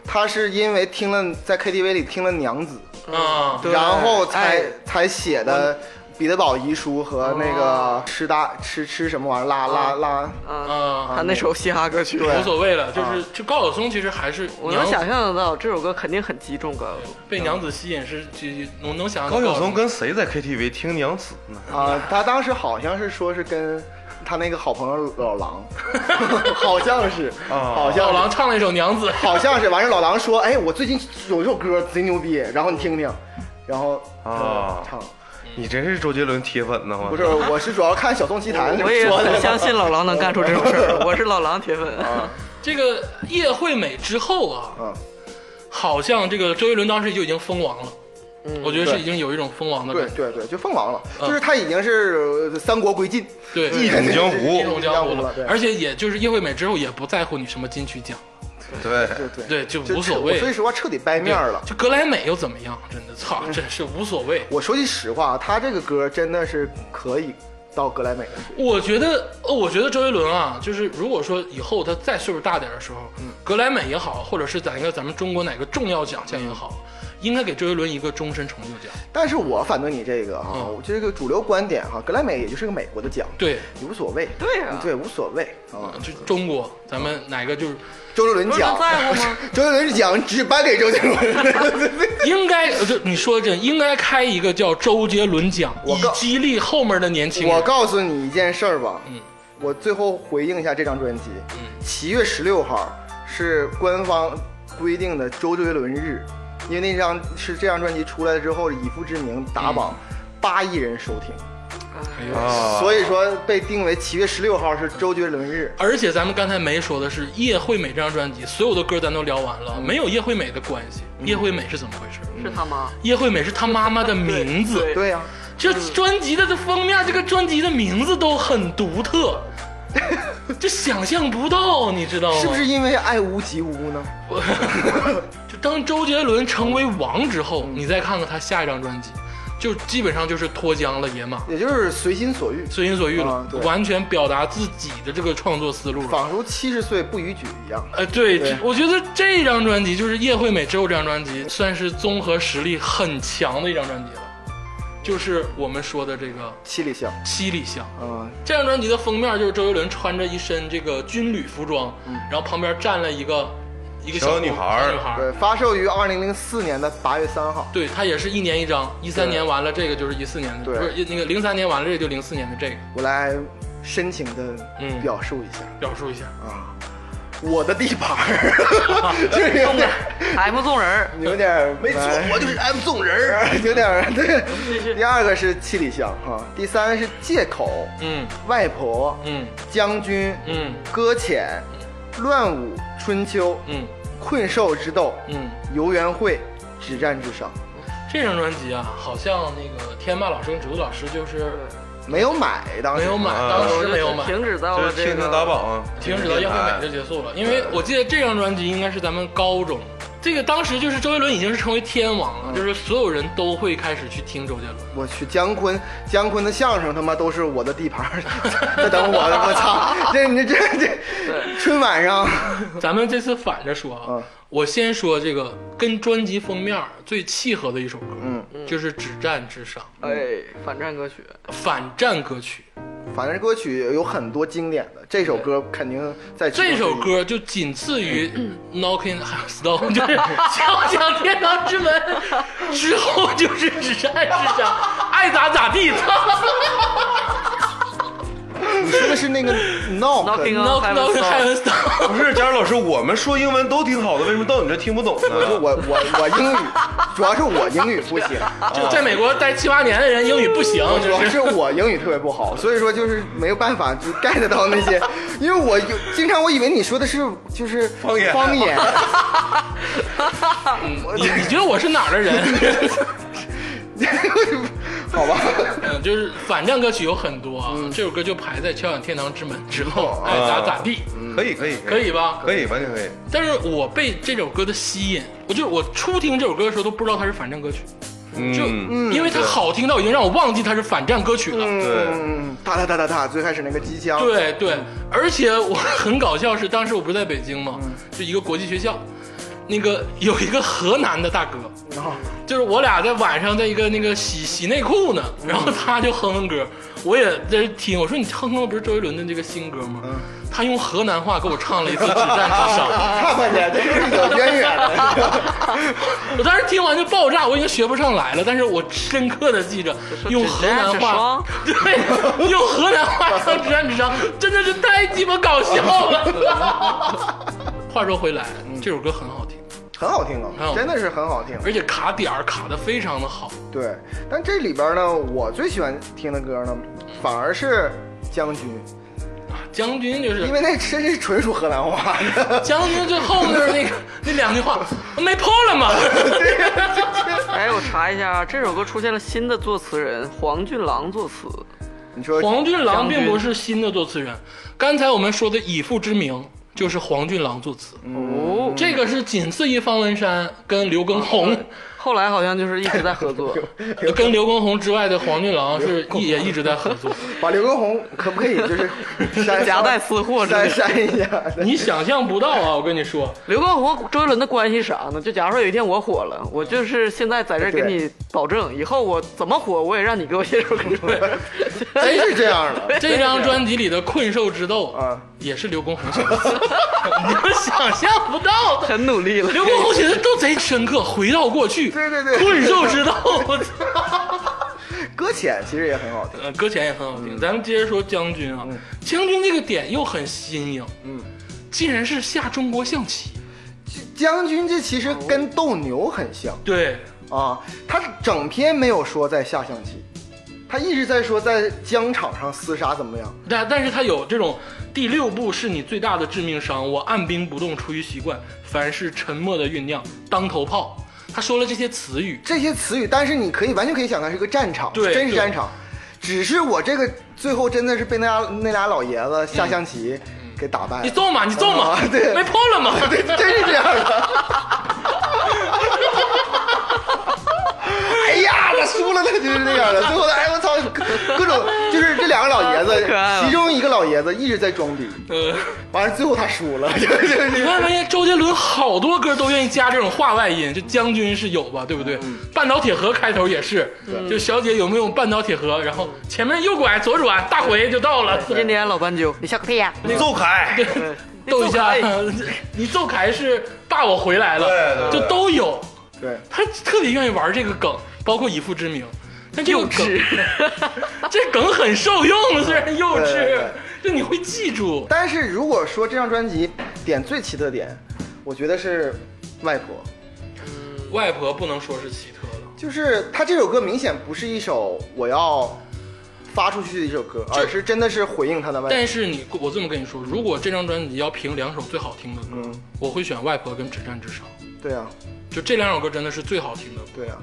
他是因为听了在 KTV 里听了《娘子
啊，》，
对
然后才
哎
才写的。彼得堡遗书和那个吃大吃吃什么玩意儿拉拉拉，
啊，
啊，
他那首嘻哈歌曲，
对
无所谓了，就是就高晓松其实还是
我
娘
能想象得到这首歌肯定很击中高晓松。
被娘子吸引是就能能想象
高
到
晓松跟谁在 KTV 听娘子呢？
啊，他当时好像是说是跟他那个好朋友老狼，好像是，
啊
好像
小
是
狼唱了一首娘子，
好像是。完事儿老狼说，哎，我最近有一首歌贼牛逼，然后你听听，然后呃
啊
唱，
你真是周杰伦铁粉呢吗？
不是，我是主要看小众奇谭
(laughs) 我也
说的
很相信老狼能干出这种事儿，我是老狼铁粉。
这个叶惠美之后啊，
嗯
好像这个周杰伦当时就已经封王了。我觉得是已经有一种封王的
对
感觉。
对对，就凤凰了，
嗯
就是他已经是呃三国归晋，
对，
一统江
一
一
湖
统
统，
江
江
湖
湖
了
了对，
而且也就是叶惠美之后也不在乎你什么金曲奖，
对，
对对
对，就
就
无所谓
所以。说彻底掰
对
面了。
就格莱美又怎么样？真的，操，真是无所谓。
我说句实话，他这个歌真的是可以到格莱美的去，
我觉得，呃我觉得周杰伦啊，就是如果说以后他再岁数大点的时候，嗯格莱美也好，或者是在一个咱们中国哪个重要奖项也好，应该给周杰伦一个终身成就奖。
但是我反对你这个哈，
嗯
我这个主流观点哈，格莱美也就是个美国的奖，
对，嗯
无所谓，
对啊
对，无所谓啊。
就中国，咱们哪个就是
周杰伦
周杰
奖
伦在乎吗？
周杰伦奖只颁给周杰
(laughs)
伦，
应该，呃就你说真，应该开一个叫周杰伦奖，以
我告
激励后面的年轻
我
人。
告诉你一件事儿吧，我最后回应一下这张专辑，七月十六号是官方规定的周杰伦日，因为那张是这张专辑出来之后以父之名打榜八亿人收听，
哎呦
啊，
所以说被定为七月十六号是周杰伦日。
而且咱们刚才没说的是，叶惠美这张专辑所有的歌咱都聊完了，
嗯
没有叶惠美的关系。叶惠美是怎么回事？
是他
(laughs)
妈
叶惠美是她妈妈的名字。
对
对呀、
这
嗯
专辑的这封面，这个专辑的名字都很独
(laughs)
特，就想象不到，你知道吗？
是不是？因为爱屋及乌呢？
就当周杰伦成为王之后，你再看看他下一张专辑，就基本上就是脱缰了野马，
也就是随心所欲，
随心所欲了
啊，对
完全表达自己的这个创作思路了。
仿佛七十岁不逾矩一样。
呃，对，
对
我觉得这张专辑就是叶惠美只有这张专辑，算是综合实力很强的一张专辑了，就是我们说的这个
七里香，
七里香。
嗯、
这张专辑的封面就是周杰伦穿着一身这个军旅服装，然后旁边站了一个一个
小
女
女孩儿
小女孩儿
对，呃发售于二零零四年的八月三号。
对，它也是一年一张，一三年完了这个就是一四年的，
对
不是那个零三年完了这个就零四年的这个，
我来深情的
嗯
表述一下
表述一下。
啊、我的地盘
(laughs)
儿，就是有点
，M 纵人儿
有点哎
没错，我就是 M 纵人儿。
有点
(laughs)
儿对。第二个是七里香哈，第三个是借口，
嗯
外婆，
嗯
将军，
嗯
搁浅，乱舞，春秋，
嗯
困兽之斗，
嗯，
游园会，止战至上。
这张专辑啊，好像那个天霸老师跟植物老师就是
没有买，当时
没有买，
啊
当时没有买。
停止到
就
了
是
这
天天打
个。
榜，
停止到叶惠美就结束了，因为我记得这张专辑应该是咱们高中，这个当时就是周杰伦已经是成为天王
嗯
了，就是所有人都会开始去听周杰伦。
我去，姜昆，姜昆的相声他妈都是我的地盘儿， (laughs) 在等我呢，
(laughs)
我操！这你这这春晚上，
咱们这次反着说啊，
嗯
我先说这个跟专辑封面最契合的一首歌，
嗯，
就是《止战之殇
哎，反战歌曲，》
反战歌曲。
反正歌曲有很多经典的，这首歌肯定在其中
这首歌就仅次于《Knocking
嗯
on Stone》，就是敲响天堂之门
(laughs)
之后就是《止战之殇》，爱咋咋
(laughs)
地。
哦之一，你说的是那个
Knocking
knock，
on-
Knock Knock on Stone。
不是，贾老师，我们说英文都挺好的，为什么到你这听不懂
我
呢？
我我英语，主要是我英语不行，
就在美国待七八年的人英语不行，
主要
就是是
我英语特别不好，所以说就是没有办法就 get 到那些，因为我有经常我以为你说的是就是
方言
(laughs)
方言，
你你觉得我是哪儿的人？
好吧。
嗯，就是反战歌曲有很多啊，这首歌就排在《敲响天堂之门》之后，爱咋咋地，
可以，可以，
可以吧？
可以，完全可以。
但是我被这首歌的吸引，我就是我初听这首歌的时候都不知道它是反战歌曲，就、
嗯，
因为它好听到已经让我忘记它是反战歌曲了。
对，
嗯，哒哒哒哒哒，最开始那个机枪，
对对，而且我 (laughs) 很搞笑是，当时我不是在北京嘛，就一个国际学校，那个有一个河南的大哥，就是我俩在晚上在一个那个洗洗内裤呢，然后他就哼哼歌，我也在这听，我说你哼哼的不是周杰伦的这个新歌吗？他用河南话给我唱了一次《止战之殇》。
看看去，这是有渊
(laughs)
源的。
我当时听完就爆炸，我已经学不上来了，但是我深刻的记着用河南话， (laughs) 对，用河南话唱《直战直上》，真的是太鸡巴搞笑了。 (laughs) 话说回来，这首歌很好听，
很好听
很好
啊，
听
真的是很好听。
而且卡点儿卡的非常的好。
对，但这里边呢，我最喜欢听的歌呢，反而是《将军》。
将军就是
因为那真是纯属河南话。
将军最后面那个那两句话没破了
(laughs)
吗？
哎，我查一下，这首歌出现了新的作词人黄俊郎作词，
(laughs) 你说
黄俊郎
将军
并不是新的作词人，刚才我们说的《以父之名》就是黄俊郎作词，
嗯
哦，
这个是仅次于方文山跟刘畊
啊
宏，
后来好像就是一直在合作，
跟刘畊宏之外的黄俊郎是一也一直在合作。
把刘畊宏可不可以
(laughs)
就是删
夹带私货之类
删
的
删一下？ (laughs)
你想象不到啊！我跟你说，
刘畊宏和周杰伦的关系是啥呢？就假如说有一天我火了，我就是现在在这儿给你保证，以后我怎么火，我也让你给我写首歌。
真
(laughs)
是这样的。
这张专辑里的《困兽之斗》
啊
也是刘畊宏写的， (laughs) 你们想象不到的。
很努
(laughs)
力了，
刘畊宏写的都贼深刻，回到过去，
对对对
困兽之斗，我操！
搁浅其实也很好
(laughs)
听。
呃，搁浅也很好
嗯
听。咱们接着说将军啊，将军这个点又很新颖，嗯，竟然是下中国象棋，
将军这其实跟斗牛很像
对，
啊，他整篇没有说在下象棋，他一直在说在疆场上厮杀怎么样。
但但是他有这种第六步是你最大的致命伤，我按兵不动出于习惯，凡事沉默的酝酿，当头炮。他说了这些词语，
这些词语，但是你可以完全可以想它是个战场，
对
真是
对
战场。只是我这个最后真的是被那俩那俩老爷子下象棋给打败
嗯你
了，
揍嘛，你揍嘛，
啊对
没破了嘛，
(laughs)
真是这样的。 (laughs) 哎呀，他输了，他就是这样的。最后他，哎我操，各各种就是这两个老爷
太可爱啊了
子，其中一个老爷子一直在装逼，
呃，
完了最后他输了，就是这
你看人家周杰伦好多歌都愿意加这种话外音，就将军是有吧，对不对？
嗯
半岛铁盒开头也是，就小姐有没有半岛铁盒，然后前面右拐左转，大回就到了。
今天老斑鸠，你笑个屁呀、
奏凯，
对，逗一下
哎
你揍，
(laughs) 你揍凯是爸我回来了，
对对对
就都有，
对。
他特别愿意玩这个梗，包括以父之名。但这个梗， (laughs) 这梗很受用，虽然幼
对对
稚
对，
就你会记住。
但是如果说这张专辑点最奇特的点，我觉得是外婆。
外婆不能说是奇特的，
就是他这首歌明显不是一首我要发出去的一首歌，而是真的是回应他的外。
但是你我这么跟你说，如果这张专辑要评两首最好听的歌，
嗯
我会选《外婆》跟《只战至上》，
对啊，
就这两首歌真的是最好听的歌。
对啊，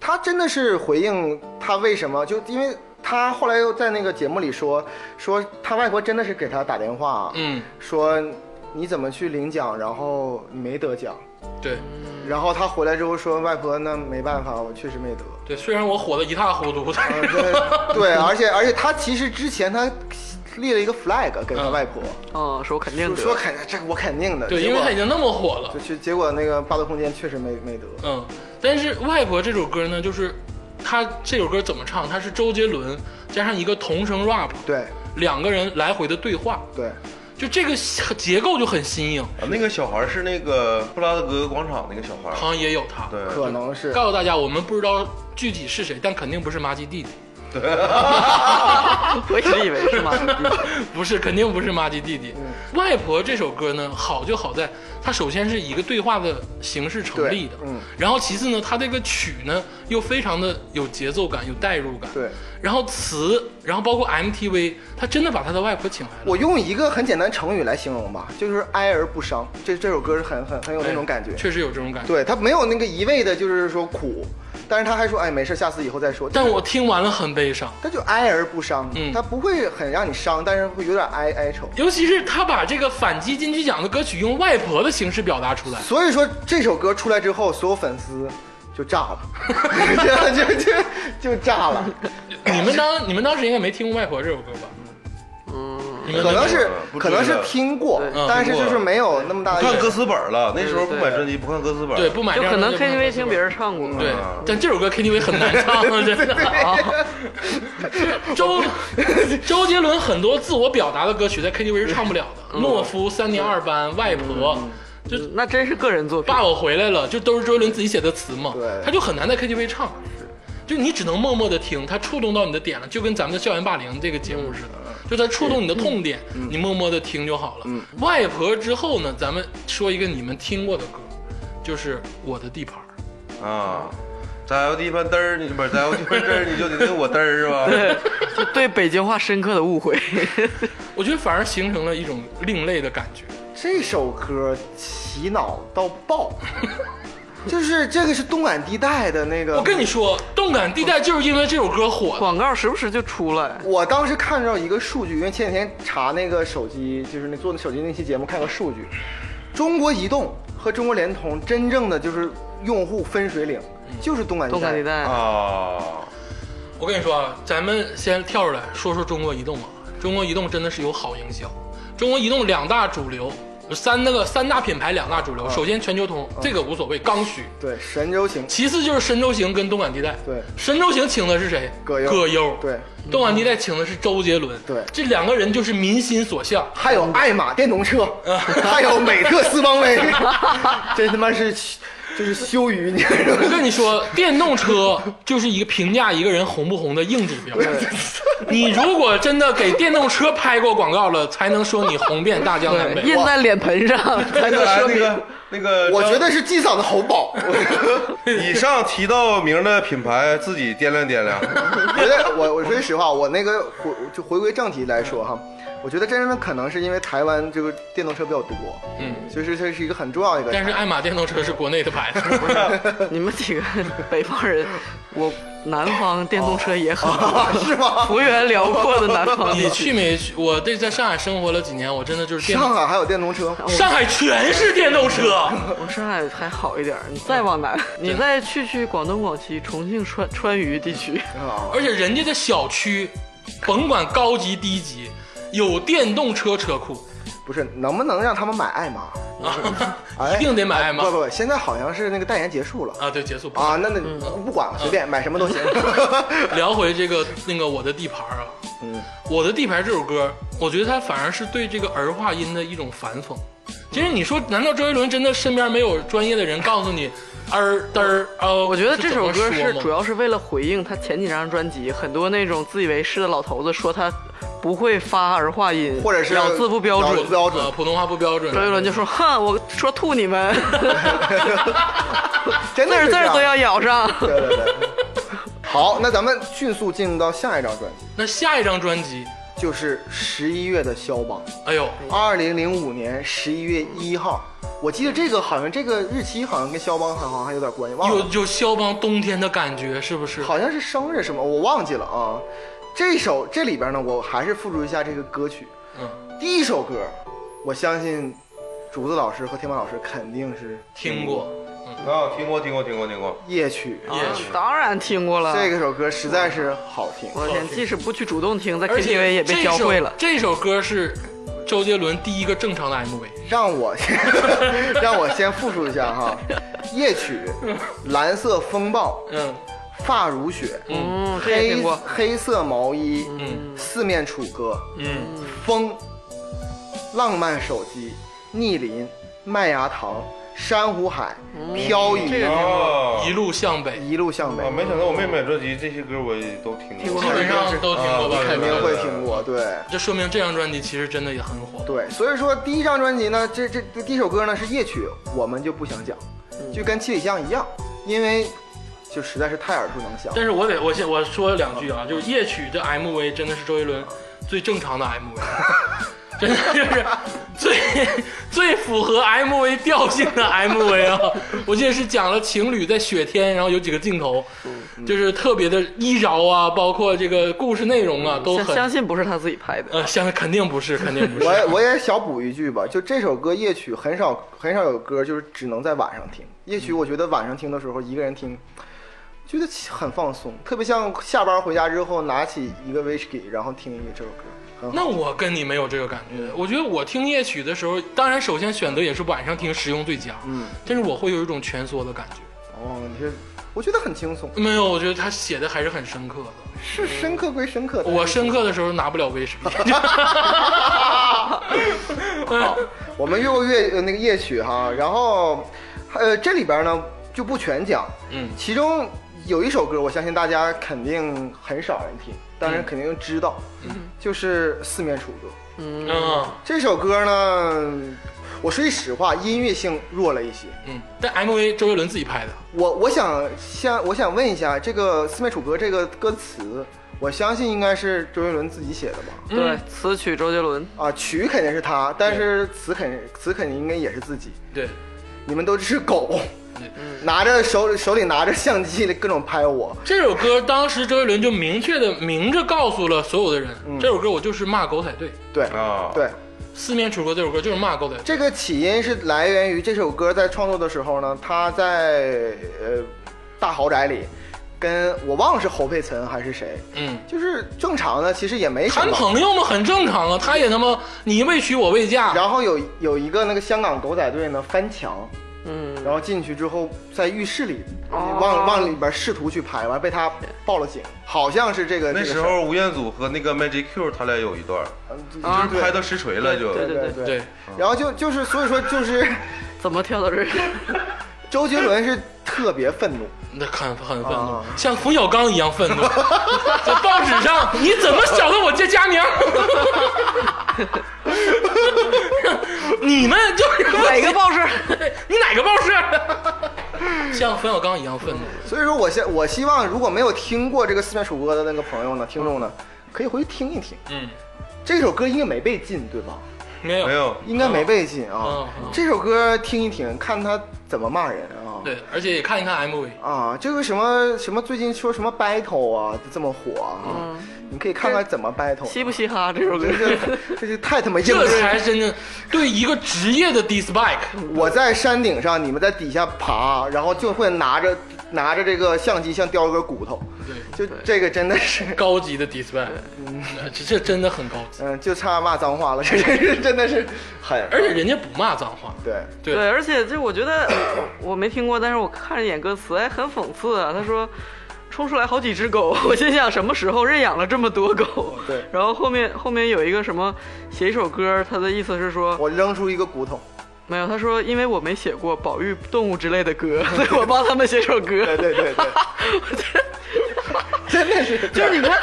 他真的是回应他为什么就因为他后来又在那个节目里说说他外婆真的是给他打电话，
嗯，
说你怎么去领奖，然后你没得奖，
对
然后他回来之后说外婆那没办法，我确实没得。
对，虽然我火的一塌糊涂，但
啊
是 (laughs)
对对，而且而且他其实之前他立了一个 flag 给他
嗯
外婆，
嗯，说我肯定
就
得
说肯这我肯定的，
对，
结
因为
果
他已经那么火了
就，去，结果那个霸道空间确实没没得。
嗯，但是《外婆》这首歌呢，就是他这首歌怎么唱？它是周杰伦加上一个童声 rap，
对
两个人来回的对话，
对，
就这个结构就很新颖，
那个小孩是那个布拉德格广场那个小孩，
好像也有他。
对，
可能是
告诉大家，我们不知道具体是谁，但肯定不是麻吉弟弟， (laughs)
我一直以为是吗？
不是，肯定不是麻吉弟
嗯
弟。外婆这首歌呢，好就好在它首先是一个对话的形式成立的，
对嗯，
然后其次呢，它这个曲呢又非常的有节奏感，有代入感，
对。
然后词，然后包括 MTV，他真的把他的外婆请来了，
我用一个很简单成语来形容吧，就是哀而不伤。这这首歌是很很很有那种感觉
哎，确实有这种感觉。
对他没有那个一味的就是说苦，但是他还说哎没事，下次以后再说。
但我听完了很悲伤，
他就哀而不伤，
嗯
他不会很让你伤，但是会有点哀哀愁。
尤其是他把这个反击金曲奖的歌曲用外婆的形式表达出来，
所以说这首歌出来之后，所有粉丝就炸了， (laughs) 就就 (laughs) 就就炸了。
你们当你们当时应该没听过《外婆》这首歌吧？嗯，你们
可能是
不
可能
追
是
了
听过
对，
嗯
但是
听
就
过
是没有那么大
不
的
看
影响
歌词本了，那时候不买
对
专辑，不看歌词本，
对不买
就
账
可能
就不能
KTV 听别人唱过。
对
嗯，
但这首歌 KTV 很难唱，真的。周周杰伦很多自我表达的歌曲在 KTV 是唱不了的，《懦夫》《三年二班》《外婆》，就
那真是个人作品
爸，我回来了，就都是周杰伦自己写的词嘛，
对
他就很难在 KTV 唱，就你只能默默的听，他触动到你的点了，就跟咱们的校园霸凌这个节目似的，就他触动你的痛点，你默默的听就好了。外婆之后呢，咱们说一个你们听过的歌，就是《我的地盘》。
啊。在我地盘嘚儿，你不是在我地盘嘚儿，你就得跟我嘚儿是吧？
对北京话深刻的误会。
我觉得反而形成了一种另类的感觉。
这首歌洗脑到
(laughs)
爆，就是这个是动感地带的那个。
我跟你说，动感地带就是因为这首歌火的。
广告时不时就出来，
我当时看到一个数据，因为前几天查那个手机，就是那做那手机那期节目看个数据，中国移动和中国联通真正的就是用户分水岭，
嗯
就是动感地
动
带。
感地带。
啊，
我跟你说啊，咱们先跳出来说说中国移动啊，中国移动真的是有好营销。中国移动两大主流，三那个三大品牌两大主流，
嗯
首先全球通，这个无所谓，刚需。
对，神州行，
其次就是神州行跟动感地带。
对
神州行请的是谁？
葛优
葛优。
对，
动感地带请的是周杰伦。
对
这两个人就是民心所向。
还有爱玛电动车，还有美特斯邦
(laughs)
威，真他妈是就是羞于你。
我跟你
(laughs)
说，电动车就是一个评价一个人红不红的硬指标。你如果真的给电动车拍过广告了，才能说你红遍大江南
对，
北。
印在脸盆上，才
那
能
个
说
那
明。
个那个，
我觉得是季嫂的喉宝，
以上提到名的品牌自己掂量掂量。
(laughs) 我觉得我我说实话，我那个回就回归正题来说哈，我觉得真的可能是因为台湾这个电动车比较多，
嗯，
就是这是一个很重要的一个。
但是爱玛电动车是国内的牌子，
你们几个北方人，我南方电动车也好，
是吗？
幅员辽阔的南
(laughs)
方。
(laughs) 你去没去？我这在上海生活了几年，我真的就是电
上海还有电动车，
上海全是电动车。
我上海还好一点儿，你再往南，你再去去广东、广西、重庆、川川渝地区，
啊
而且人家的小区，甭管高级低级，有电动车车库，
不是能不能让他们买
(laughs)
爱玛？哎
啊一定得买爱玛
不不不，现在好像是那个代言结束了
啊！嗯对，结束吧。
啊，那那不管了，随便买什么都行。
聊回这个那个我的地盘啊，
嗯，
我的地盘这首歌，我觉得它反而是对这个儿化音的一种反讽。其实你说，难道周杰伦真的身边没有专业的人告诉你儿嘚儿哦？
我觉得这首歌
是怎么
是
说
主
吗
要是为了回应他前几张专辑，很多那种自以为是的老头子说他不会发儿化音，
或者是
咬字不标
咬
准
字，标准
呃，普通话不标准。
周杰伦就说：“哼，我说吐你们，
(laughs) 真
(laughs) 字
的
儿
哎是
字
这
儿
样
都要咬上。 (laughs)
对对对。好，那咱们迅速进入到下一张专辑，
那下一张专辑，
就是十一月的肖邦，
哎呦，
二零零五年十一月一号。我记得这个好像这个日期好像跟肖邦好像还有点关系，忘
有
了，
有肖邦冬天的感觉，是不是？
好像是生日什么，我忘记了啊。这首这里边呢，我还是附注一下这个歌曲。
嗯，
第一首歌，我相信竹子老师和天马老师肯定是
听过。
啊，听过听过听过听过。
夜曲。
夜曲
啊当然听过了。
这个首歌实在是好听，
我的天，即使不去主动听，在
而且
KTV 也被教会了。
这首。这首歌是周杰伦第一个正常的 MV，
让我 (laughs) 让我先复述一下
(laughs)
哈，夜曲、蓝色风暴、
嗯，
发如雪、
嗯，这也
黑
听过。
黑色毛衣、
嗯
四面楚歌、
嗯，
风、浪漫手机、逆鳞、麦芽糖、珊瑚海、
嗯
漂移、嗯
哦
一路向北，
一路向北
啊，，没想到我没买专辑，这些歌我也都听
听
过
过
基。本上都听过吧？
啊
嗯肯定
是吧
会听过，对。
这说明这张专辑其实真的也很火。
对，所以说第一张专辑呢，这这这第一首歌呢是夜曲，我们就不想讲，
嗯
就跟七里香一样，因为就实在是太耳熟能详。
但是我得我先我说两句啊，就是夜曲这 MV 真的是周杰伦最正常的 MV，真的就是最最符合 MV 调性的 MV 啊！我记得是讲了情侣在雪天，然后有几个镜头， (laughs) 就是特别的衣着啊，包括这个故事内容啊，都
相相
很
信不是他自己拍的，
呃，相肯定不是，肯定不是。
我也我也小补一句吧，就这首歌夜曲很少很少有歌就是只能在晚上听。夜
嗯
曲我觉得晚上听的时候一个人听，觉得很放松，特别像下班回家之后拿起一个 whisky 然后听一这首歌，很好。
那我跟你没有这个感觉，我觉得我听夜曲的时候，当然首先选择也是晚上听实用最佳，嗯，但是我会有一种蜷缩的感觉。
哦，你是我觉得很轻松，
没有，我觉得他写的还是很深刻的。
是深刻归深刻，
嗯我深刻的时候拿不了威士
(laughs)
忌，嗯
我们越过越呃那个夜曲哈，然后，呃，这里边呢就不全讲，
嗯
其中有一首歌，我相信大家肯定很少人听，但是肯定知道，就是《四面楚歌》
嗯
这首歌呢，我说句实话，音乐性弱了一些。
嗯。但 MV 周杰伦自己拍的，
我我想先我想问一下，这个《四面楚歌》这个歌词我相信应该是周杰伦自己写的吧。
嗯
对，词曲周杰伦，
啊，曲肯定是他，但是词肯词肯定应该也是自己。
对，
你们都只是狗
对，
拿着手手里拿着相机各种拍我。
这首歌当时周杰伦就明确的明着告诉了所有的人，
嗯
这首歌我就是骂狗仔队，
对，
啊，
对，
四面楚歌这首歌就是骂狗仔队。
这个起因是来源于这首歌在创作的时候呢，他在呃大豪宅里，跟我忘了是侯佩岑还是谁，
嗯，
就是正常的，其实也没什
谈
么。
朋友嘛很正常啊，他也他妈你未娶我未
啊
嫁，
然后有有一个那个香港狗仔队呢翻墙，
嗯，
然后进去之后在浴室里
哦
往往里边试图去拍，完被他报了警，好像是这个
那时
这个事
候吴彦祖和那个 Magic Q 他俩有一段，
儿
啊
嗯对
拍到实锤了就。
对
对对
对，
然后就就是所以说就是
怎么跳到这
(laughs)
儿？
周杰伦是特别愤怒，
那很很愤怒
啊，
像冯小刚一样愤怒， (laughs) 在报纸上你怎么晓得我叫佳宁？ (laughs) 你们就是
哪个报社？
(laughs) 你哪个报社？ (laughs) 像冯小刚一样愤怒。
所以说我希我希望如果没有听过这个四面楚歌的那个朋友呢，听众呢，可以回去听一听。
嗯，
这首歌应该没被禁，对吧？
没有
没。有，
应该没被禁啊
嗯嗯。
这首歌听一听，看他怎么骂人啊。
对，而且也看一看 MV。
啊，这个什么什么最近说什么 battle 啊，这么火啊，你可以看看怎么 battle。啊
嘻嗯不嘻哈这首歌
这？这这就太他妈硬
这才
了！
是真正对一个职业的 dislike。
我在山顶上，你们在底下爬，然后就会拿着拿着这个相机像叼一根骨头，
对，
就这个真的是，
高级的 dislike，这这真的很高级。
嗯，就差骂脏话了，这这是真的是狠。
而且人家不骂脏话。
对，
对
(laughs) 对，而且这我觉得我没听过，但是我看了一眼歌词，哎，很讽刺啊。他说冲出来好几只狗， (laughs) 我心想什么时候认养了这么多狗？
对
然后后面后面有一个什么写一首歌，他的意思是说
我扔出一个骨头，
没有，他说因为我没写过保育动物之类的 (laughs) 歌，所以我帮他们写首歌。
对
(laughs)
对对对，真的是这样，
就是你看，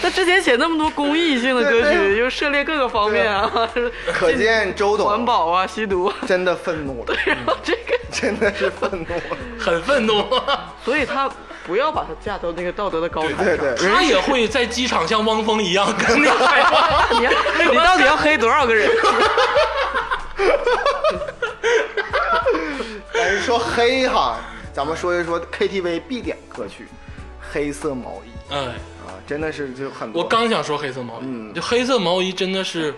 他之前写那么多公益性的歌
对对
曲，就涉猎各个方面 (laughs) 啊，
可见周董
环保啊、吸毒啊，
真的愤怒了，
然后这个，
真的是愤怒了，
很愤怒，
所以他不要把它架到那个道德的高台
对
上。
对。
他也会在机场像汪峰一样跟那个海报。
你要 (laughs) 你到底要黑多少个人？
但是说黑哈，咱们说一说 KTV 必点歌曲，《黑色毛衣
哎，》
啊，真的是就很多。
我刚想说黑色毛衣，
嗯
就黑色毛衣真的是，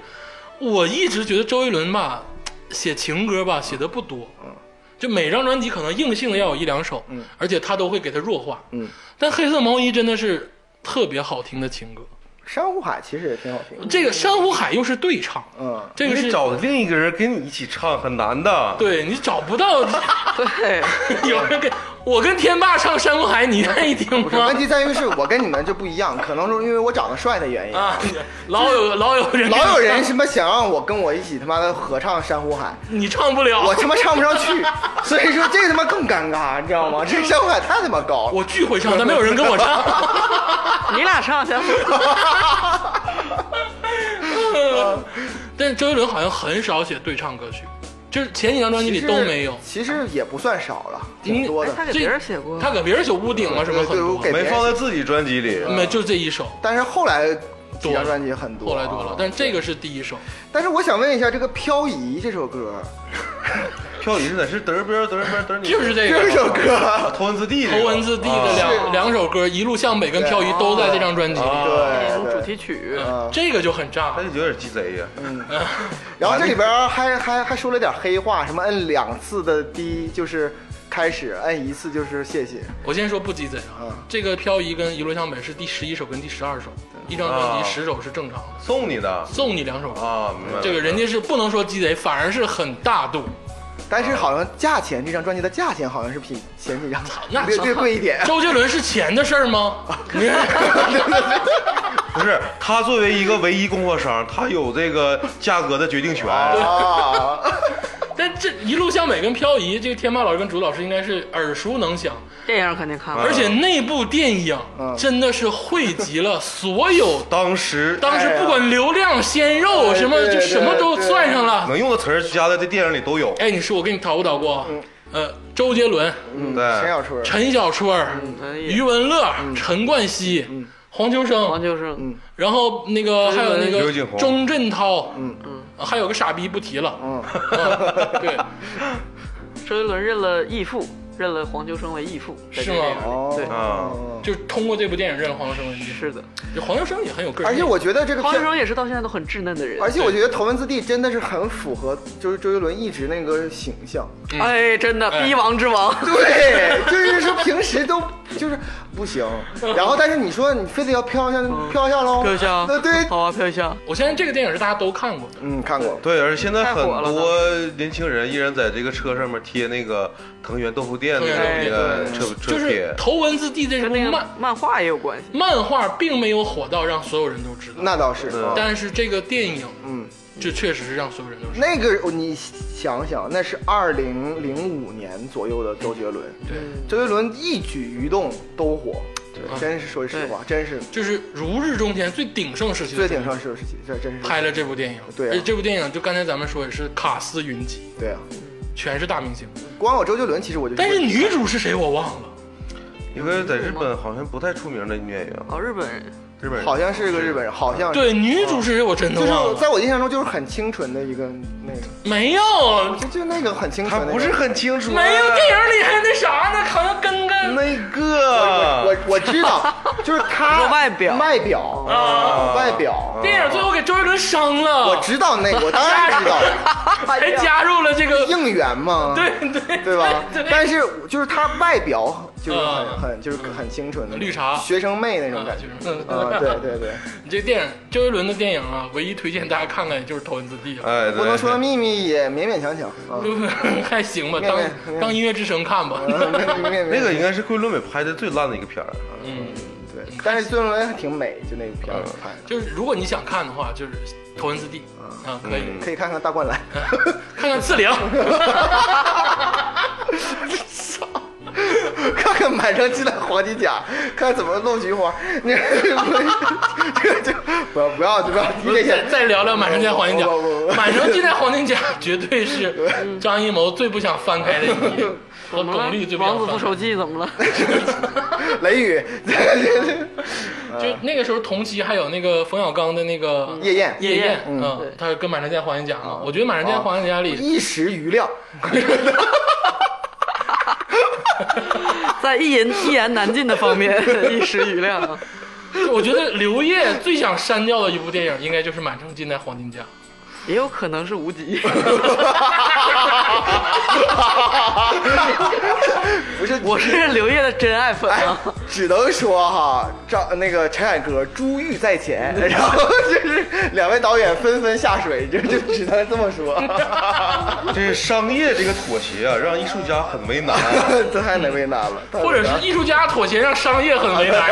我一直觉得周杰伦吧，写情歌吧写的不多，
嗯
就每张专辑可能硬性的要有一两首，而且他都会给它弱化，
嗯，
但黑色毛衣真的是特别好听的情歌，
珊瑚海其实也挺好听的，
这个珊瑚海又是对唱，
嗯，
这个
你
是
得找另一个人跟你一起唱很难的。
对你找不
(laughs)
到
(laughs) 对，
有人给我跟天霸唱珊瑚海，你愿意听吗
(laughs) 问？题在于是我跟你们就不一样，可能是因为我长得帅的原因。
啊，老有老有人
老有人什么想让我跟我一起他妈的合唱《珊瑚海
(laughs) 你唱不》，了
我，他妈唱不上去，所以说这他妈更尴尬，你知道吗？这《珊瑚海》太他妈高了。
我巨会唱，但没有人跟我唱。
你俩唱行吗？ (laughs)
但是周杰伦好像很少写对唱歌曲，就是前几张专辑
其
里
实
都没有。
其实也不算少了，挺多
哎
的
他。给
这
别人写过，
他给别人写屋顶啊什么很
对对
多
我，给
没放在自己专辑里。
没就这一首，
但是后来几
多了
张专辑很多，
后来多了
啊。
但这个是第一首，
但是我想问一下，这个《漂移》这首歌，
漂移是在是嘚儿嘚儿嘚儿嘚儿嘚儿，你
就是这
这
个
首歌，
啊 (laughs) 头文字 D 这个。
头文字 D
啊
的两两首歌，《一路向北》跟《漂移》都在这张专辑里。
啊
对
主
对。
题曲，
嗯
这个就很炸
他，就有点鸡贼呀。嗯
然后这里边儿还还还说了点黑话，什么摁两次的低就是开始，摁一次就是谢谢。
我先说不鸡贼
嗯
啊，这个《漂移》跟《一路向北》是第十一首跟第十二首，一张专
啊
辑十首是正常的，
送你的
送你两首歌。
啊，明白了。
这个人家是不能说鸡贼，反而是很大度。
但是好像价钱，这张专辑的价钱好像是比前几张
那
略略贵一
(laughs)
点。
周杰伦是钱的事儿吗？你
不是他作为一个唯一供货商，他有这个价格的决定权。
哦
啊，
但这一路向北跟漂移，这个天霸老师跟竹老师应该是耳熟能详，
电影肯定看过
而。且那部电影
啊嗯
真的是汇集了所有
(laughs)
当时哎
当时不管流量、鲜肉
哎
什么，
对
就什么都
对嗯
算上了。
能用的词儿加在这电影里都有。
哎，你说我给你捣鼓捣鼓，呃，周杰伦、
嗯
对
陈小春，
陈小春、
嗯
嗯
余文乐、陈冠希，黄秋生，
黄秋生，嗯，
然后那个还有那
刘
个
景宏
钟镇涛，嗯嗯，还有个傻逼不提了，
(laughs)
嗯，对，
周杰伦认了义父，认了黄秋生为义父，在
是
这个
吗
电影里
哦，
对，
啊，
就通过这部电影认了黄秋生为义父。
是的，
就黄秋生也很有个人
而
魅力，
且我觉得这个
黄秋
片，
生也是到现在都很稚嫩的人。
而且我觉得头文字 D 真的是很符合就是周杰伦一直那个形象。 (laughs)
嗯
哎，真的，
哎
逼王
(laughs)
之王，
对，就是说平时都就是不行，然后但是你说你非得要飘下飘下喽，
飘香
呃，对，
好啊，飘香，
我相信这个电影是大家都看过的，
嗯，看过，
对，而且现在
太
很
火了
多年轻人依然在这个车上面贴那个藤原豆腐店那
藤
哎
个
原
那个车
就
车
是
贴，
头文字 D 这部
跟那个
漫
漫画也有关系。
漫画并没有火到让所有人都知道，
那倒是。
对
啊
但是这个电影，
嗯，
这确实是让所有人都知道。
那个你想想，那是二零零五年左右的周杰伦，
对，
嗯
周杰伦一举一动都火，对，真是说实话，真是
就是如日中天，最鼎盛时期的
最
时候
顶上是时期，这真是
拍了这部电影。
对啊
而且这部电影就刚才咱们说也是卡斯云集，
对啊，
全是大明星，
光有周杰伦，其实我就
但是女主是谁我忘了。
一个
嗯
在日本好像不太出名的女演员，
哦，日本人，
日本人
好像是个日本人，好像是
对，女主是谁我真的
啊就是
忘
我
了。
在我印象中就是很清纯的一个那个，
没有，
就就那个很清
他
纯的一
不
个，
是很清楚，啊
没
啊
有电影里还那啥呢，好像跟个
那
我我
个
我知道，就是
你
他
说外表
外表
啊
外表，
电影最后给周杰伦伤了，
我知道那个，我当然知道了，
还加入了这个
应援嘛，对
(laughs) 对
对吧？
对
但是就是他外表就是
嗯
很很就是很清纯的
绿茶
学生妹那种感觉，
嗯
啊，对对
(laughs)
对，
你这电影周杰伦的电影啊，唯一推荐大家看看也就是《头文字 D》了，啊
哎，对
不能说的秘密也勉
(laughs)
勉强强啊，
还行吧，
面
当
面
当音乐之声看吧。
那
那个应该是桂纶镁拍的最烂的一个片儿，啊
嗯，
对，但是孙文还挺美，就那个片儿
嗯
拍的，
(laughs) 就是如果你想看的话，就是《头文字 D》啊，可以
可以看看大灌篮， (laughs)
看看刺陵。啊
看看满城尽带黄金甲，看怎么弄菊花，那个这个就不要不要不要提这些
再。再聊聊《满城尽带黄金甲
不不不》，不
《满城尽带黄金甲》绝对是张艺谋最不想翻开的一
(laughs)
页，和
怎么了
巩俐最？不
王
想
子复
翻
仇记怎么了？ (laughs)
雷雨， (laughs)
开。就那个时候同期还有那个冯小刚的那个
呃夜宴哦
夜宴，
嗯对
嗯，他跟《满城尽带黄金甲》嘛，我觉得《满城尽带黄金甲》里
一时余亮，
在一言一言难尽的方面， (laughs) 一时语亮啊。
(laughs) 我觉得刘烨最想删掉的一部电影，应该就是《满城尽带黄金甲》。
也有可能是无极， (laughs)
不是 (laughs)
我是刘烨的真爱粉
哎
啊！，
只能说哈，张那个陈凯歌珠玉在
(laughs)
前，然后就是两位导演纷纷下水，就就只能这么说， (laughs)
这商业这个妥协啊，让艺术家很为难。
这太难为难了，太
或者
难
是艺术家妥协让商业很为难，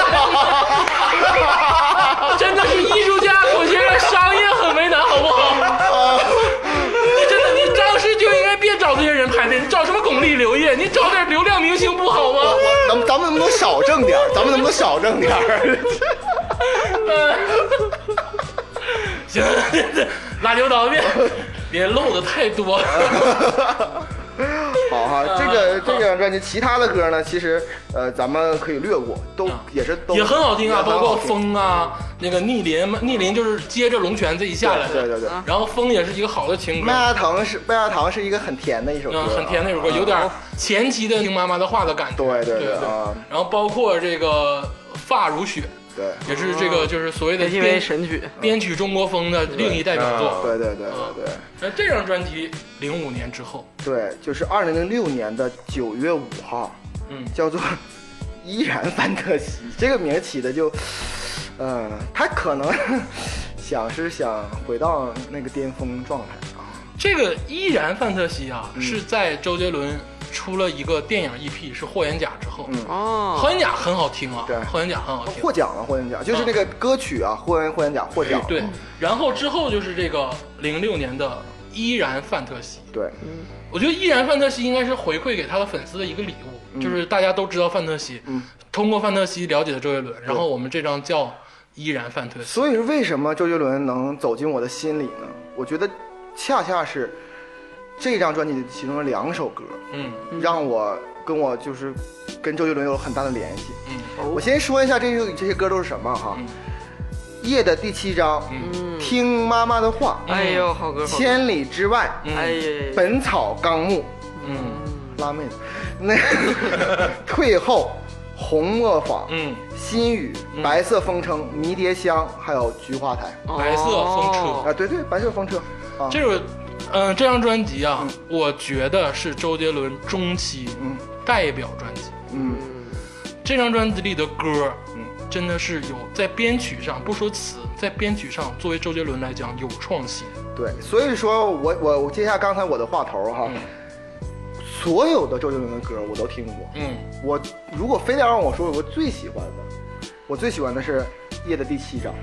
(laughs) 真的是艺术家妥协让商业很为难，好不好？ (laughs) 真的，你当时就应该别找这些人拍的，你找什么巩俐、刘烨，你找点流量明星不好吗？ (laughs)
咱们咱们能不能少挣点儿？咱们能不能少挣点儿？ (laughs)
行， (laughs) 拉牛刀别别漏的太多，
好哈，这个这两张专辑，其他的歌呢，其实呃咱们可以略过，都也是都
啊也很好听啊，
也很
包括
好听
风啊，那个逆鳞，逆鳞就是接着龙泉这一下来
对
的，
对对。
然后风也是一个好的情歌
麦。芽糖是麦芽糖是一个很甜的一首歌，啊哦
嗯，很甜那首歌，有点前期的听妈妈的话的感觉。
对
对
对对啊
然后包括这个发如雪，
对
也是这
哦
个就是所谓的
因为
编
神曲，
编曲中国风的另一代表作。
对对对对对
那这张专辑零五年之后，
对，就是二零零六年的九月五号，
嗯
叫做《依然范特西》，这个名儿起的就，呃，他可能 (laughs) 想是想回到那个巅峰状态啊，
这个依然范特西啊，
嗯
是在周杰伦出了一个电影 EP 是《霍元甲》之后，
嗯
《
哦
霍，元甲》很好听啊，
对
《霍元甲》很好听。
获奖了获奖奖，就是那个歌曲啊，获获奖奖获奖了，
哎对，然后之后就是这个零六年的《依然范特西》，
对
我觉得依然范特西应该是回馈给他的粉丝的一个礼物，
嗯
就是大家都知道范特西，通过范特西了解了周杰伦，然后我们这张叫依然范特西，
所以是为什么周杰伦能走进我的心里呢？我觉得恰恰是这张专辑的其中的两首歌，
嗯
让我跟我就是跟周杰伦有了很大的联系。
嗯，
我先说一下这些这些歌都是什么哈。夜的第七章，听妈妈的话，
哎呦，好歌，好歌
千里之外，
哎呀，
本草纲目，
嗯
拉妹子，那 (laughs) 退后，红磨坊，
嗯，
心语，白色风筝，迷迭香，还有菊花台。
白色风车
哦
啊，对对，白色风车啊，
这首，嗯、这张专辑啊，我觉得是周杰伦中期
嗯
代表专辑。
嗯
这张专辑里的歌，嗯，真的是有在编曲上，不说词，在编曲上，作为周杰伦来讲有创新。
对，所以说我我我接下刚才我的话头哈，所有的周杰伦的歌我都听过，
嗯
我如果非得让我说我最喜欢的，我最喜欢的是《夜的第七章》，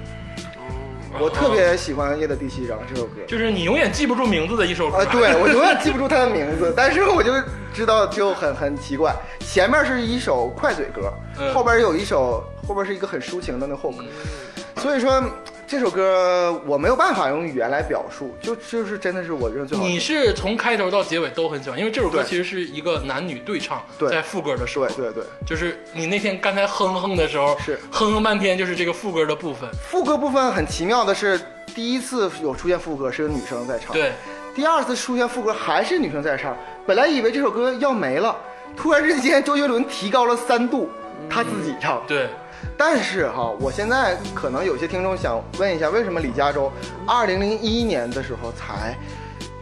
我特别喜欢《夜的第七章》这首歌。
哦就是你永远记不住名字的一首歌。
啊，对我永远记不住他的名字， (laughs) 但是我就知道就很很奇怪。前面是一首快嘴歌，
嗯
后边有一首，后边是一个很抒情的那后歌。所以说这首歌我没有办法用语言来表述，就就是真的是我认为最好听。
你是从开头到结尾都很喜欢，因为这首歌
对
其实是一个男女对唱，
对
在副歌的时候
对，对对，
就是你那天刚才哼哼的时候，
是
哼哼半天，就是这个副歌的部分。
副歌部分很奇妙的是，第一次有出现副歌是个女生在唱，
对，
第二次出现副歌还是女生在唱，本来以为这首歌要没了，突然之间周杰伦提高了三度，他自己唱。
嗯对，
但是哈，我现在可能有些听众想问一下，为什么李佳洲二零零一年的时候才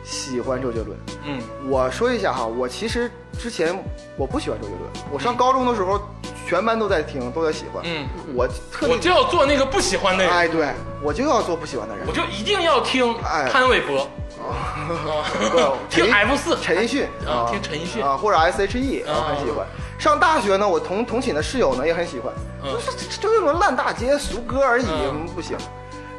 喜欢周杰伦？
嗯
我说一下哈，我其实之前我不喜欢周杰伦，我上高中的时候全班都在听，都在喜欢，
嗯，
我特
我
别
就要做那个不喜欢的人，
哎，对我就要做不喜欢的人
我，就一定要听
哎
潘玮柏，啊 (laughs) 听
陈
F 四，
陈奕迅
啊听陈奕迅
啊，或者 S H E 啊，很喜欢。上大学呢，我同同寝的室友呢也很喜欢，
嗯
就是这周杰伦烂大街俗歌而已，
嗯
不行。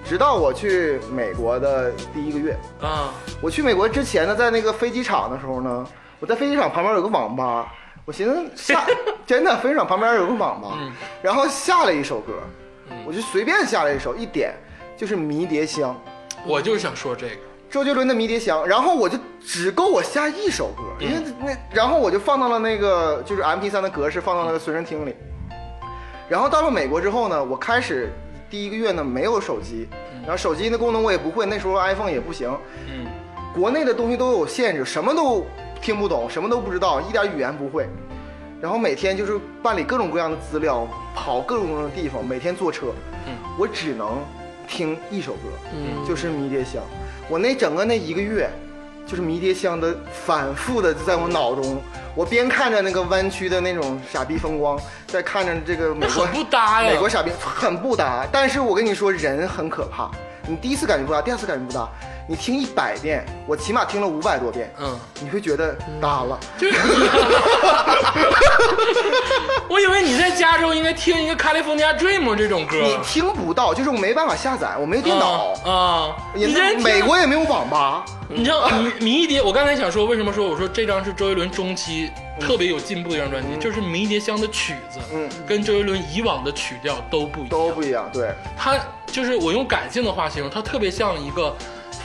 直到我去美国的第一个月，
啊，
我去美国之前呢，在那个飞机场的时候呢，我在飞机场旁边有个网吧，我寻
(laughs)
思下，真的飞机场旁边有个网吧，
嗯
然后下了一首歌，我就随便下了一首，一点就是《迷迭香》。
我就是想说这个，
周杰伦的《迷迭香》，然后我就只够我下一首歌，因为那然后我就放到了那个就是 M P 3的格式，放到了随身听里。然后到了美国之后呢，我开始第一个月呢没有手机，然后手机的功能我也不会，那时候 iPhone 也不行，
嗯
国内的东西都有限制，什么都听不懂，什么都不知道，一点语言不会。然后每天就是办理各种各样的资料，跑各种各样的地方，每天坐车。
嗯，
我只能听一首歌，
嗯
就是《迷迭香》。我那整个那一个月，就是《迷迭香》的反复的在我脑中，我边看着那个湾区的那种傻逼风光，再看着这个美
那
国
很不搭呀，
美国傻逼很不搭，但是我跟你说，人很可怕。你第一次感觉不搭，第二次感觉不搭，你听一百遍，我起码听了五百多遍，
嗯，
你会觉得搭了。
我以为你在加州应该听一个《California Dream》这种
你
歌，
听不到，就是我没办法下载，我没有电脑，
啊啊，
也
你这
美国嗯也没有网吧。
你知道迷迷迭，我刚才想说，为什么说我说这张是周杰伦中期特别有进步的一张专辑，就是迷迭香的曲子，
嗯，
跟周杰伦以往的曲调都不一样。
都不一样，对，
她就是我用感性的话形容，她特别像一个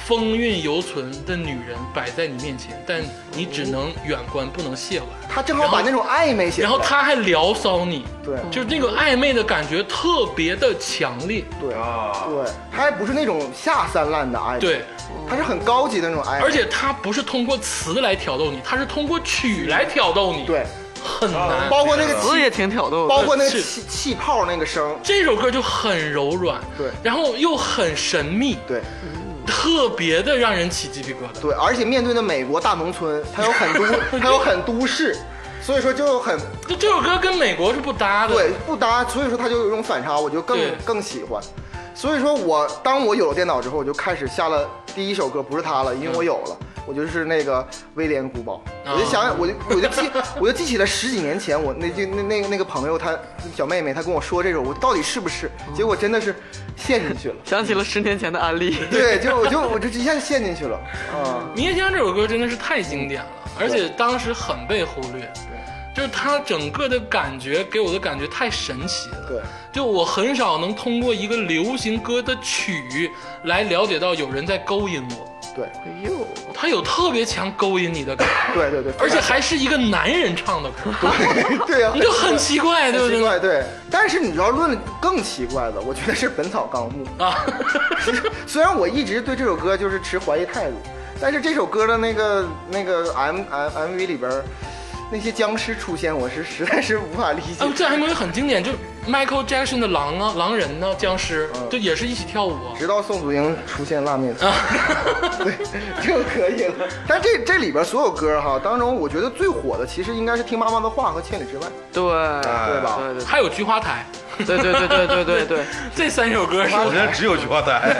风韵犹存的女人摆在你面前，但你只
嗯
能远观不能亵玩。
他正好把那种暧昧写出来
然后她还聊骚你，
对
就是那个暧昧的感觉特别的强烈。
(laughs)
对
啊，
对，他还不是那种下三滥的暧昧，
对，
他是很高级的那种暧昧，
而且她不是通过词来挑逗你，她是通过曲来挑逗你。，
对，啊
很难。
包括那个
词
气，
也挺挑逗的，
包括那个
是
气气泡那个声，
这首歌就很柔软，
对
然后又很神秘，
对
特别的让人起鸡皮疙瘩。
对，而且面对的美国大农村，它有很都，它有很都市，所以说就很
这这首歌跟美国是不搭的，
对，不搭，所以说它就有一种反差，我就更
对
更喜欢。所以说我当我有了电脑之后，我就开始下了第一首歌，不是它了，因为我有了，我就是那个威廉古堡。我就想，我就我就记，我就记起了十几年前我那就那那那个朋友她小妹妹，她跟我说这首，我到底是不是？结果真的是陷进去了。
想起了十年前的安利。
对，就我就我就一下就陷进去了啊！
迷迭香》这首歌真的是太经典了，而且当时很被忽略。就是它整个的感觉给我的感觉太神奇了。
对，
就我很少能通过一个流行歌的曲来了解到有人在勾引我。
对
哎呦，
他有特别强勾引你的感觉，
对对对，
而且还是一个男人唱的歌，
对呀、
你就很奇怪，对不
奇
对？
怪对。但是你知道论更奇怪的，我觉得是《本草纲目》
啊， (laughs)
虽然我一直对这首歌就是持怀疑态度，但是这首歌的那个那个 M M M V 里边儿那些僵尸出现，我是实在是无法理解。
啊，这 MV 很经典，就 Michael Jackson 的狼啊、狼人呢、僵尸，就也是一起跳舞啊。
直到宋祖英出现辣妹头，对，就可以了。但这这里边所有歌哈当中，我觉得最火的其实应该是《听妈妈的话》和《千里之外》，
对，
对吧？
对
还有菊花台，
对对对对对对对对，
这三首歌是
我现在只有菊花台。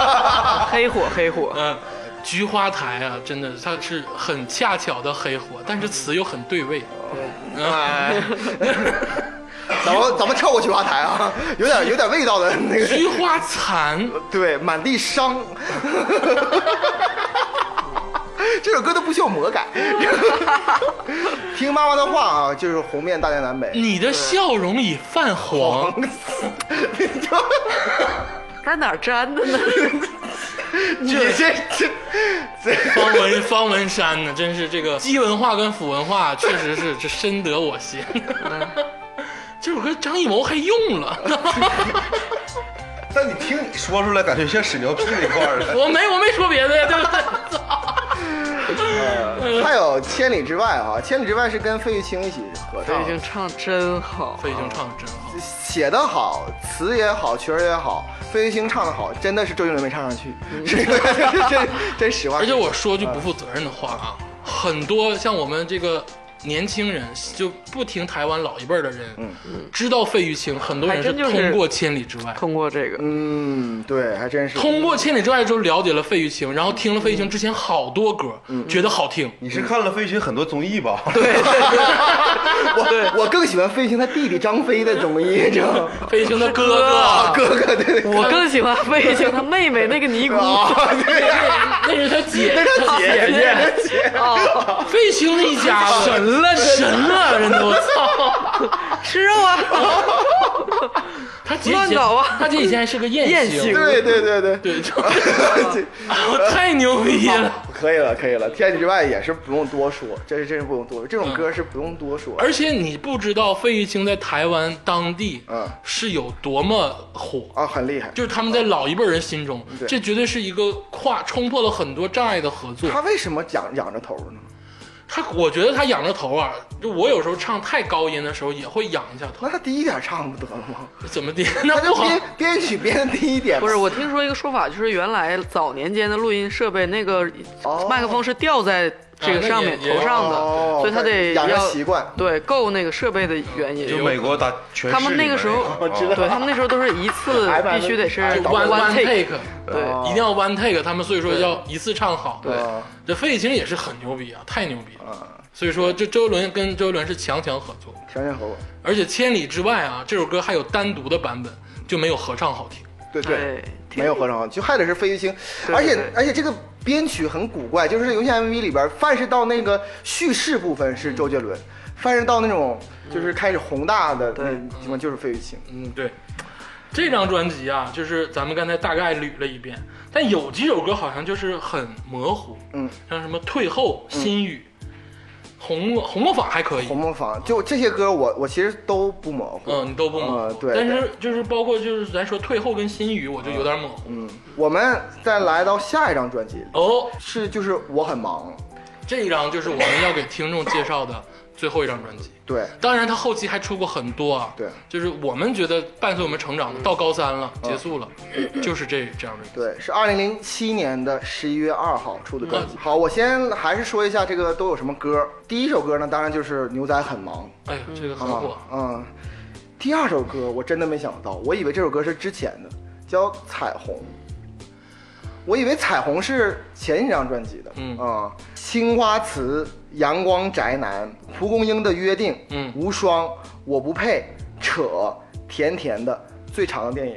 (laughs) 黑火黑火，
嗯，菊花台啊，真的它是很恰巧的黑火，但是词又很对嗯位。
哎，咱们咱们跳过菊花台啊，有点有点味道的那个，
(laughs) 菊花残，
对，满地伤。
(laughs)
这首歌都不需要
(laughs)
魔改，听妈妈的话啊，就是红遍大江南北。
你的笑容已泛黄。
在哪儿粘的呢？
你这这这
方文方文山呢，真是这个基文化跟腐文化，确实是这深得我心。 (laughs) 这首歌张艺谋还用了， (laughs)
但你听你说出来，感觉像屎尿屁那块儿
(laughs)
的。
我没我没说别的呀，对不对？
(laughs) 还有《千里之外》啊，《千里之外》是跟费玉清一起合
北
唱的，
京唱真好，
(laughs) 费玉清唱的真好，
写的好，词也好，曲儿也好，费玉清唱的好，真的是周杰伦没唱上去，是 (laughs) 真真实话。
嗯而且我说句不负责任的话啊，很多像我们这个年轻人，就不听台湾老一辈儿的人，知道费玉清，很多人
还真就是
嗯通过《千里之外》。
通过这个，
嗯，对，还真是。
通过《千里之外》之后了解了费玉清，然后听了费玉清之前好多歌，觉得好听。
你是看了费玉清很多综艺吧？
我我更喜欢费玉清他弟弟张飞的综艺，你
(laughs)
知道吗？
费玉清的哥
啊
哥，
哥哥对对
我更喜欢费玉清他妹妹那个尼姑，
啊，对
(laughs) 那是他姐。
他姐姐姐，
费玉清一家子
神了真的
神了，人都我操！
吃肉啊，
他姐以
乱
前
搞啊
他姐以前还是个
艳
艳
星
星，
对对对对。
对， (laughs) 就
(laughs)
我太牛逼了。
可以了，可以了。天里之外也是不用多说，这是真是不用多说，这种歌是不用多说。
而且你不知道费玉清在台湾当地
嗯
是有多么火，
啊，很厉害。
就是他们在老一辈人心中，
对
这绝对是一个跨冲破了很多障碍的合作。
他为什么仰仰着头呢？
他我觉得他仰着头啊，就我有时候唱太高音的时候也会仰一下头，
那他低一点唱不得了
(laughs)
吗？
怎么的？
他
(laughs) 那
就
不好
编编曲编的低一点嘛。
不是，我听说一个说法，就是原来早年间的录音设备那个
哦
麦克风是吊在这个上面、
啊那也也
头上的，
哦
所以他得
养成
要
习惯
对，够那个设备的原因。
就美国打全市啊
他们那个时候，对他们那时候都是一次
M&M
必须得是
哎
one
one take，
take，
对，
哦
一定要 one take。他们所以说要一次唱好。
对
啊
这费玉清也是很牛逼啊，太牛逼了。
啊，
所以说这周杰伦跟周杰伦是强强合作，
强强合伙，
而且《千里之外》啊，这首歌还有单独的版本，就没有合唱好听。
对对，
哎
没有合唱，就害的是费玉清，
对
而且
对对
而且这个编曲很古怪，就是游戏 MV 里边，凡是到那个叙事部分是周杰伦，凡是到那种就是开始宏大的
嗯对
那地方就是费玉清。
嗯，对。这张专辑啊，就是咱们刚才大概捋了一遍，但有几首歌好像就是很模糊，
嗯，
像什么《退后》《心语》红磨红磨坊》还可以
红，磨坊就这些歌我，我其实都不模糊。
嗯，你都不模
呃
糊。
对
但是就是包括就是咱说《退后》跟《心语》，我就有点模糊。
嗯，我们再来到下一张专辑，
哦，
是就是我很忙，
这一张就是我们要给听众介绍的最后一张专辑。
对，
当然，他后期还出过很多啊。
对嗯
就是我们觉得伴随我们成长的，到高三了，结束了，就是这这样的。
对，是二零零七年的十一月二号出的
嗯
专辑。好，我先还是说一下这个都有什么歌。第一首歌呢，当然就是《牛仔很忙
哎呀，这个》很火
啊，，嗯。第二首歌我真的没想到，我以为这首歌是之前的，叫《彩虹》。我以为《彩虹》是前一张专辑的，
嗯
啊，青花瓷》《阳光宅男》《蒲公英的约定》
嗯
无双》《我不配》扯甜甜的最长的电影。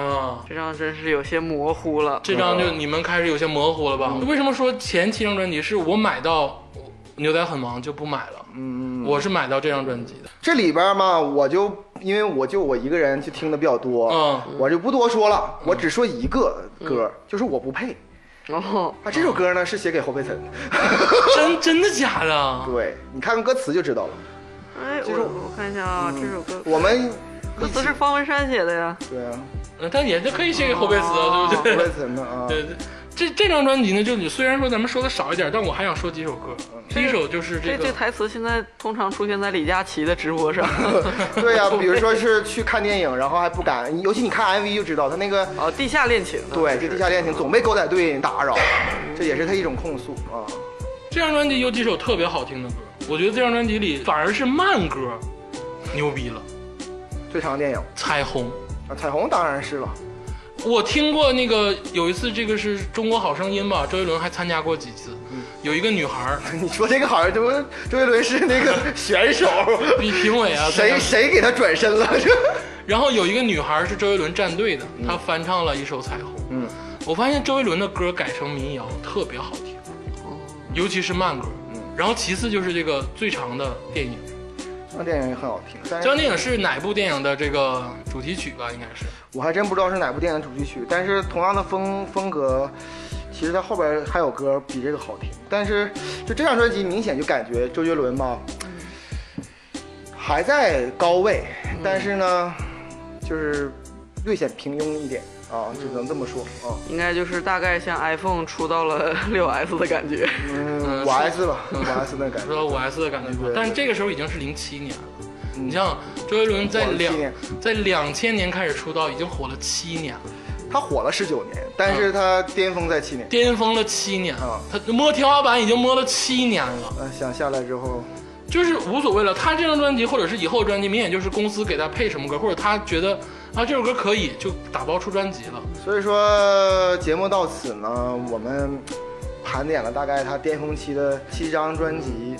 啊。
这张真是有些模糊了。
这
嗯
张就你们开始有些模糊了吧？为什么说前七张专辑是我买到《牛仔很忙》就不买了？嗯，我是买到这张专辑的。
这里边嘛，我就因为我就我一个人去听的比较多，
嗯
我就不多说了，我只说一个歌，就是我不配。
哦，
啊，这首歌呢是写给侯佩岑的，
(laughs) 真真的假的？
对你看看歌词就知道了。
哎，
这首
我我看一下啊，这首歌
我们
歌词是方文山写的呀，
对啊，
嗯但也是可以写给侯佩
哦
岑，对不对？
侯佩岑的啊，
对对。这这张专辑呢，就你虽然说咱们说的少一点，但我还想说几首歌。第一首就是
这
这
这
个，
台词现在通常出现在李佳琦的直播
(laughs)
上。
对呀、比如说是去看电影，然后还不敢，尤其你看 MV 就知道他那个
哦，地下恋情呢。
对这地下恋情总被狗仔队打扰，这也是他一种控诉啊。
这张专辑有几首特别好听的歌，我觉得这张专辑里反而是慢歌牛逼了，
最长的电影
《彩虹》。
啊，彩虹当然是了， (laughs)
我听过那个有一次，这个是中国好声音吧，周杰伦还参加过几次。有一个女孩儿，
你说这个好像周周杰伦是那个选手，
比评委啊，参加
谁谁给他转身了？ (laughs) 这
然后有一个女孩是周杰伦战队的，她翻唱了一首《彩虹》。
嗯，
我发现周杰伦的歌改成民谣特别好听，
哦
尤其是慢歌。
嗯
然后其次就是这个最长的电影，
哎这张电影也很好听，但
这张
是
电影是哪部电影的这个主题曲吧？应该是
我还真不知道是哪部电影主题曲，但是同样的风风格。其实他后边还有歌比这个好听，但是就这张专辑明显就感觉周杰伦吧，还在高位，但是呢，就是略显平庸一点啊，只能这么说啊。
应该就是大概像 iPhone 出到了六 S 的感觉。
嗯，
嗯
五 S 吧，五 S 那
(laughs)
感觉。
说五 S 的感觉吧
对，
但是这个时候已经是零七年了。
嗯
你像周杰伦在
07
两
年
在两千年开始出道，已经火了七年了，
他火了十九年，但是他巅峰在七年。
巅峰了七年
啊，
他摸天花板已经摸了七年了。
呃，想下来之后，
就是无所谓了。他这张专辑或者是以后专辑，明显就是公司给他配什么歌，或者他觉得啊这首歌可以，就打包出专辑了。
所以说节目到此呢，我们盘点了大概他巅峰期的七张专辑，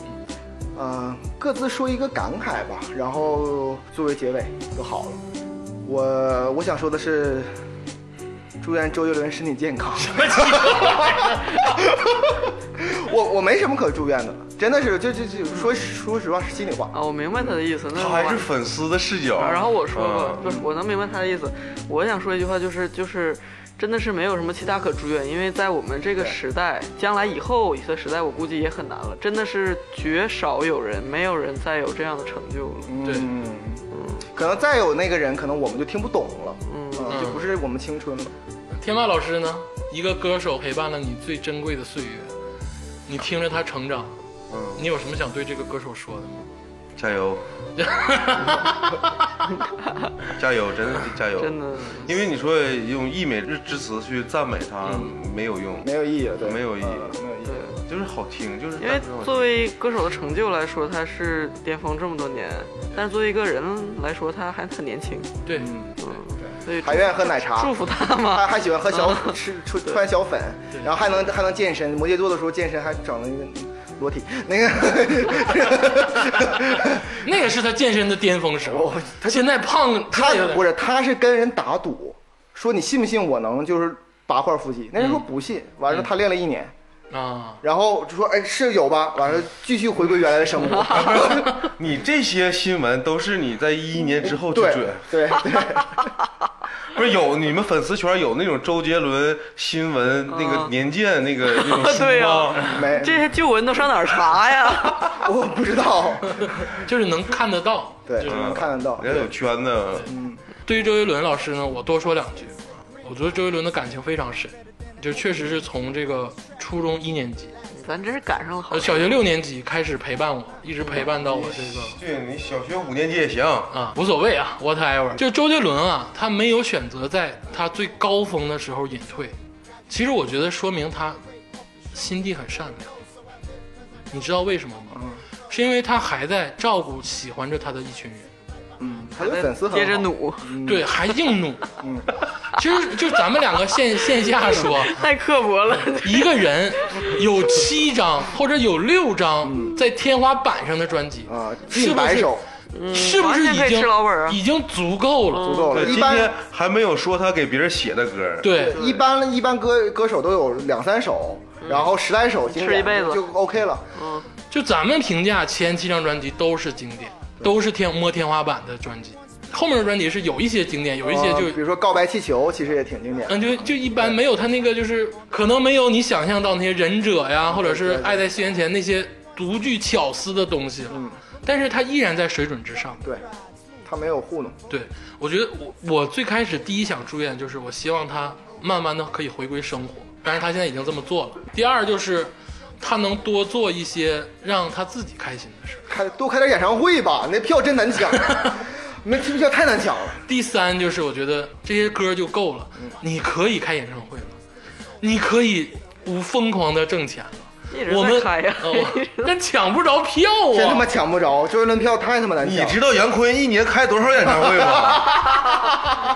呃，各自说一个感慨吧，然后作为结尾就好了。我我想说的是，祝愿周杰伦身体健康。 (laughs) 我我没什么可祝愿的了，真的是，就就就说说实话是心里话。
啊，我明白他的意思。那
他
我
还是粉丝的视角。
啊然后我说吧
嗯，
不是，我能明白他的意思。我想说一句话，就是就是，真的是没有什么其他可祝愿，因为在我们这个时代，将来以后的时代，我估计也很难了。真的是绝少有人，没有人再有这样的成就了。
对
嗯，可能再有那个人，可能我们就听不懂了，嗯，就不是我们青春了。
天霸老师呢，一个歌手陪伴了你最珍贵的岁月，你听着他成长，
嗯，
你有什么想对这个歌手说的吗？
(laughs)
加油，加油，真的是加油，
真的，
因为你说用溢美之之词去赞美他
嗯
没有用，
没有意义了，对，
没有意义
嗯没有意义。
就是好听，就是
因为
单纯好听
作为歌手的成就来说，他是巅峰这么多年，但是作为一个人来说，他还很年轻，
对，
嗯
所以
还愿喝奶茶，
祝福嗯他
还
嘛。
还喜欢喝小吃吃穿小粉，然后还能还能健身。摩羯座的时候健身还整了一个裸体，那
(laughs)
个
那个是他健身的巅峰时候，他现在胖，
哦他
也
不是他是跟人打赌，说你信不信我能就是八块腹肌？那
嗯
人说不信，完了他练了一年。
啊，
然后就说：“哎，是有吧？”完了，继续回归原来的生活。
嗯
(laughs)
你这些新闻都是你在一一年之后去
对
追，
对对，
不是有你们粉丝圈有那种周杰伦新闻那个年鉴那个那种书
(laughs) 对啊
吗？
没，
(laughs) 这些旧闻都上哪儿查呀？
我不知道。
就是能看得到。
对，
嗯
就是
能看得到。
人家有圈子，
对于周杰伦老师呢，我多说两句。我觉得周杰伦的感情非常深，就确实是从这个初中一年级
(laughs) 咱真是赶上了好
呃，。小学六年级开始陪伴我，一直陪伴到我这个
对你小学五年级也行，
啊，无所谓啊，whatever。就周杰伦啊，他没有选择在他最高峰的时候隐退，其实我觉得说明他心地很善良。你知道为什么吗？
嗯
是因为他还在照顾喜欢着他的一群人。
嗯，他对粉丝很好
接着努，
嗯
对，还硬努。 (laughs) 其实就咱们两个线线下说，
太刻薄了。
一个人有七张或者有六张在天花板上的专辑
嗯啊，
是
近
不
百
是
首
是不是已
嗯完全可以
经
吃老本啊嗯
已经足够了？
足够
对，
了。一
今天
般
还没有说他给别人写的歌，，
对，
一般一般歌歌手都有两三首，然后十来首经典
吃一辈子
就 OK 了。
就咱们评价前七张专辑都是经典，都是天摸天花板的专辑。后面的专辑是有一些经典，有一些
哦
呃
就
比如说《告白气球》，其实也挺经典。
嗯，就就一般没有他那个，就是可能没有你想象到那些忍者
嗯
呀，或者是爱在西元前那些独具巧思的东西了。
嗯
但是他依然在水准之上。
对，他没有糊弄。
对我觉得我我最开始第一想祝愿就是我希望他慢慢的可以回归生活，但是他现在已经这么做了。第二就是他能多做一些让他自己开心的事儿。
开多开点演唱会吧，那票真难 (laughs) 抢，那听票太难抢了。
第三就是我觉得这些歌就够了，
嗯
你可以开演唱会了，你可以不疯狂的挣钱了。
一直
我
在
们
开呀，
(laughs)
哦但抢不着票啊！
真他妈抢不着，周杰伦票太他妈难
你
抢。
知道杨坤一年开多少演唱会吗？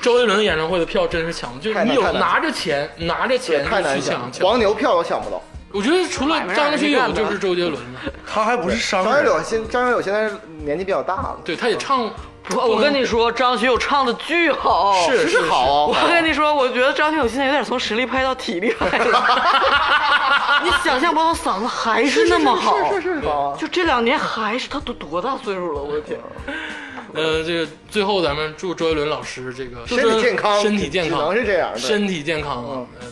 周杰伦的演唱会的票真是抢不，就是
太难
你有
太难
拿着钱，拿着钱
太难
去抢
抢，。黄牛票都抢不到。
我觉得除了张学友
买不着
就是周杰伦了，
他还不是商
张学
人，
友现张学友现在年纪比较大了，
对，他也唱。
(laughs) 我我跟你说，张学友唱的巨好，
是
是好
我
啊。
跟你说，我觉得张学友现在有点从实力派到体力
(laughs)
派了。 (laughs) 你想象不到，嗓子还是那么好，
是是是好啊。
就这两年还是他都多大岁数了？我的天！
呃，这个最后咱们祝周杰伦老师这个
身体健康
身体健
只
康
能是这样对嗯
身体健康啊，呃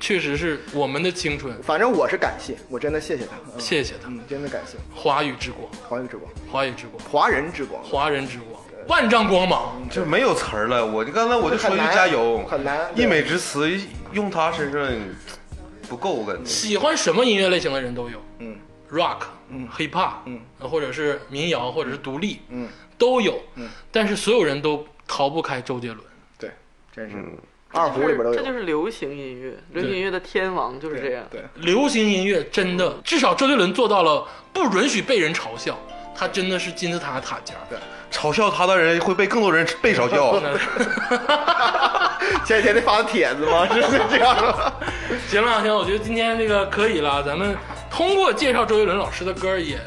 确实是我们的青春，
反正我是感谢，我真的谢谢他，嗯
谢谢他，
嗯，真的感谢
华语之光，
华语之光，
华语之光，
华人之光。
华人之光，万丈光
嗯
芒，
就没有词儿了。我就刚才我就说一句加油，
很难对
溢美之词用他身上不够，我感觉。
喜欢什么音乐类型的人都有，
嗯
，rock，嗯，hip hop，
嗯，
或者是民谣，或者是独立，
嗯，
都有，嗯，但是所有人都逃不开周杰伦，
对，真是嗯二胡里边都
这就
有。
是流行音乐，流行音乐的天王就是这样。
对，
流行音乐真的，至少周杰伦做到了不允许被人嘲笑，他真的是金字塔的塔尖儿。
嘲笑他的人会被更多人被嘲笑。
(laughs)
前几天那发的帖子 (laughs) 吗？是是这样吗？
行了，行，我觉得今天这个可以了，咱们通过介绍周杰伦老师的歌儿也，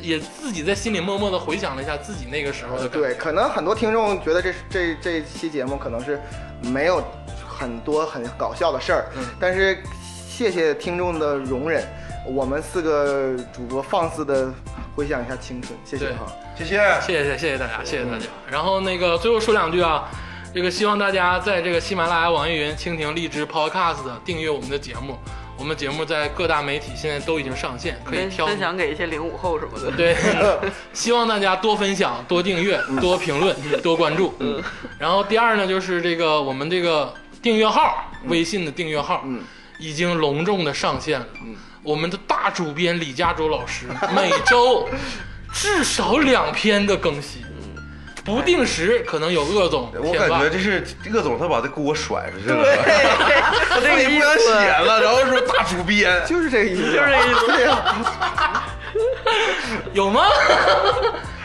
也自己在心里默默的回想了一下自己那个时候的感觉。
呃对，可能很多听众觉得这这这期节目可能是没有很多很搞笑的事儿，但是谢谢听众的容忍，我们四个主播放肆的回想一下青春，谢谢哈。
谢谢。
谢谢谢谢大家，谢谢大家。然后那个最后说两句啊，这个希望大家在这个喜马拉雅、网易云、蜻蜓、荔枝、Podcast 订阅我们的节目。我们节目在各大媒体现在都已经上线，可以
分
挑
分享给一些零五后什么的。
(laughs) 对，希望大家多分享、多订阅、
嗯
多评论、多关注。嗯，然后第二呢，就是这个我们这个订阅号，微信的订阅号，嗯，已经隆重的上线了。嗯，我们的大主编李佳洲老师每周至少两篇的更新，不定时可能有鄂总、
嗯我
铁
感
饭
觉这是鄂总他把这锅甩出去 (laughs) 了，
(laughs) 我这
自
个
己
意
不想
思，
写了，然后说大主编，
就是这个意思，啊就是
这意思
对呀，
有吗？ (laughs)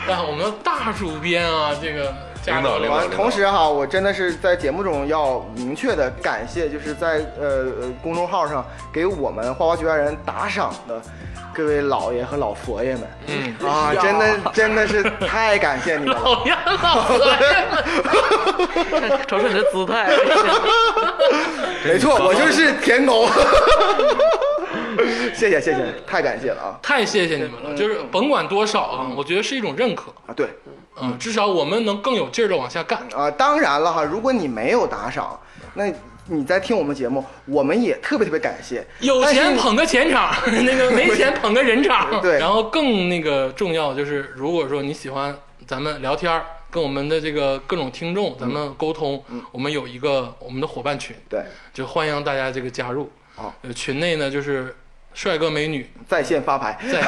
啊，我们大主编啊，这个
领导
了。
领导
完，同时哈，我真的是在节目中要明确的感谢，就是在呃呃公众号上给我们花花局外人打赏的各位老爷和老佛爷们，
嗯
啊，真的真的是太感谢你们了。
(laughs) 老样老了。
瞅瞅你这
(laughs)
姿态，
没错，我就是
(laughs)
舔狗。谢谢谢谢，太感谢了啊！
太谢谢你们
嗯
了，就是甭管多少啊，我觉得是一种认可，
啊对
嗯，至少我们能更有劲儿的往下干。
啊，当然了哈，如果你没有打赏，那你在听我们节目，我们也特别特别感谢。
有
但是
钱捧个钱
(laughs)
场，那个没钱捧个人场。
对
然后更那个重要就是，如果说你喜欢咱们聊天儿，跟我们的这个各种听众咱们沟通，我们有一个我们的伙伴群，
嗯对
就欢迎大家这个加入。
好
呃，群内呢就是帅哥美
(laughs)
女
在线发牌，
在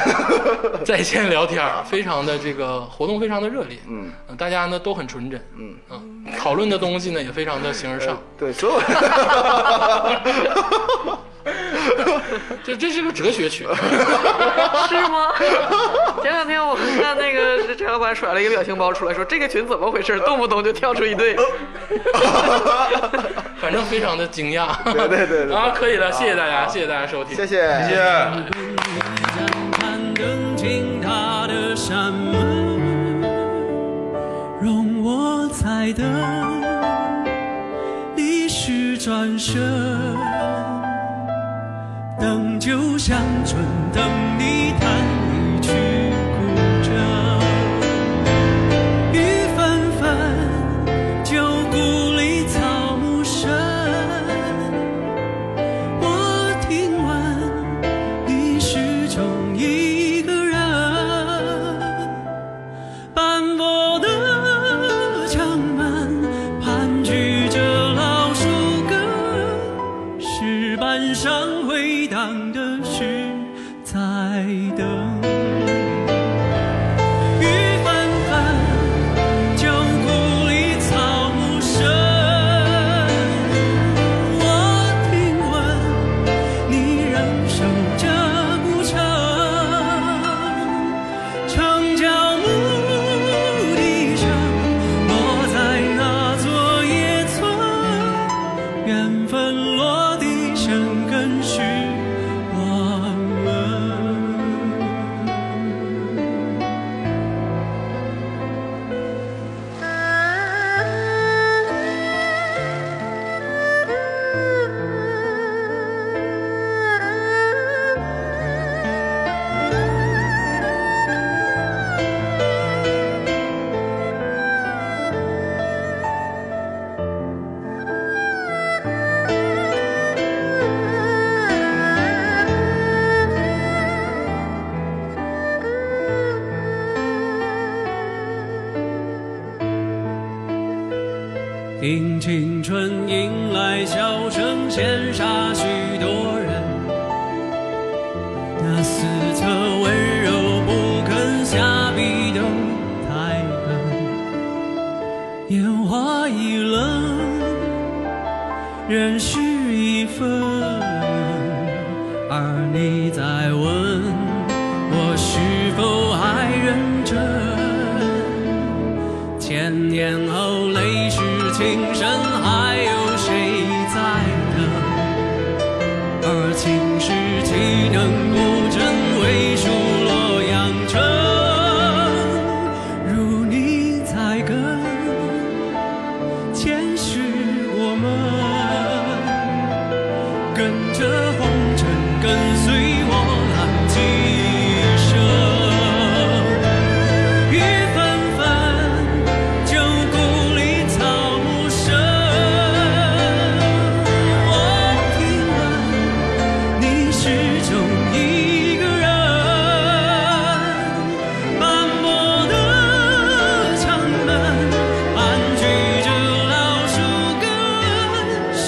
在线聊天儿，非常的这个活动非常的热烈，嗯、大家呢都很纯真，嗯讨论的东西呢也非常的形而
(laughs)
上，
(laughs) 对所有人。
这这是个哲学群，
是吗？前两天我看那个陈老板甩了一个表情包出来，说这个群怎么回事，动不动就跳出一对。
反正非常的惊讶，
对对对对
(laughs) 啊，可以了，谢谢大家，谢谢大家收听，
谢谢谢
谢谢。
攀登进他的山门，容我猜灯，历史转身，等旧乡村，等你弹一曲古筝，雨纷灯，雨纷纷，旧故里草木深。我听闻你仍守着古城，城郊牧笛声落在那座野村。缘分落地生根是我们。听青春迎来笑声，羡煞许多人。那似曾温柔不肯下笔的太狠，烟花易冷，人事已分，而你在问我是否还认真。千年后，泪湿情深，还有谁在等？而情是岂能孤枕为数落阳城？如你在跟，前世我们跟着红尘，跟随我浪迹一生。雨纷纷，旧故里草木深。我听闻你始终一个人，斑驳的墙门盘踞着老树根，石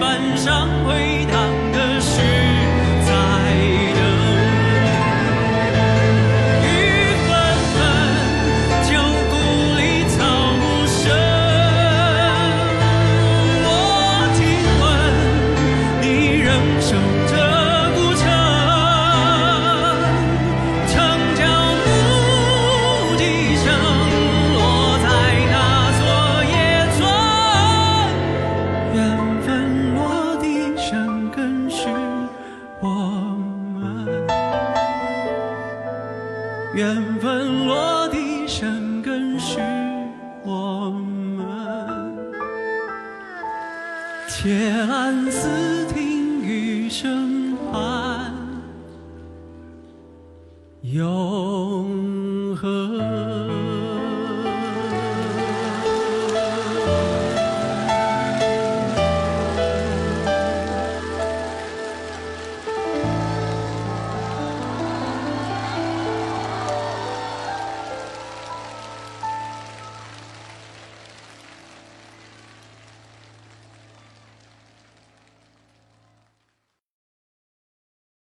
板上回荡的是在等。雨纷纷，旧故里草木深。我听闻你仍守着古城，城郊牧笛声落在那座野村，缘分落地生根是我们。缘分落地生根是我们。且按斯听雨声寒，永。